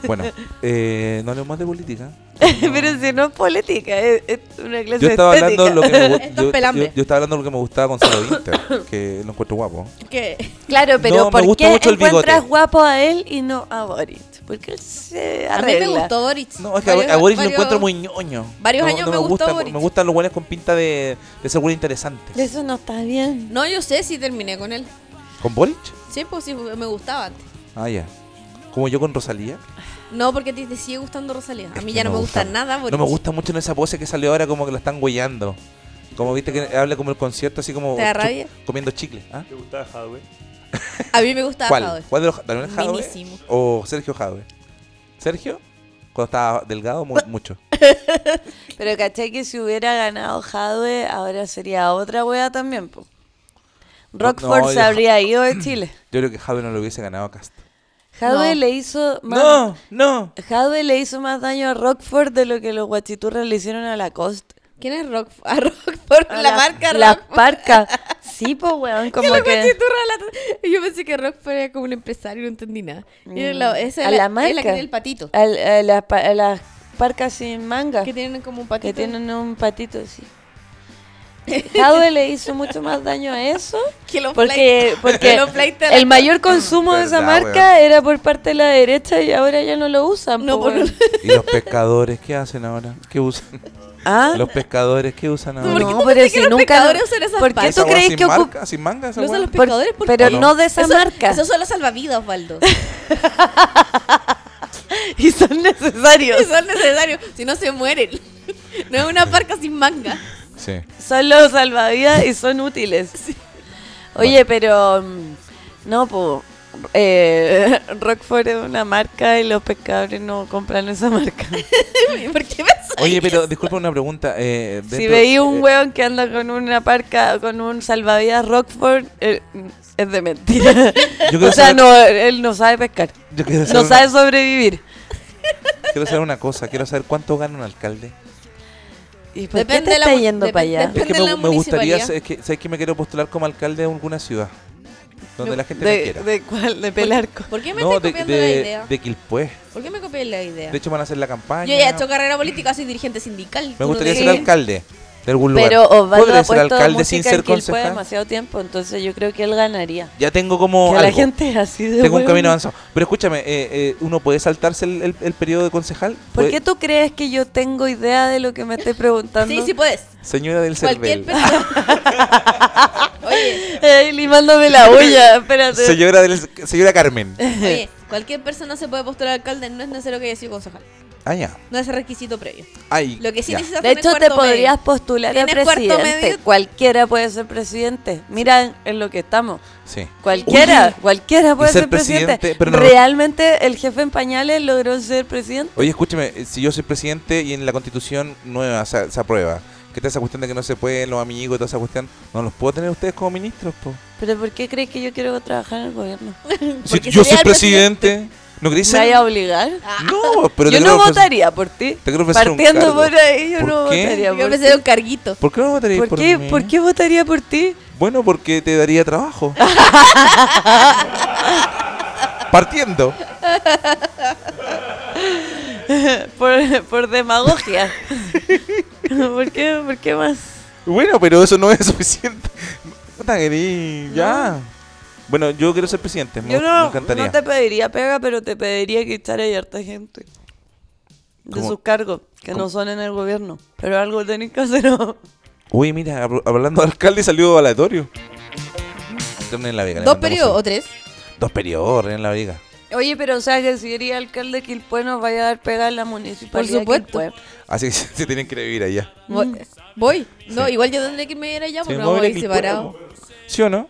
Speaker 2: Bueno, eh, no hablemos más de política.
Speaker 4: *laughs* Pero si no es política, es, es una clase
Speaker 2: Yo estaba
Speaker 4: estética.
Speaker 2: hablando lo que me
Speaker 3: *laughs*
Speaker 2: gu-
Speaker 3: Esto es
Speaker 2: yo,
Speaker 3: pelambre.
Speaker 2: yo- yo estaba hablando lo que me gustaba con Salo Inter, *coughs* que lo encuentro guapo.
Speaker 3: ¿Qué?
Speaker 4: Claro, pero
Speaker 2: No, me
Speaker 4: ¿por
Speaker 2: gusta
Speaker 4: qué
Speaker 2: mucho el bigote.
Speaker 4: encuentras guapo a él y no a Boric? Porque él se
Speaker 3: A
Speaker 4: arregla.
Speaker 3: mí me gustó Boric.
Speaker 2: No, es que a-
Speaker 3: Varios-
Speaker 2: a Boris lo
Speaker 3: varios-
Speaker 2: encuentro muy ñoño.
Speaker 3: varios
Speaker 2: No-
Speaker 3: años
Speaker 2: no
Speaker 3: me gustó
Speaker 2: gusta,
Speaker 3: Boris.
Speaker 2: Me gustan los buenos con pinta de, de ser buenos interesantes.
Speaker 4: Eso no está bien.
Speaker 3: No, yo sé si terminé con él.
Speaker 2: ¿Con Boric?
Speaker 3: Sí, pues sí, me gustaba antes.
Speaker 2: Ah, ya. Como yo con Rosalía.
Speaker 3: No, porque a ti te sigue gustando Rosalía. A
Speaker 2: Es
Speaker 3: mí
Speaker 2: que
Speaker 3: ya no me gusta,
Speaker 2: gusta-
Speaker 3: nada Boric.
Speaker 2: No me gusta mucho en esa pose que salió ahora como que la están huellando. Como viste que habla como el concierto así como
Speaker 3: ¿Te da
Speaker 2: chu-
Speaker 3: rabia?
Speaker 2: comiendo chicle. ¿ah?
Speaker 5: ¿Te gustaba Hadwe?
Speaker 3: A mí me gustaba
Speaker 2: ¿Cuál?
Speaker 3: Jadwe.
Speaker 2: ¿Cuál de los Daniel Jadwe
Speaker 3: Minísimo.
Speaker 2: o Sergio Jadwe? ¿Sergio? Cuando estaba
Speaker 3: *laughs*
Speaker 2: delgado mu- mucho.
Speaker 4: Pero caché que si hubiera ganado Jadwe, ahora sería otra wea también, po. Rockford
Speaker 2: no,
Speaker 4: se
Speaker 2: yo-
Speaker 4: habría ido de
Speaker 2: *clears throat*
Speaker 4: Chile.
Speaker 2: Yo creo que Jadwe no lo hubiese ganado a Cast.
Speaker 4: Jadwe
Speaker 3: No.
Speaker 4: le hizo más...
Speaker 2: No, no.
Speaker 4: Jadwe le hizo más daño a Rockford de lo que los guachiturras le hicieron a Lacoste.
Speaker 3: ¿Quién es Rock? A Rockford,
Speaker 4: A
Speaker 3: la, marca
Speaker 4: La
Speaker 3: *laughs* Rockford.
Speaker 4: marca. Sí, po, weón, como
Speaker 3: *laughs* Que la
Speaker 4: que...
Speaker 3: concheturra la- Yo pensé que Rockford era como un empresario, no entendí nada. Y era la- esa
Speaker 4: Mm. a
Speaker 3: era-
Speaker 4: la
Speaker 3: es
Speaker 4: marca.
Speaker 3: la que tiene el patito.
Speaker 4: Al- a, las pa- a las parcas sin manga.
Speaker 3: Que tienen como un patito.
Speaker 4: Que tienen un patito
Speaker 3: *laughs*
Speaker 4: así. Jadwe le hizo mucho más daño a
Speaker 3: *laughs*
Speaker 4: eso.
Speaker 3: Que lo flight-
Speaker 4: Porque,
Speaker 3: que *laughs*
Speaker 4: porque
Speaker 3: lo flight a la-
Speaker 4: el mayor consumo de esa
Speaker 2: Verdad,
Speaker 4: marca era por parte de la derecha y ahora ya no lo usan.
Speaker 3: No,
Speaker 4: po,
Speaker 3: por-
Speaker 4: weón.
Speaker 2: *laughs* ¿Y los pescadores qué hacen ahora? ¿Qué usan?
Speaker 4: ¿Ah?
Speaker 2: ¿Los pescadores qué usan
Speaker 3: ¿Por qué
Speaker 2: ahora?
Speaker 3: tú crees que los pescadores usan esas
Speaker 4: ¿Por qué
Speaker 3: parcas?
Speaker 4: tú
Speaker 2: ¿Esa weá
Speaker 4: crees
Speaker 2: sin
Speaker 4: que ocupa?
Speaker 2: marca? ¿Sin manga esa
Speaker 3: Lo usan
Speaker 2: weá?
Speaker 3: los pescadores por- Ah,
Speaker 4: pero
Speaker 2: no.
Speaker 4: no. de esa
Speaker 3: Eso-
Speaker 4: marca.
Speaker 3: Esos son los salvavidas, *laughs* Osvaldo.
Speaker 4: *laughs* Y son necesarios.
Speaker 3: son necesarios. Si no, se mueren. *laughs* No es una parca sin manga.
Speaker 2: Sí.
Speaker 4: Son los salvavidas y son útiles. Oye, pero. mm, No, pues. *laughs* Rockford es una marca y los pescadores no compran
Speaker 2: *laughs*
Speaker 4: esa marca.
Speaker 3: ¿Por qué me
Speaker 2: Oye, pero disculpa una pregunta. eh,
Speaker 4: si
Speaker 2: dentro-
Speaker 4: veí un
Speaker 2: eh,
Speaker 4: hueón que anda con una parca, con un salvavidas Rockford, eh, es de *laughs* mentira.
Speaker 2: quiero
Speaker 4: o sea,
Speaker 2: saber-
Speaker 4: no, él no sabe pescar.
Speaker 2: yo quiero
Speaker 4: No
Speaker 2: saber
Speaker 4: sabe sobrevivir.
Speaker 2: una- quiero saber una cosa. Quiero saber cuánto gana un alcalde.
Speaker 4: ¿Y por
Speaker 3: Depende
Speaker 4: qué
Speaker 3: de
Speaker 4: te
Speaker 3: la
Speaker 4: está
Speaker 3: mu-
Speaker 4: yendo para allá?
Speaker 2: Es que
Speaker 3: Depende de
Speaker 2: me,
Speaker 3: la
Speaker 2: me gustaría,
Speaker 3: municipalidad.
Speaker 2: es que, ¿sabes que me quiero postular como alcalde de alguna ciudad? Donde la gente me
Speaker 4: De,
Speaker 2: quiera.
Speaker 4: de cuál? ¿De Pelarco?
Speaker 3: *laughs* ¿Por qué me
Speaker 2: no,
Speaker 3: estoy
Speaker 2: de,
Speaker 3: copiando la
Speaker 2: de-
Speaker 3: idea?
Speaker 2: de Quilpué.
Speaker 3: ¿Por qué me copié la idea?
Speaker 2: De hecho, van a hacer la campaña.
Speaker 3: Yo ya he hecho carrera política, soy dirigente sindical. tú
Speaker 2: me
Speaker 3: no
Speaker 2: gustaría
Speaker 3: te-
Speaker 2: ser alcalde de algún lugar.
Speaker 4: Pero Osvaldo
Speaker 2: Podría
Speaker 4: ha
Speaker 2: ser
Speaker 4: puesto
Speaker 2: alcalde
Speaker 4: música
Speaker 2: sin
Speaker 4: en
Speaker 2: ser
Speaker 4: Quilpué
Speaker 2: concejal.
Speaker 4: demasiado tiempo, entonces yo creo que él ganaría.
Speaker 2: Ya tengo como.
Speaker 4: Que la
Speaker 2: algo.
Speaker 4: gente es así de
Speaker 2: Tengo un
Speaker 4: huevona.
Speaker 2: camino avanzado. Pero escúchame, eh, eh, ¿uno puede saltarse el, el- el periodo de concejal? Pues,
Speaker 4: ¿Por
Speaker 2: Puede-
Speaker 4: qué tú crees que yo tengo idea de lo que me estés preguntando?
Speaker 3: Sí, sí puedes.
Speaker 2: Señora del
Speaker 3: Cualquier
Speaker 2: Cervel.
Speaker 3: persona. *laughs* Oye,
Speaker 4: Ey, limándome la bulla, espérate.
Speaker 2: Señora, del, señora Carmen.
Speaker 4: Eh.
Speaker 3: oye, cualquier persona se puede postular alcalde, no es necesario que haya sido concejal.
Speaker 2: Ah, ya.
Speaker 3: No es requisito previo.
Speaker 2: Ay,
Speaker 3: Lo que sí
Speaker 2: ya.
Speaker 3: necesitas
Speaker 4: De
Speaker 3: tener
Speaker 4: hecho, te
Speaker 3: cuarto medio.
Speaker 4: podrías postular a
Speaker 3: ¿Tienes cuarto
Speaker 4: presidente.
Speaker 3: medio?
Speaker 4: Cualquiera puede ser presidente. Mira en, en lo que estamos.
Speaker 2: Sí.
Speaker 4: Cualquiera,
Speaker 2: Oye,
Speaker 4: cualquiera puede
Speaker 2: ser
Speaker 4: ser, presidente.
Speaker 2: presidente, pero no-
Speaker 4: Realmente el jefe en pañales logró ser presidente.
Speaker 2: Oye, escúchame, eh, si yo soy presidente y en la constitución nueva se, se aprueba, ¿qué tal esa cuestión de que no se pueden los amigos y toda esa cuestión? ¿No los puedo tener ustedes como ministros, po?
Speaker 4: Pero ¿por qué crees que yo quiero trabajar en el gobierno?
Speaker 2: Si
Speaker 3: Porque
Speaker 2: yo soy
Speaker 3: sería el
Speaker 2: presidente, ¿no queréis
Speaker 4: ¿Me
Speaker 2: ser?
Speaker 4: vaya a obligar?
Speaker 2: No, pero
Speaker 4: yo
Speaker 2: te
Speaker 4: no
Speaker 2: quiero ofrecer-
Speaker 4: votaría por ti.
Speaker 2: te quiero ofrecer un
Speaker 4: Partiendo
Speaker 2: cargo.
Speaker 4: por ahí, yo
Speaker 2: ¿Por
Speaker 4: no
Speaker 2: qué?
Speaker 4: votaría
Speaker 3: Yo
Speaker 4: por
Speaker 3: me
Speaker 4: ti.
Speaker 3: seré un carguito.
Speaker 2: ¿Por qué no votarías por,
Speaker 4: ¿Por qué,
Speaker 2: mí?
Speaker 4: ¿Por qué votaría por ti? *laughs*
Speaker 2: Bueno, porque te daría trabajo. Partiendo.
Speaker 4: Por, por demagogia. *laughs* ¿Por, qué, ¿Por qué más?
Speaker 2: Bueno, pero eso no es *laughs* suficiente. Puta, querí, ya. Bueno, yo quiero ser presidente. Me,
Speaker 4: Yo
Speaker 2: me
Speaker 4: no,
Speaker 2: encantaría.
Speaker 4: no te pediría pega, pero te pediría que echara a harta gente de
Speaker 2: ¿Cómo?
Speaker 4: sus cargos, que
Speaker 2: ¿Cómo?
Speaker 4: no son en el gobierno. Pero algo tenés que hacer. ¿no?
Speaker 2: Uy, mira, hablo- hablando de alcalde salió aleatorio. René La Vega, le
Speaker 3: Dos
Speaker 2: mandamos
Speaker 3: periodos
Speaker 2: un-
Speaker 3: o tres.
Speaker 2: Dos periodos, René La Vega.
Speaker 4: Oye, pero o sea que si eres alcalde de Quilpue nos vaya a dar pega en la municipalidad de
Speaker 3: supuesto.
Speaker 4: Quilpué.
Speaker 2: Así que *laughs* se tienen que ir a vivir allá.
Speaker 3: Voy. Voy. No,
Speaker 2: Sí.
Speaker 3: igual yo tendré que irme a ir allá
Speaker 2: Se
Speaker 3: porque
Speaker 2: me
Speaker 3: no pues, vamos
Speaker 2: mueve
Speaker 3: a
Speaker 2: el
Speaker 3: ir
Speaker 2: cuerpo.
Speaker 3: separados.
Speaker 2: ¿Sí o no?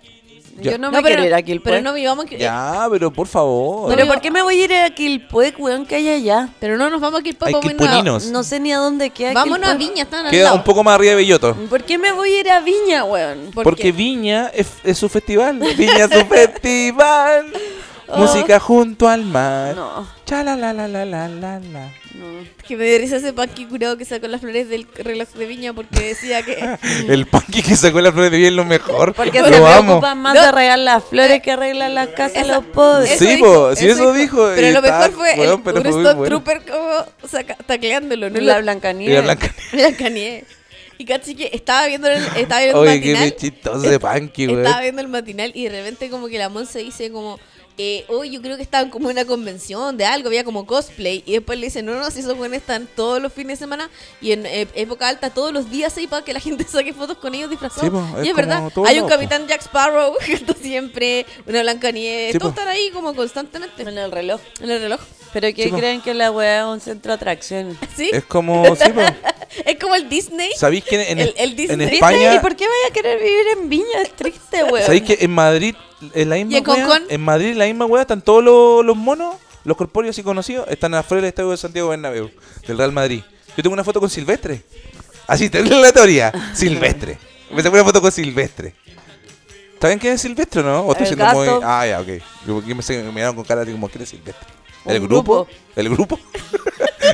Speaker 2: Ya.
Speaker 4: Yo no,
Speaker 3: No,
Speaker 4: me quiero ir a
Speaker 3: pero,
Speaker 4: Quilpué.
Speaker 3: pero no vivamos aquí.
Speaker 2: Ya, pero por favor.
Speaker 4: Pero ¿por qué me voy a ir a Quilpue, weón, que hay allá?
Speaker 3: Pero no nos vamos a pues, ir para
Speaker 2: Hay quilponinos.
Speaker 4: No sé ni a dónde queda
Speaker 3: Vámonos a
Speaker 4: Quilpué.
Speaker 3: Viña, están al
Speaker 2: Queda
Speaker 3: lado.
Speaker 2: un poco más arriba de Belloto.
Speaker 4: ¿Por qué me voy a ir a Viña, weón?
Speaker 3: ¿Por
Speaker 2: porque
Speaker 3: qué?
Speaker 4: *laughs*
Speaker 2: Viña es, es su festival. Viña es su festival. Música junto al mar.
Speaker 4: Oh. No,
Speaker 2: Chala la la la la la la.
Speaker 4: no.
Speaker 3: Que me dio risa ese panqui curado que sacó las flores del reloj de viña porque decía
Speaker 2: *laughs*
Speaker 3: que.
Speaker 2: El panqui que sacó la flor de bien es lo mejor.
Speaker 4: Mm. Porque
Speaker 2: lo
Speaker 4: se
Speaker 2: amo.
Speaker 4: preocupan más
Speaker 3: No.
Speaker 4: de arreglar las flores que arreglar las casas de los pobres.
Speaker 2: Sí, po, si eso dijo,
Speaker 3: Pero
Speaker 2: y
Speaker 3: lo
Speaker 2: está,
Speaker 3: mejor fue
Speaker 2: weón,
Speaker 3: el
Speaker 2: pero fue
Speaker 3: un
Speaker 2: muy bueno.
Speaker 3: Trooper como saca- tacleándolo, no
Speaker 4: No la
Speaker 3: Lo-
Speaker 2: Y la
Speaker 4: Blancanieves.
Speaker 2: blanca.
Speaker 3: Blancanieves. Y caché que estaba viendo el, estaba viendo el
Speaker 2: Oye, qué
Speaker 3: matinal.
Speaker 2: bichitos de panqui, güey.
Speaker 3: Estaba viendo el matinal y de repente como que la Monse dice como, eh, hoy yo creo que estaban como en una convención de algo, había como cosplay. Y después le dicen, no, no, si esos jóvenes están todos los fines de semana y en eh, época alta todos los días ahí para que la gente *laughs* saque fotos con ellos disfrazados.
Speaker 2: Sí, po, es
Speaker 3: y es verdad,
Speaker 2: como todo
Speaker 3: hay un
Speaker 2: lado, po.
Speaker 3: capitán Jack Sparrow *laughs* que está siempre, una blanca nieve,
Speaker 2: Sí,
Speaker 3: todos
Speaker 2: po.
Speaker 3: están ahí como constantemente
Speaker 4: En el reloj.
Speaker 3: en el reloj.
Speaker 4: Pero que
Speaker 2: Sí, po.
Speaker 4: creen que la weá es un centro de atracciones.
Speaker 3: ¿Sí?
Speaker 2: Es como,
Speaker 4: *laughs*
Speaker 2: sí, po.
Speaker 3: *laughs* Es como el Disney.
Speaker 2: ¿Sabéis que en,
Speaker 3: El- el Disney.
Speaker 2: en
Speaker 4: Triste, ¿Y
Speaker 2: España,
Speaker 4: por qué vaya a querer vivir en Viña? Es triste, weón.
Speaker 2: sabéis que en Madrid, en la misma
Speaker 3: en
Speaker 2: wea,
Speaker 3: Concón?
Speaker 2: en Madrid, en la misma wea, están todos los, los monos, los corpóreos y conocidos, están afuera del estadio de Santiago Bernabéu, del Real Madrid. Yo tengo una foto con Silvestre. Así, *laughs* terrible la teoría. Silvestre. Me saqué una foto con Silvestre. ¿Saben quién es Silvestre o no? ¿O estoy
Speaker 4: El
Speaker 2: siendo muy.?
Speaker 4: gato.
Speaker 2: Ah, ya, ok. Yo, yo me, sé- me miraron con cara así como, ¿quién es Silvestre? ¿El
Speaker 4: Un
Speaker 2: grupo?
Speaker 4: grupo.
Speaker 2: ¿El grupo? *laughs*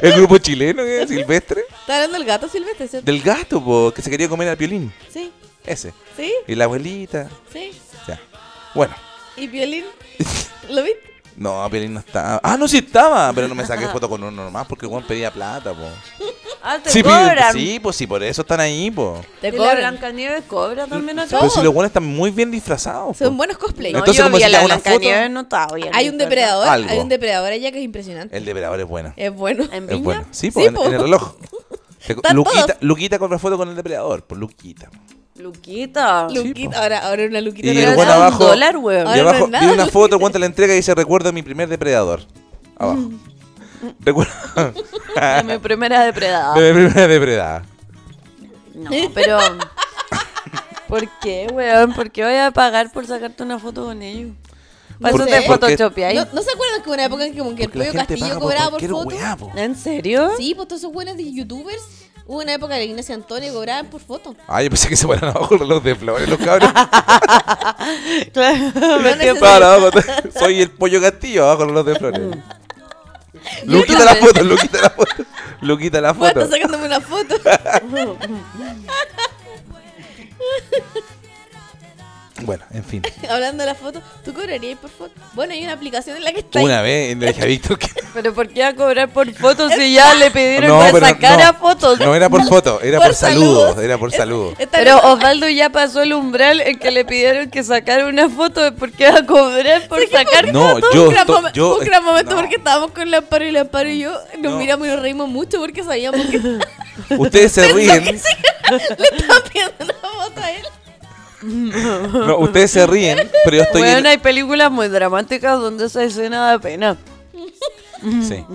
Speaker 2: ¿El grupo chileno que es Silvestre?
Speaker 3: Está hablando el gato silvestre, ¿cierto?
Speaker 2: Del gato, po, que se quería comer al violín.
Speaker 3: Sí,
Speaker 2: Ese.
Speaker 3: sí,
Speaker 2: Y la abuelita.
Speaker 3: sí.
Speaker 2: Ya. Bueno.
Speaker 3: ¿Y violín? ¿Lo viste?
Speaker 2: No, Piolín no estaba. Ah, no, sí estaba. Pero no me saqué foto con uno nomás porque el weón pedía plata, po.
Speaker 4: Ah, te
Speaker 2: Sí, pi-
Speaker 4: cobran.
Speaker 2: sí, pues sí, por eso están ahí, po.
Speaker 3: Te
Speaker 4: ¿Y la
Speaker 3: cobran.
Speaker 4: Blancanieves cobra también acá?
Speaker 2: Pero si los weones están muy bien disfrazados. po.
Speaker 3: Son buenos cosplay.
Speaker 4: No,
Speaker 2: Entonces,
Speaker 4: yo
Speaker 2: como si
Speaker 4: vi a
Speaker 2: te
Speaker 4: la
Speaker 2: hago una foto-
Speaker 4: Blancanieves no estaba bien.
Speaker 3: Hay un
Speaker 4: ¿verdad?
Speaker 3: depredador,
Speaker 2: Algo. Eh,
Speaker 3: hay un depredador allá que es impresionante.
Speaker 2: El depredador es bueno.
Speaker 3: Es bueno.
Speaker 4: En
Speaker 2: Es
Speaker 4: Viña.
Speaker 2: bueno. Sí, po,
Speaker 3: Sí,
Speaker 2: en,
Speaker 3: po.
Speaker 2: en el reloj.
Speaker 3: *laughs*
Speaker 2: Te-
Speaker 3: Están
Speaker 2: Luquita,
Speaker 3: todos.
Speaker 2: Luquita compra foto con el depredador, por Luquita.
Speaker 4: Luquita.
Speaker 2: Sí,
Speaker 3: *laughs*
Speaker 2: po.
Speaker 3: Luquita, ahora, ahora una Luquita.
Speaker 2: Y
Speaker 3: no
Speaker 2: el
Speaker 3: era
Speaker 2: buen
Speaker 4: da
Speaker 3: nada.
Speaker 4: un
Speaker 2: abajo.
Speaker 4: dólar, weón.
Speaker 2: Y
Speaker 3: Ahora
Speaker 2: abajo
Speaker 3: no es nada.
Speaker 2: vi una foto, cuenta la entrega y dice: Recuerdo mi primer depredador. Abajo.
Speaker 3: Mm.
Speaker 2: *laughs*
Speaker 3: *laughs*
Speaker 2: Recuerdo. *laughs* Ah.
Speaker 4: De mi primera depredador.
Speaker 2: mi primera depredada.
Speaker 4: No, pero. *laughs* ¿Por qué, weón? ¿Por qué voy a pagar por sacarte una foto con ellos? Para
Speaker 2: ¿Por
Speaker 4: eso
Speaker 2: qué?
Speaker 4: te
Speaker 2: Porque-
Speaker 4: photoshopeáis.
Speaker 3: ¿No, ¿No se acuerdan que hubo una época en que como que el
Speaker 2: Porque la
Speaker 3: pollo
Speaker 2: gente
Speaker 3: Castillo
Speaker 2: paga por
Speaker 3: cobraba por
Speaker 2: cualquier
Speaker 3: foto?
Speaker 2: weá, po.
Speaker 4: ¿En serio?
Speaker 3: Sí, pues todos esos buenos de youtubers. Hubo una época que Ignacio Antonio cobraban por foto.
Speaker 2: Ah, yo pensé que se ponían abajo el reloj de flores, los cabros.
Speaker 4: *laughs* Claro.
Speaker 3: No necesito-
Speaker 2: Estaban abajo, *laughs* soy el pollo castillo abajo el reloj de flores. Luquita la foto, Luquita la foto. Luquita la
Speaker 3: Bueno,
Speaker 2: foto.
Speaker 3: está sacándome una foto. *laughs*
Speaker 2: Bueno, en fin.
Speaker 3: Hablando de la foto, ¿tú cobrarías por foto? Bueno, hay una aplicación en la que está ahí.
Speaker 2: Una vez le dije a Víctor que.
Speaker 4: Pero ¿por qué va a cobrar por fotos si ya le pidieron
Speaker 2: No,
Speaker 4: para
Speaker 2: pero
Speaker 4: sacar
Speaker 2: no,
Speaker 4: a fotos?
Speaker 2: No era por foto, era por, saludos. Era por
Speaker 3: Es-
Speaker 2: saludos.
Speaker 3: está
Speaker 4: Pero
Speaker 3: bien.
Speaker 4: Osvaldo ya pasó el umbral en que le pidieron que sacara una foto porque va a cobrar por
Speaker 3: *laughs*
Speaker 4: sacar
Speaker 2: No,
Speaker 4: fotos.
Speaker 2: yo.
Speaker 3: un gran,
Speaker 2: to-
Speaker 3: momen-
Speaker 2: yo
Speaker 3: un gran momento
Speaker 2: no.
Speaker 3: porque estábamos con Lamparo y Lamparo y yo nos
Speaker 2: No.
Speaker 3: miramos y nos reímos mucho porque sabíamos
Speaker 2: *laughs*
Speaker 3: que *laughs* le
Speaker 2: *laughs* Ustedes se ríen.
Speaker 3: estaba pidiendo una foto a él.
Speaker 2: No, ustedes se ríen, pero yo estoy.
Speaker 4: Bueno,
Speaker 2: en-
Speaker 4: hay películas muy dramáticas donde esa escena da pena.
Speaker 2: Sí.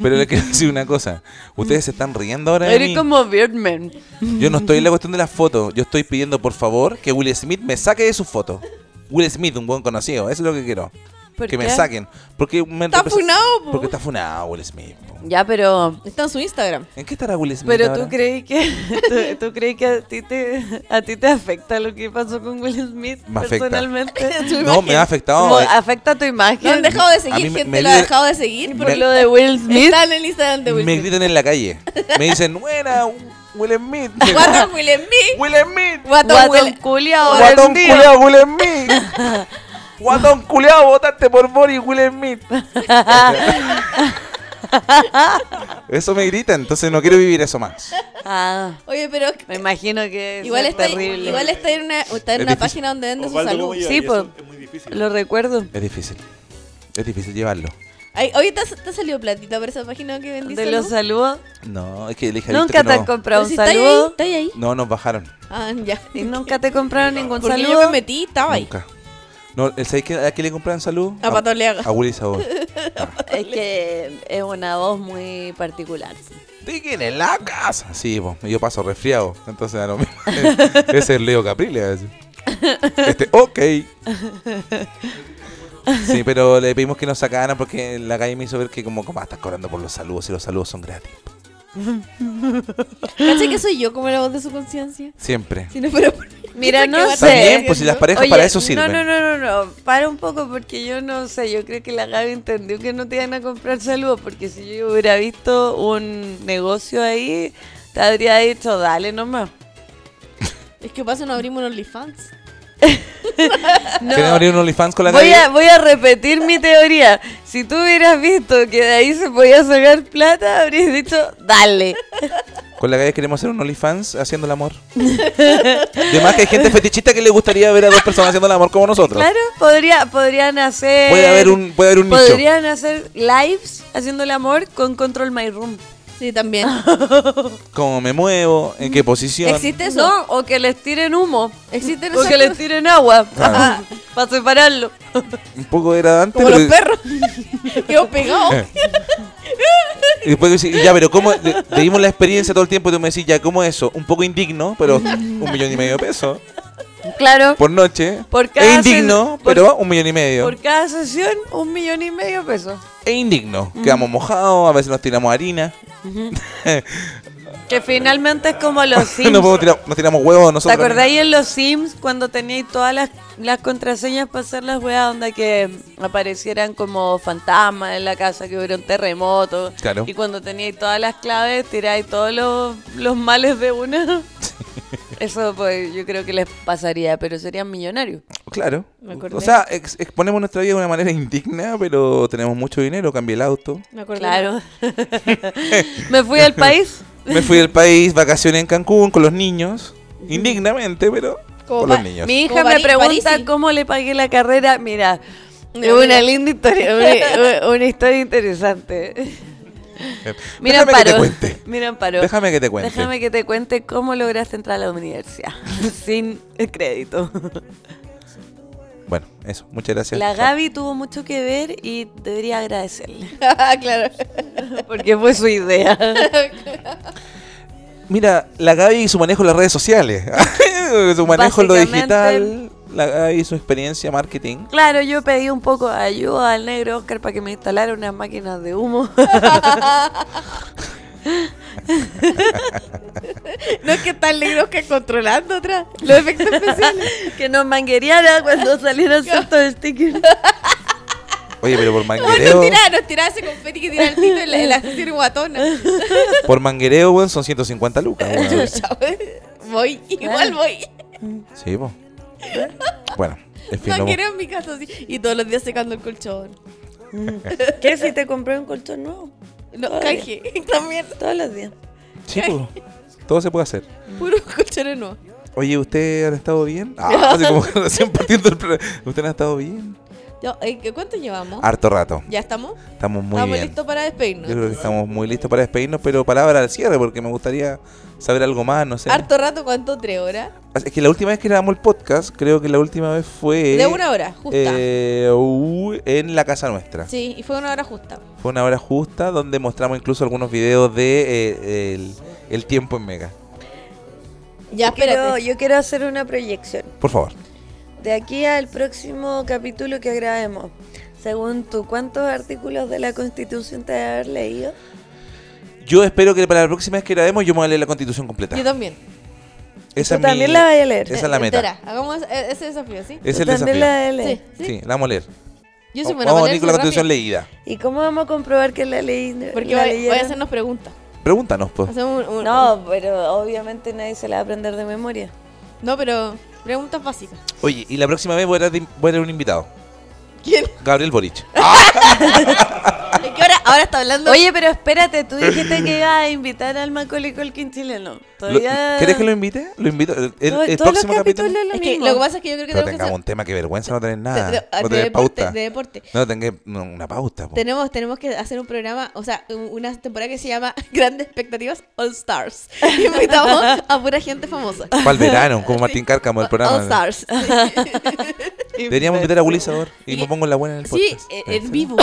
Speaker 2: Pero les quiero decir una cosa. Ustedes se están riendo ahora. de
Speaker 4: Eres
Speaker 2: mí.
Speaker 4: como Birdman.
Speaker 2: Yo no estoy en la cuestión de las fotos. Yo estoy pidiendo, por favor, que Will Smith me saque de su foto. Will Smith, un buen conocido. Eso es lo que quiero.
Speaker 4: ¿Por
Speaker 2: que me
Speaker 4: qué?
Speaker 2: saquen. Porque me
Speaker 3: Está
Speaker 2: representa-
Speaker 3: funado, po.
Speaker 2: Porque está funado Will Smith. po.
Speaker 4: Ya, pero...
Speaker 3: Está en su Instagram.
Speaker 2: ¿En qué estará Will Smith
Speaker 4: Pero
Speaker 2: ahora?
Speaker 4: tú creí que *laughs* tú, tú creí que a ti te a ti te afecta lo que pasó con Will Smith
Speaker 2: Me afecta.
Speaker 4: personalmente.
Speaker 3: *laughs*
Speaker 2: No, me ha afectado.
Speaker 4: Como
Speaker 2: eh,
Speaker 4: afecta tu imagen.
Speaker 3: Lo han dejado de
Speaker 2: A mí
Speaker 3: seguir,
Speaker 2: me-
Speaker 3: gente
Speaker 2: me
Speaker 3: lo ha
Speaker 2: dio-
Speaker 3: dejado de seguir.
Speaker 4: por
Speaker 2: me-
Speaker 4: lo de Will Smith.
Speaker 3: Está en el Instagram de Will
Speaker 2: me
Speaker 3: Smith.
Speaker 2: gritan en la calle. Me dicen, buena, Will
Speaker 3: *laughs*
Speaker 2: Smith.
Speaker 3: Guatón Will
Speaker 2: *laughs*
Speaker 3: Smith.
Speaker 2: Will Smith.
Speaker 3: Guatón
Speaker 4: Guatón
Speaker 3: Will.
Speaker 4: culia
Speaker 2: Guatón culiao, Will Smith. Guatón culiao, votaste por Boris Will
Speaker 3: *laughs*
Speaker 2: Smith. eso me grita, entonces no quiero vivir eso más.
Speaker 4: Ah,
Speaker 3: Oye, pero
Speaker 4: me imagino que
Speaker 3: igual
Speaker 4: es
Speaker 3: está,
Speaker 4: terrible.
Speaker 3: igual está en una, está en
Speaker 2: Es
Speaker 3: una
Speaker 2: difícil.
Speaker 3: página donde vende su
Speaker 5: Osvaldo, ¿cómo
Speaker 3: salud.
Speaker 5: lleva
Speaker 4: Sí,
Speaker 5: ahí? Eso
Speaker 4: po.
Speaker 5: Es muy difícil.
Speaker 4: Lo recuerdo.
Speaker 2: Es difícil. Es difícil llevarlo.
Speaker 3: Ay, Oye, ¿te, has- te ha salido platita por esa página que vendiste?
Speaker 4: De los saludos.
Speaker 2: No, es que le dije a
Speaker 4: Nunca
Speaker 2: Víctor
Speaker 4: te han
Speaker 2: que no.
Speaker 4: comprado un saludo.
Speaker 3: Está ahí, está ahí.
Speaker 2: No, nos bajaron.
Speaker 3: Ah, ya.
Speaker 4: Y nunca te compraron ningún
Speaker 3: Porque
Speaker 4: saludo.
Speaker 3: yo me metí y estaba ahí.
Speaker 2: Nunca. No, ¿el sabéis que a quién le compraron salud?
Speaker 3: A Pato Leaga.
Speaker 2: A Willy
Speaker 4: *laughs*
Speaker 2: Sabor.
Speaker 4: Es que es una voz muy particular.
Speaker 2: ¿De quién es la casa? Sí, po, yo paso resfriado, entonces da lo
Speaker 4: *laughs*
Speaker 2: mismo. *laughs* Ese es el Leo Caprile. a veces. Este, ok. Sí, pero le pedimos que nos sacaran porque la calle me hizo ver que como, como "Ah, estás cobrando por los saludos y los saludos son gratis.
Speaker 3: ¿Cachai que soy yo como la voz de su conciencia?
Speaker 2: Siempre.
Speaker 3: Si no fuera por mí.
Speaker 4: Mira, no sé.
Speaker 2: Está bien, pues si las parejas
Speaker 4: Oye,
Speaker 2: para eso sirven.
Speaker 4: No, no, no, no, no. Para un poco porque yo no sé. Yo creo que la Gaby entendió que no te iban a comprar saludos porque si yo hubiera visto un negocio ahí, te habría dicho, dale nomás.
Speaker 3: Es que pasa, no abrimos los OnlyFans.
Speaker 4: No.
Speaker 2: ¿Quieren abrir un OnlyFans con la
Speaker 4: Voy
Speaker 2: Gaby?
Speaker 4: a, voy a repetir mi teoría. Si tú hubieras visto que de ahí se podía sacar plata, habrías dicho, dale.
Speaker 2: Con la Gaby queremos hacer un OnlyFans haciendo el amor. Además que hay gente fetichista que le gustaría ver a dos personas haciendo el amor como nosotros.
Speaker 4: Claro, podría, podrían hacer.
Speaker 2: Puede haber un, puede haber un nicho.
Speaker 4: Podrían hacer lives haciendo el amor con Control My Room.
Speaker 3: Sí, también.
Speaker 2: Cómo me muevo, en qué posición.
Speaker 3: ¿Existe eso?
Speaker 4: No, o que les tiren humo.
Speaker 3: *laughs* ¿Existen
Speaker 4: O
Speaker 3: esas
Speaker 4: que les
Speaker 3: cosas?
Speaker 2: *laughs*
Speaker 4: tiren agua.
Speaker 2: Claro.
Speaker 4: *laughs* Para separarlo.
Speaker 2: Un poco degradante.
Speaker 3: Como
Speaker 2: pero- eh.
Speaker 3: los perros. *laughs* Quedó pegado.
Speaker 2: Y después decís, ya, pero ¿cómo? Le, le dimos la experiencia todo el tiempo y tú me decís, ya, ¿cómo eso? Un poco indigno, pero un millón y medio de pesos
Speaker 4: Claro.
Speaker 2: por noche.
Speaker 4: Por
Speaker 2: es
Speaker 4: cada
Speaker 2: indigno,
Speaker 4: sen- por-
Speaker 2: pero un millón y medio.
Speaker 4: Por cada sesión, un millón y medio de pesos.
Speaker 2: Es indigno. Quedamos mojados, a veces nos tiramos harina.
Speaker 4: Que finalmente es como
Speaker 2: *laughs*
Speaker 4: los Sims.
Speaker 2: nos, podemos tirar- nos tiramos huevos
Speaker 4: Ah, ¿Te
Speaker 2: nosotros.
Speaker 4: acordáis en los Sims cuando teníais todas las, las contraseñas para hacer las weas, onda que aparecieran como fantasmas en la casa, que hubiera un terremoto?
Speaker 2: Claro.
Speaker 4: Y cuando teníais todas las claves, tiráis todos los, los males de una. Eso pues yo creo que les pasaría, pero serían millonarios.
Speaker 2: Claro.
Speaker 3: Me acordé.
Speaker 2: O sea, ex- exponemos nuestra vida de una manera indigna, pero tenemos mucho dinero, cambié el auto.
Speaker 3: Me acordé.
Speaker 4: Claro. Me fui al país.
Speaker 2: Me fui del país, vacaciones en Cancún con los niños. Indignamente, pero
Speaker 3: Como
Speaker 2: con
Speaker 3: pa-
Speaker 2: los niños.
Speaker 4: Mi hija
Speaker 3: Como
Speaker 4: me
Speaker 3: Pari-
Speaker 4: pregunta
Speaker 3: Parisi.
Speaker 4: cómo le pagué la carrera. Mira, es
Speaker 3: Mira,
Speaker 4: una
Speaker 3: mira. *laughs*
Speaker 4: linda historia, una, una historia interesante.
Speaker 2: Eh,
Speaker 4: Mira,
Speaker 2: Déjame que te
Speaker 4: Amparo.
Speaker 2: cuente.
Speaker 4: *laughs* Mira, Amparo.
Speaker 2: Déjame que te cuente.
Speaker 4: Déjame que te cuente cómo lograste entrar a la universidad *laughs* sin el crédito.
Speaker 2: Bueno, eso. Muchas gracias.
Speaker 4: La Gaby tuvo mucho que ver y debería agradecerle *laughs*
Speaker 3: Ah, claro. *laughs*
Speaker 4: porque fue su idea. *laughs*
Speaker 2: Ah, Mira, la Gaby y su manejo en las redes sociales. *laughs* su manejo en lo digital.
Speaker 4: Básicamente-
Speaker 2: La Gaby y su experiencia marketing.
Speaker 4: Claro, yo pedí un poco de ayuda al negro Oscar para que me instalara unas máquinas de humo. *laughs*
Speaker 3: No es que están negros que controlando atrás. Los efectos especiales.
Speaker 4: que nos manguereara cuando *laughs* saliera cierto sticker.
Speaker 2: Oye, pero
Speaker 4: *laughs*
Speaker 2: por manguereo.
Speaker 3: Nos tiraba, nos tiraba ese confeti que tiraba el tito en la, en la Cecilia guatona.
Speaker 2: por manguereo, weón, son 150 lucas,
Speaker 4: *laughs*
Speaker 2: weón.
Speaker 3: *laughs* eh. voy, igual voy.
Speaker 2: Sí, po. Bueno, en fin.
Speaker 3: No
Speaker 2: vamos.
Speaker 3: quiero en mi casa así. Y todos los días secando el colchón.
Speaker 4: ¿Qué si te compré un colchón nuevo?
Speaker 3: No,
Speaker 4: Todavía.
Speaker 3: canje. *laughs* También.
Speaker 4: Todos los días.
Speaker 2: Sí,
Speaker 3: *laughs*
Speaker 2: po. Todo se puede hacer.
Speaker 3: Puros colchones nuevos.
Speaker 2: Oye, ¿usted han estado bien?
Speaker 3: *laughs*
Speaker 2: Ah, así como recién partiendo el pro- ¿Usted ha estado bien?
Speaker 3: Ya, eh, ¿Cuánto llevamos?
Speaker 2: Harto rato.
Speaker 3: ¿Ya estamos?
Speaker 2: Estamos muy
Speaker 3: estamos
Speaker 2: bien.
Speaker 3: listos para
Speaker 2: Yo
Speaker 3: despedirnos.
Speaker 2: creo que estamos muy listos para despedirnos, pero palabra al cierre, porque me gustaría saber algo más, no sé.
Speaker 3: Harto rato, ¿cuánto? ¿Tres horas?
Speaker 2: Es que la última vez que grabamos el podcast, creo que la última vez fue.
Speaker 3: De una hora, justa.
Speaker 2: eh, u- en la casa nuestra.
Speaker 3: Sí, y fue una hora justa.
Speaker 2: Fue una hora justa donde mostramos incluso algunos videos de eh, el, el tiempo en Mega.
Speaker 3: Ya,
Speaker 4: Quiero-
Speaker 3: espérate.
Speaker 4: yo quiero hacer una proyección.
Speaker 2: Por favor.
Speaker 4: De aquí al próximo capítulo que grabemos, según tú, ¿cuántos artículos de la Constitución te debe haber leído?
Speaker 2: Yo espero que para la próxima vez que grabemos yo me voy a leer la constitución completa.
Speaker 3: Yo también. Eh,
Speaker 2: Esa
Speaker 4: Tú también la vayas a leer.
Speaker 2: Esa es la meta.
Speaker 3: Entera. Hagamos ese, ese desafío, ¿sí?
Speaker 2: Ese Es
Speaker 4: Tú
Speaker 2: el desafío.
Speaker 4: también la debes leer.
Speaker 3: Sí.
Speaker 2: Sí, la vamos a leer.
Speaker 3: Yo soy buena
Speaker 2: vamos a
Speaker 3: para
Speaker 2: venir con la
Speaker 3: leer rápido.
Speaker 2: constitución leída.
Speaker 4: ¿Y cómo vamos a comprobar que la leí?
Speaker 3: Porque
Speaker 4: la
Speaker 3: voy, voy a
Speaker 4: leyeron?
Speaker 3: hacernos preguntas.
Speaker 2: Pregúntanos, pues.
Speaker 3: Hacemos un- un-
Speaker 4: No, pero obviamente nadie se la va a aprender de memoria.
Speaker 3: un- no, pero preguntas básicas.
Speaker 2: Oye, y la próxima vez voy a traer de- voy a traer un invitado.
Speaker 3: ¿Quién? *laughs*
Speaker 2: Gabriel Boric. Ah.
Speaker 3: Es que ahora, ahora está hablando.
Speaker 4: Oye, pero espérate, tú dijiste que ibas a invitar al Macaulay Culkin chileno.
Speaker 2: Lo-
Speaker 4: Todavía...
Speaker 2: ¿Querés que lo invite? Lo invito. El, el-
Speaker 4: Todo-
Speaker 2: el
Speaker 4: todos los
Speaker 2: próximo capítulo.
Speaker 4: capítulos lo
Speaker 3: es que
Speaker 4: mismo.
Speaker 3: lo que pasa es que yo creo que
Speaker 2: Pero
Speaker 3: tenemos que
Speaker 2: tengamos
Speaker 3: hacer.
Speaker 2: un tema, que vergüenza no tener nada.
Speaker 3: de- de
Speaker 2: no tener
Speaker 3: deporte,
Speaker 2: pauta.
Speaker 3: de deporte.
Speaker 2: No tener no, una pauta. po.
Speaker 3: Tenemos, tenemos que hacer un programa, o sea, un- una temporada que se llama *laughs* Grandes Expectativas All Stars. *laughs* Y invitamos a pura gente famosa. *laughs*
Speaker 2: Para el verano, como Martín Cárcamo del
Speaker 3: All
Speaker 2: programa.
Speaker 3: Stars. Sí,
Speaker 2: Deberíamos meter a Willisador y
Speaker 3: Y-
Speaker 2: me pongo en la buena en el
Speaker 3: Sí,
Speaker 2: podcast.
Speaker 3: eh,
Speaker 2: Eh,
Speaker 3: en
Speaker 2: *laughs*
Speaker 3: vivo.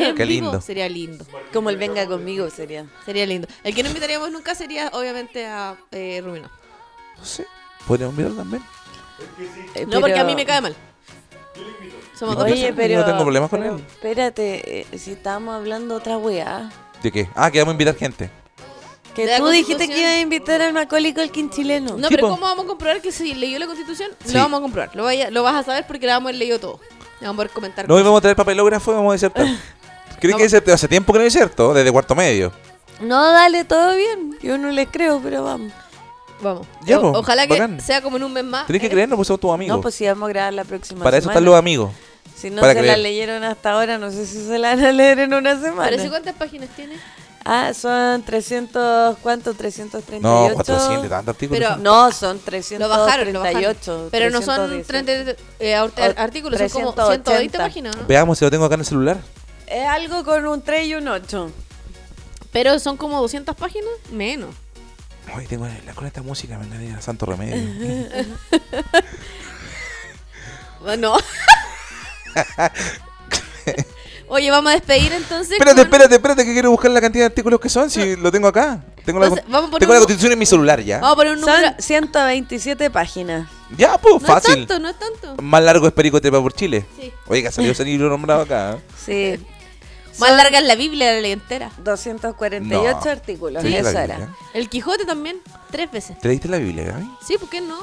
Speaker 3: En vivo
Speaker 2: Qué lindo.
Speaker 3: Sería lindo.
Speaker 4: Como el venga conmigo sería.
Speaker 3: Sería lindo. El que no invitaríamos nunca sería, obviamente, a eh, Rubino.
Speaker 2: No sé. Podríamos mirar también.
Speaker 4: Eh,
Speaker 3: No, porque a
Speaker 4: pero-
Speaker 3: mí me cae mal. Somos dos.
Speaker 2: Oye,
Speaker 4: Oye, pero.
Speaker 2: no tengo problemas con
Speaker 4: pero
Speaker 2: él.
Speaker 4: Espérate, eh, si estábamos hablando otra weá.
Speaker 2: ¿De qué? Ah, que vamos a invitar gente.
Speaker 4: Que
Speaker 3: de la
Speaker 4: tú dijiste que
Speaker 3: Constitución.
Speaker 4: iba a invitar al Macaulay Culkin chileno.
Speaker 3: No,
Speaker 2: Sí,
Speaker 3: pero
Speaker 2: po.
Speaker 3: ¿cómo vamos a comprobar que si leyó la constitución?
Speaker 2: Sí.
Speaker 3: Lo vamos a comprobar. Lo, vaya- lo vas a saber porque la vamos a haber leído todo. Le vamos a poder comentar.
Speaker 2: No, hoy vamos a traer papelógrafo y vamos a
Speaker 3: *laughs*
Speaker 2: disertar. ¿Crees
Speaker 3: pues.
Speaker 2: que diserté? Hace tiempo que no diserto, desde cuarto medio.
Speaker 3: Ah,
Speaker 4: No, dale, todo bien. Yo no les creo, pero vamos.
Speaker 3: Vamos.
Speaker 2: Ya,
Speaker 3: O-
Speaker 2: po,
Speaker 3: ojalá
Speaker 2: bacán.
Speaker 3: que sea como en un mes más.
Speaker 2: Tenés que
Speaker 3: Eh,
Speaker 2: creernos, pues somos tus amigos.
Speaker 4: No, pues si vamos a grabar la próxima
Speaker 2: Para eso
Speaker 4: semana.
Speaker 2: están los amigos.
Speaker 4: Si no
Speaker 2: para
Speaker 4: se la
Speaker 2: creer.
Speaker 4: leyeron hasta ahora, no sé si se la van a leer en una semana.
Speaker 3: ¿Parece cuántas páginas tiene?
Speaker 4: Ah, son 300, ¿cuánto? 338.
Speaker 2: No, 400, tanto artículos.
Speaker 3: Pero-
Speaker 4: No, son
Speaker 3: Lo bajaron, lo
Speaker 4: 338.
Speaker 3: bajaron. Pero no son
Speaker 4: 310.
Speaker 3: 30 eh, art-
Speaker 4: O-
Speaker 3: artículos, son como
Speaker 4: 380.
Speaker 3: 120 páginas. ¿no?
Speaker 2: Veamos si lo tengo acá en el celular.
Speaker 4: Es algo con un 3 y un 8.
Speaker 3: Pero son como 200 páginas menos.
Speaker 2: Ay, tengo la, con esta música, me la diga, santo
Speaker 3: *laughs*
Speaker 2: remedio.
Speaker 4: Ah,
Speaker 3: Bueno. *laughs* Oye, vamos a despedir entonces.
Speaker 2: espérate,
Speaker 3: con-
Speaker 2: espérate, espérate, que quiero buscar la cantidad de artículos que son, si lo tengo acá. Tengo,
Speaker 3: Entonces,
Speaker 2: la,
Speaker 3: vamos a poner
Speaker 2: tengo la
Speaker 3: un-
Speaker 2: constitución en mi celular ya.
Speaker 3: Vamos a poner un
Speaker 4: Son
Speaker 3: número.
Speaker 4: 127 páginas.
Speaker 2: Ya,
Speaker 3: No
Speaker 2: pues, fácil.
Speaker 3: es tanto, no es tanto.
Speaker 2: Más largo es Pericotepa por Chile.
Speaker 3: Sí.
Speaker 2: Oiga, salió ese libro nombrado acá. ¿eh?
Speaker 3: *laughs*
Speaker 4: Sí.
Speaker 3: Más larga es la Biblia, la ley entera.
Speaker 4: 248
Speaker 2: No.
Speaker 4: artículos.
Speaker 2: ¿Te leíste
Speaker 4: Eso
Speaker 2: la
Speaker 4: era.
Speaker 2: Biblia?
Speaker 3: El Quijote también, tres veces.
Speaker 2: ¿Te leíste la Biblia, Gaby?
Speaker 3: Sí, ¿por qué no?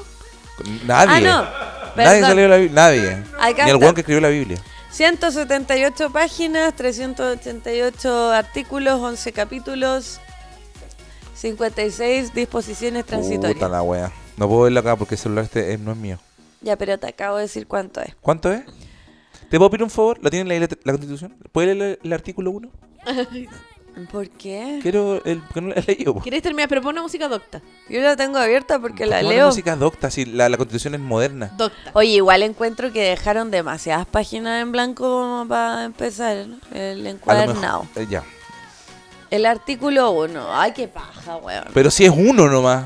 Speaker 4: Ah,
Speaker 2: Nadie.
Speaker 4: no.
Speaker 2: Nadie
Speaker 4: Perdón.
Speaker 2: salió la Biblia. Nadie.
Speaker 4: Acá
Speaker 2: Ni el
Speaker 4: está.
Speaker 2: weón que escribió la Biblia.
Speaker 4: 178 páginas, 388 artículos, 11 capítulos, 56 disposiciones transitorias.
Speaker 2: Puta la wea. No puedo verlo acá porque el celular este eh, no es mío.
Speaker 4: Ya, pero te acabo de decir cuánto es.
Speaker 2: ¿Cuánto es? ¿Te puedo pedir un favor? ¿Lo tiene la, letra- la constitución? ¿Puedes leer el, el artículo 1?
Speaker 4: ¿Por qué?
Speaker 2: Quiero el que no lo he leído. po.
Speaker 3: ¿Quieres terminar? Pero pon una música docta.
Speaker 4: Yo la tengo abierta porque la
Speaker 2: Ponme
Speaker 4: leo.
Speaker 2: música docta, si la, la constitución es moderna.
Speaker 3: Docta.
Speaker 4: Oye, igual encuentro que dejaron demasiadas páginas en blanco como para empezar ¿no? el
Speaker 2: A lo mejor-
Speaker 4: encuadernado.
Speaker 2: eh, ya.
Speaker 4: El artículo 1. Ay, qué paja, weón.
Speaker 2: Pero si es uno nomás.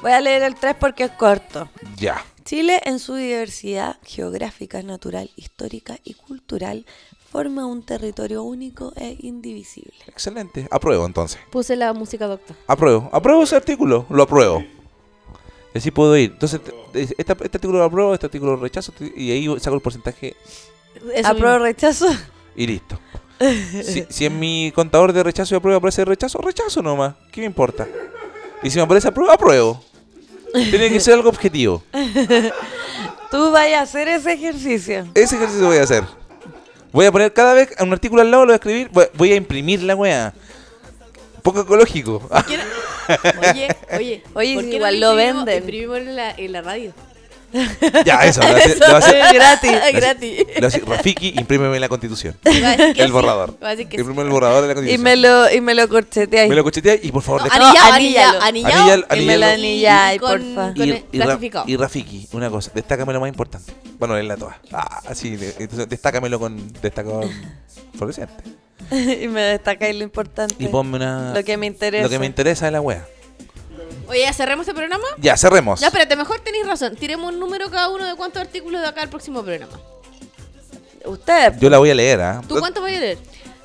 Speaker 4: Voy a leer el 3 porque es corto.
Speaker 2: Ya.
Speaker 4: Chile, en su diversidad geográfica, natural, histórica y cultural, forma un territorio único e indivisible.
Speaker 2: Excelente. Apruebo entonces.
Speaker 3: Puse la música docta.
Speaker 2: Apruebo. Apruebo ese artículo. Lo apruebo. Y así puedo ir. Entonces, te- este, este artículo lo apruebo, este artículo lo rechazo este- y ahí saco el porcentaje
Speaker 3: Eso
Speaker 4: ¿Apruebo
Speaker 3: mismo.
Speaker 4: rechazo?
Speaker 2: y listo. Si, si en mi contador de rechazo y apruebo aparece rechazo, rechazo nomás. ¿Qué me importa? Y si me aparece apruebo, apruebo. Tiene que ser algo objetivo.
Speaker 4: Tú vayas a hacer ese ejercicio.
Speaker 2: Ese ejercicio voy a hacer. Voy a poner cada vez un artículo al lado, lo voy a escribir, voy- voy a imprimir la weá. Poco ecológico. *laughs* Ah,
Speaker 3: Oye, oye.
Speaker 4: Oye,
Speaker 3: ¿por
Speaker 4: si
Speaker 3: qué
Speaker 4: igual
Speaker 3: no
Speaker 4: lo
Speaker 3: imprimimos-
Speaker 4: venden.
Speaker 3: Imprimimos en la, en la radio.
Speaker 2: ya, eso. Lo hace, lo hace-
Speaker 4: gratis.
Speaker 3: Ah,
Speaker 2: lo
Speaker 3: *laughs*
Speaker 2: hace-
Speaker 3: gratis.
Speaker 2: lo hace- Rafiki, imprímeme la constitución.
Speaker 3: Va a decir que
Speaker 2: El
Speaker 3: sí.
Speaker 2: borrador.
Speaker 3: Va a decir que sí.
Speaker 2: Imprímeme el borrador de la
Speaker 4: Y
Speaker 2: constitución.
Speaker 4: me lo, y me lo corcheteáis.
Speaker 2: Me lo cochetea y por favor,
Speaker 3: No,
Speaker 2: le-
Speaker 4: anillo,
Speaker 3: anillado,
Speaker 4: anillalo.
Speaker 3: anillado, anillado.
Speaker 2: Anillalo, Y me lo anillalo.
Speaker 4: anilláis,
Speaker 3: con-
Speaker 4: porfa.
Speaker 3: con el-
Speaker 2: Ra-
Speaker 3: clasificado.
Speaker 2: y Rafiki, una cosa, destácame lo más importante. Bueno, leerla toda. Ah, así, de- entonces destácamelo con
Speaker 3: *laughs*
Speaker 2: destacador fluorescente.
Speaker 4: *laughs* y me destacáis lo importante.
Speaker 2: Y ponme una.
Speaker 4: Lo que me interesa.
Speaker 2: Lo que me interesa de la wea.
Speaker 3: Oye, ya cerremos este programa.
Speaker 2: Ya, cerremos.
Speaker 3: No, espérate, mejor tenéis razón. Tiremos un número cada uno de cuántos artículos de acá al próximo programa.
Speaker 4: Usted.
Speaker 2: Yo la voy a leer, ¿ah?
Speaker 3: ¿Tú cuántos vas a leer?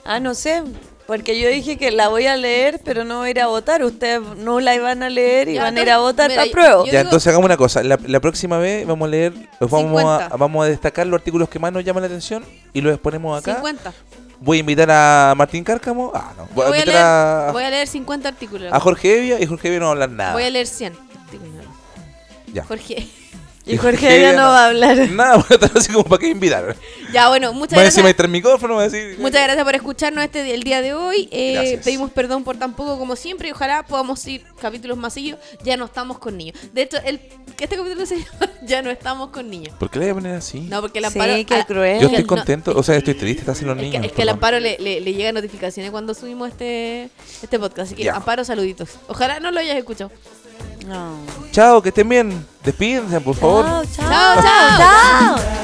Speaker 4: Ah, no sé. Porque yo dije que la voy a leer, pero no voy a ir a votar. Ustedes no la iban a leer y
Speaker 3: Ya,
Speaker 4: van a ir
Speaker 3: entonces,
Speaker 4: a votar.
Speaker 3: mira,
Speaker 4: Te
Speaker 3: yo-
Speaker 4: apruebo.
Speaker 2: Ya,
Speaker 3: digo-
Speaker 2: entonces hagamos una cosa. La, la próxima vez vamos a leer, los vamos a,
Speaker 3: 50.
Speaker 2: vamos a destacar los artículos que más nos llaman la atención y los exponemos acá.
Speaker 3: 50.
Speaker 2: Voy a invitar a Martín Cárcamo. Ah, no.
Speaker 3: Voy
Speaker 2: Voy, a
Speaker 3: a,
Speaker 2: invitar
Speaker 3: leer,
Speaker 2: a,
Speaker 3: voy a leer 50 artículos.
Speaker 2: a Jorge Evia y Jorge Evia no va a hablar nada. *laughs*
Speaker 3: Voy a leer 100 artículos.
Speaker 2: Ya.
Speaker 3: Jorge. *laughs*
Speaker 4: Y Jorge ya
Speaker 2: Evia
Speaker 4: no va a hablar.
Speaker 2: Nada, voy a estar así como para qué invitar.
Speaker 3: Ya, bueno, muchas
Speaker 2: Más encima
Speaker 3: gracias.
Speaker 2: está el micrófono, voy a decir.
Speaker 3: Muchas gracias por escucharnos este el día de hoy. Eh,
Speaker 2: Gracias.
Speaker 3: pedimos perdón por tan poco como siempre y ojalá podamos ir capítulos más seguidos. Ya no estamos con niños. De hecho, el, este capítulo se llama *laughs* Ya no estamos con niños.
Speaker 2: ¿Por qué le voy a poner así?
Speaker 3: No, porque el
Speaker 4: Sí,
Speaker 3: amparo.
Speaker 4: qué
Speaker 3: ah,
Speaker 4: cruel.
Speaker 2: Yo estoy
Speaker 3: no,
Speaker 2: contento, o sea, estoy triste, están haciendo los
Speaker 3: Es que, es
Speaker 2: niños.
Speaker 3: que al
Speaker 2: perdón.
Speaker 3: Amparo le, le, le llegan notificaciones cuando subimos este, este podcast. Así que,
Speaker 2: Ya.
Speaker 3: Amparo, saluditos. Ojalá no lo hayas escuchado.
Speaker 4: No.
Speaker 2: Chao, que estén bien. Despídense, por favor.
Speaker 4: Ah, Chao, chao.
Speaker 3: Chao, chao.
Speaker 4: Chao.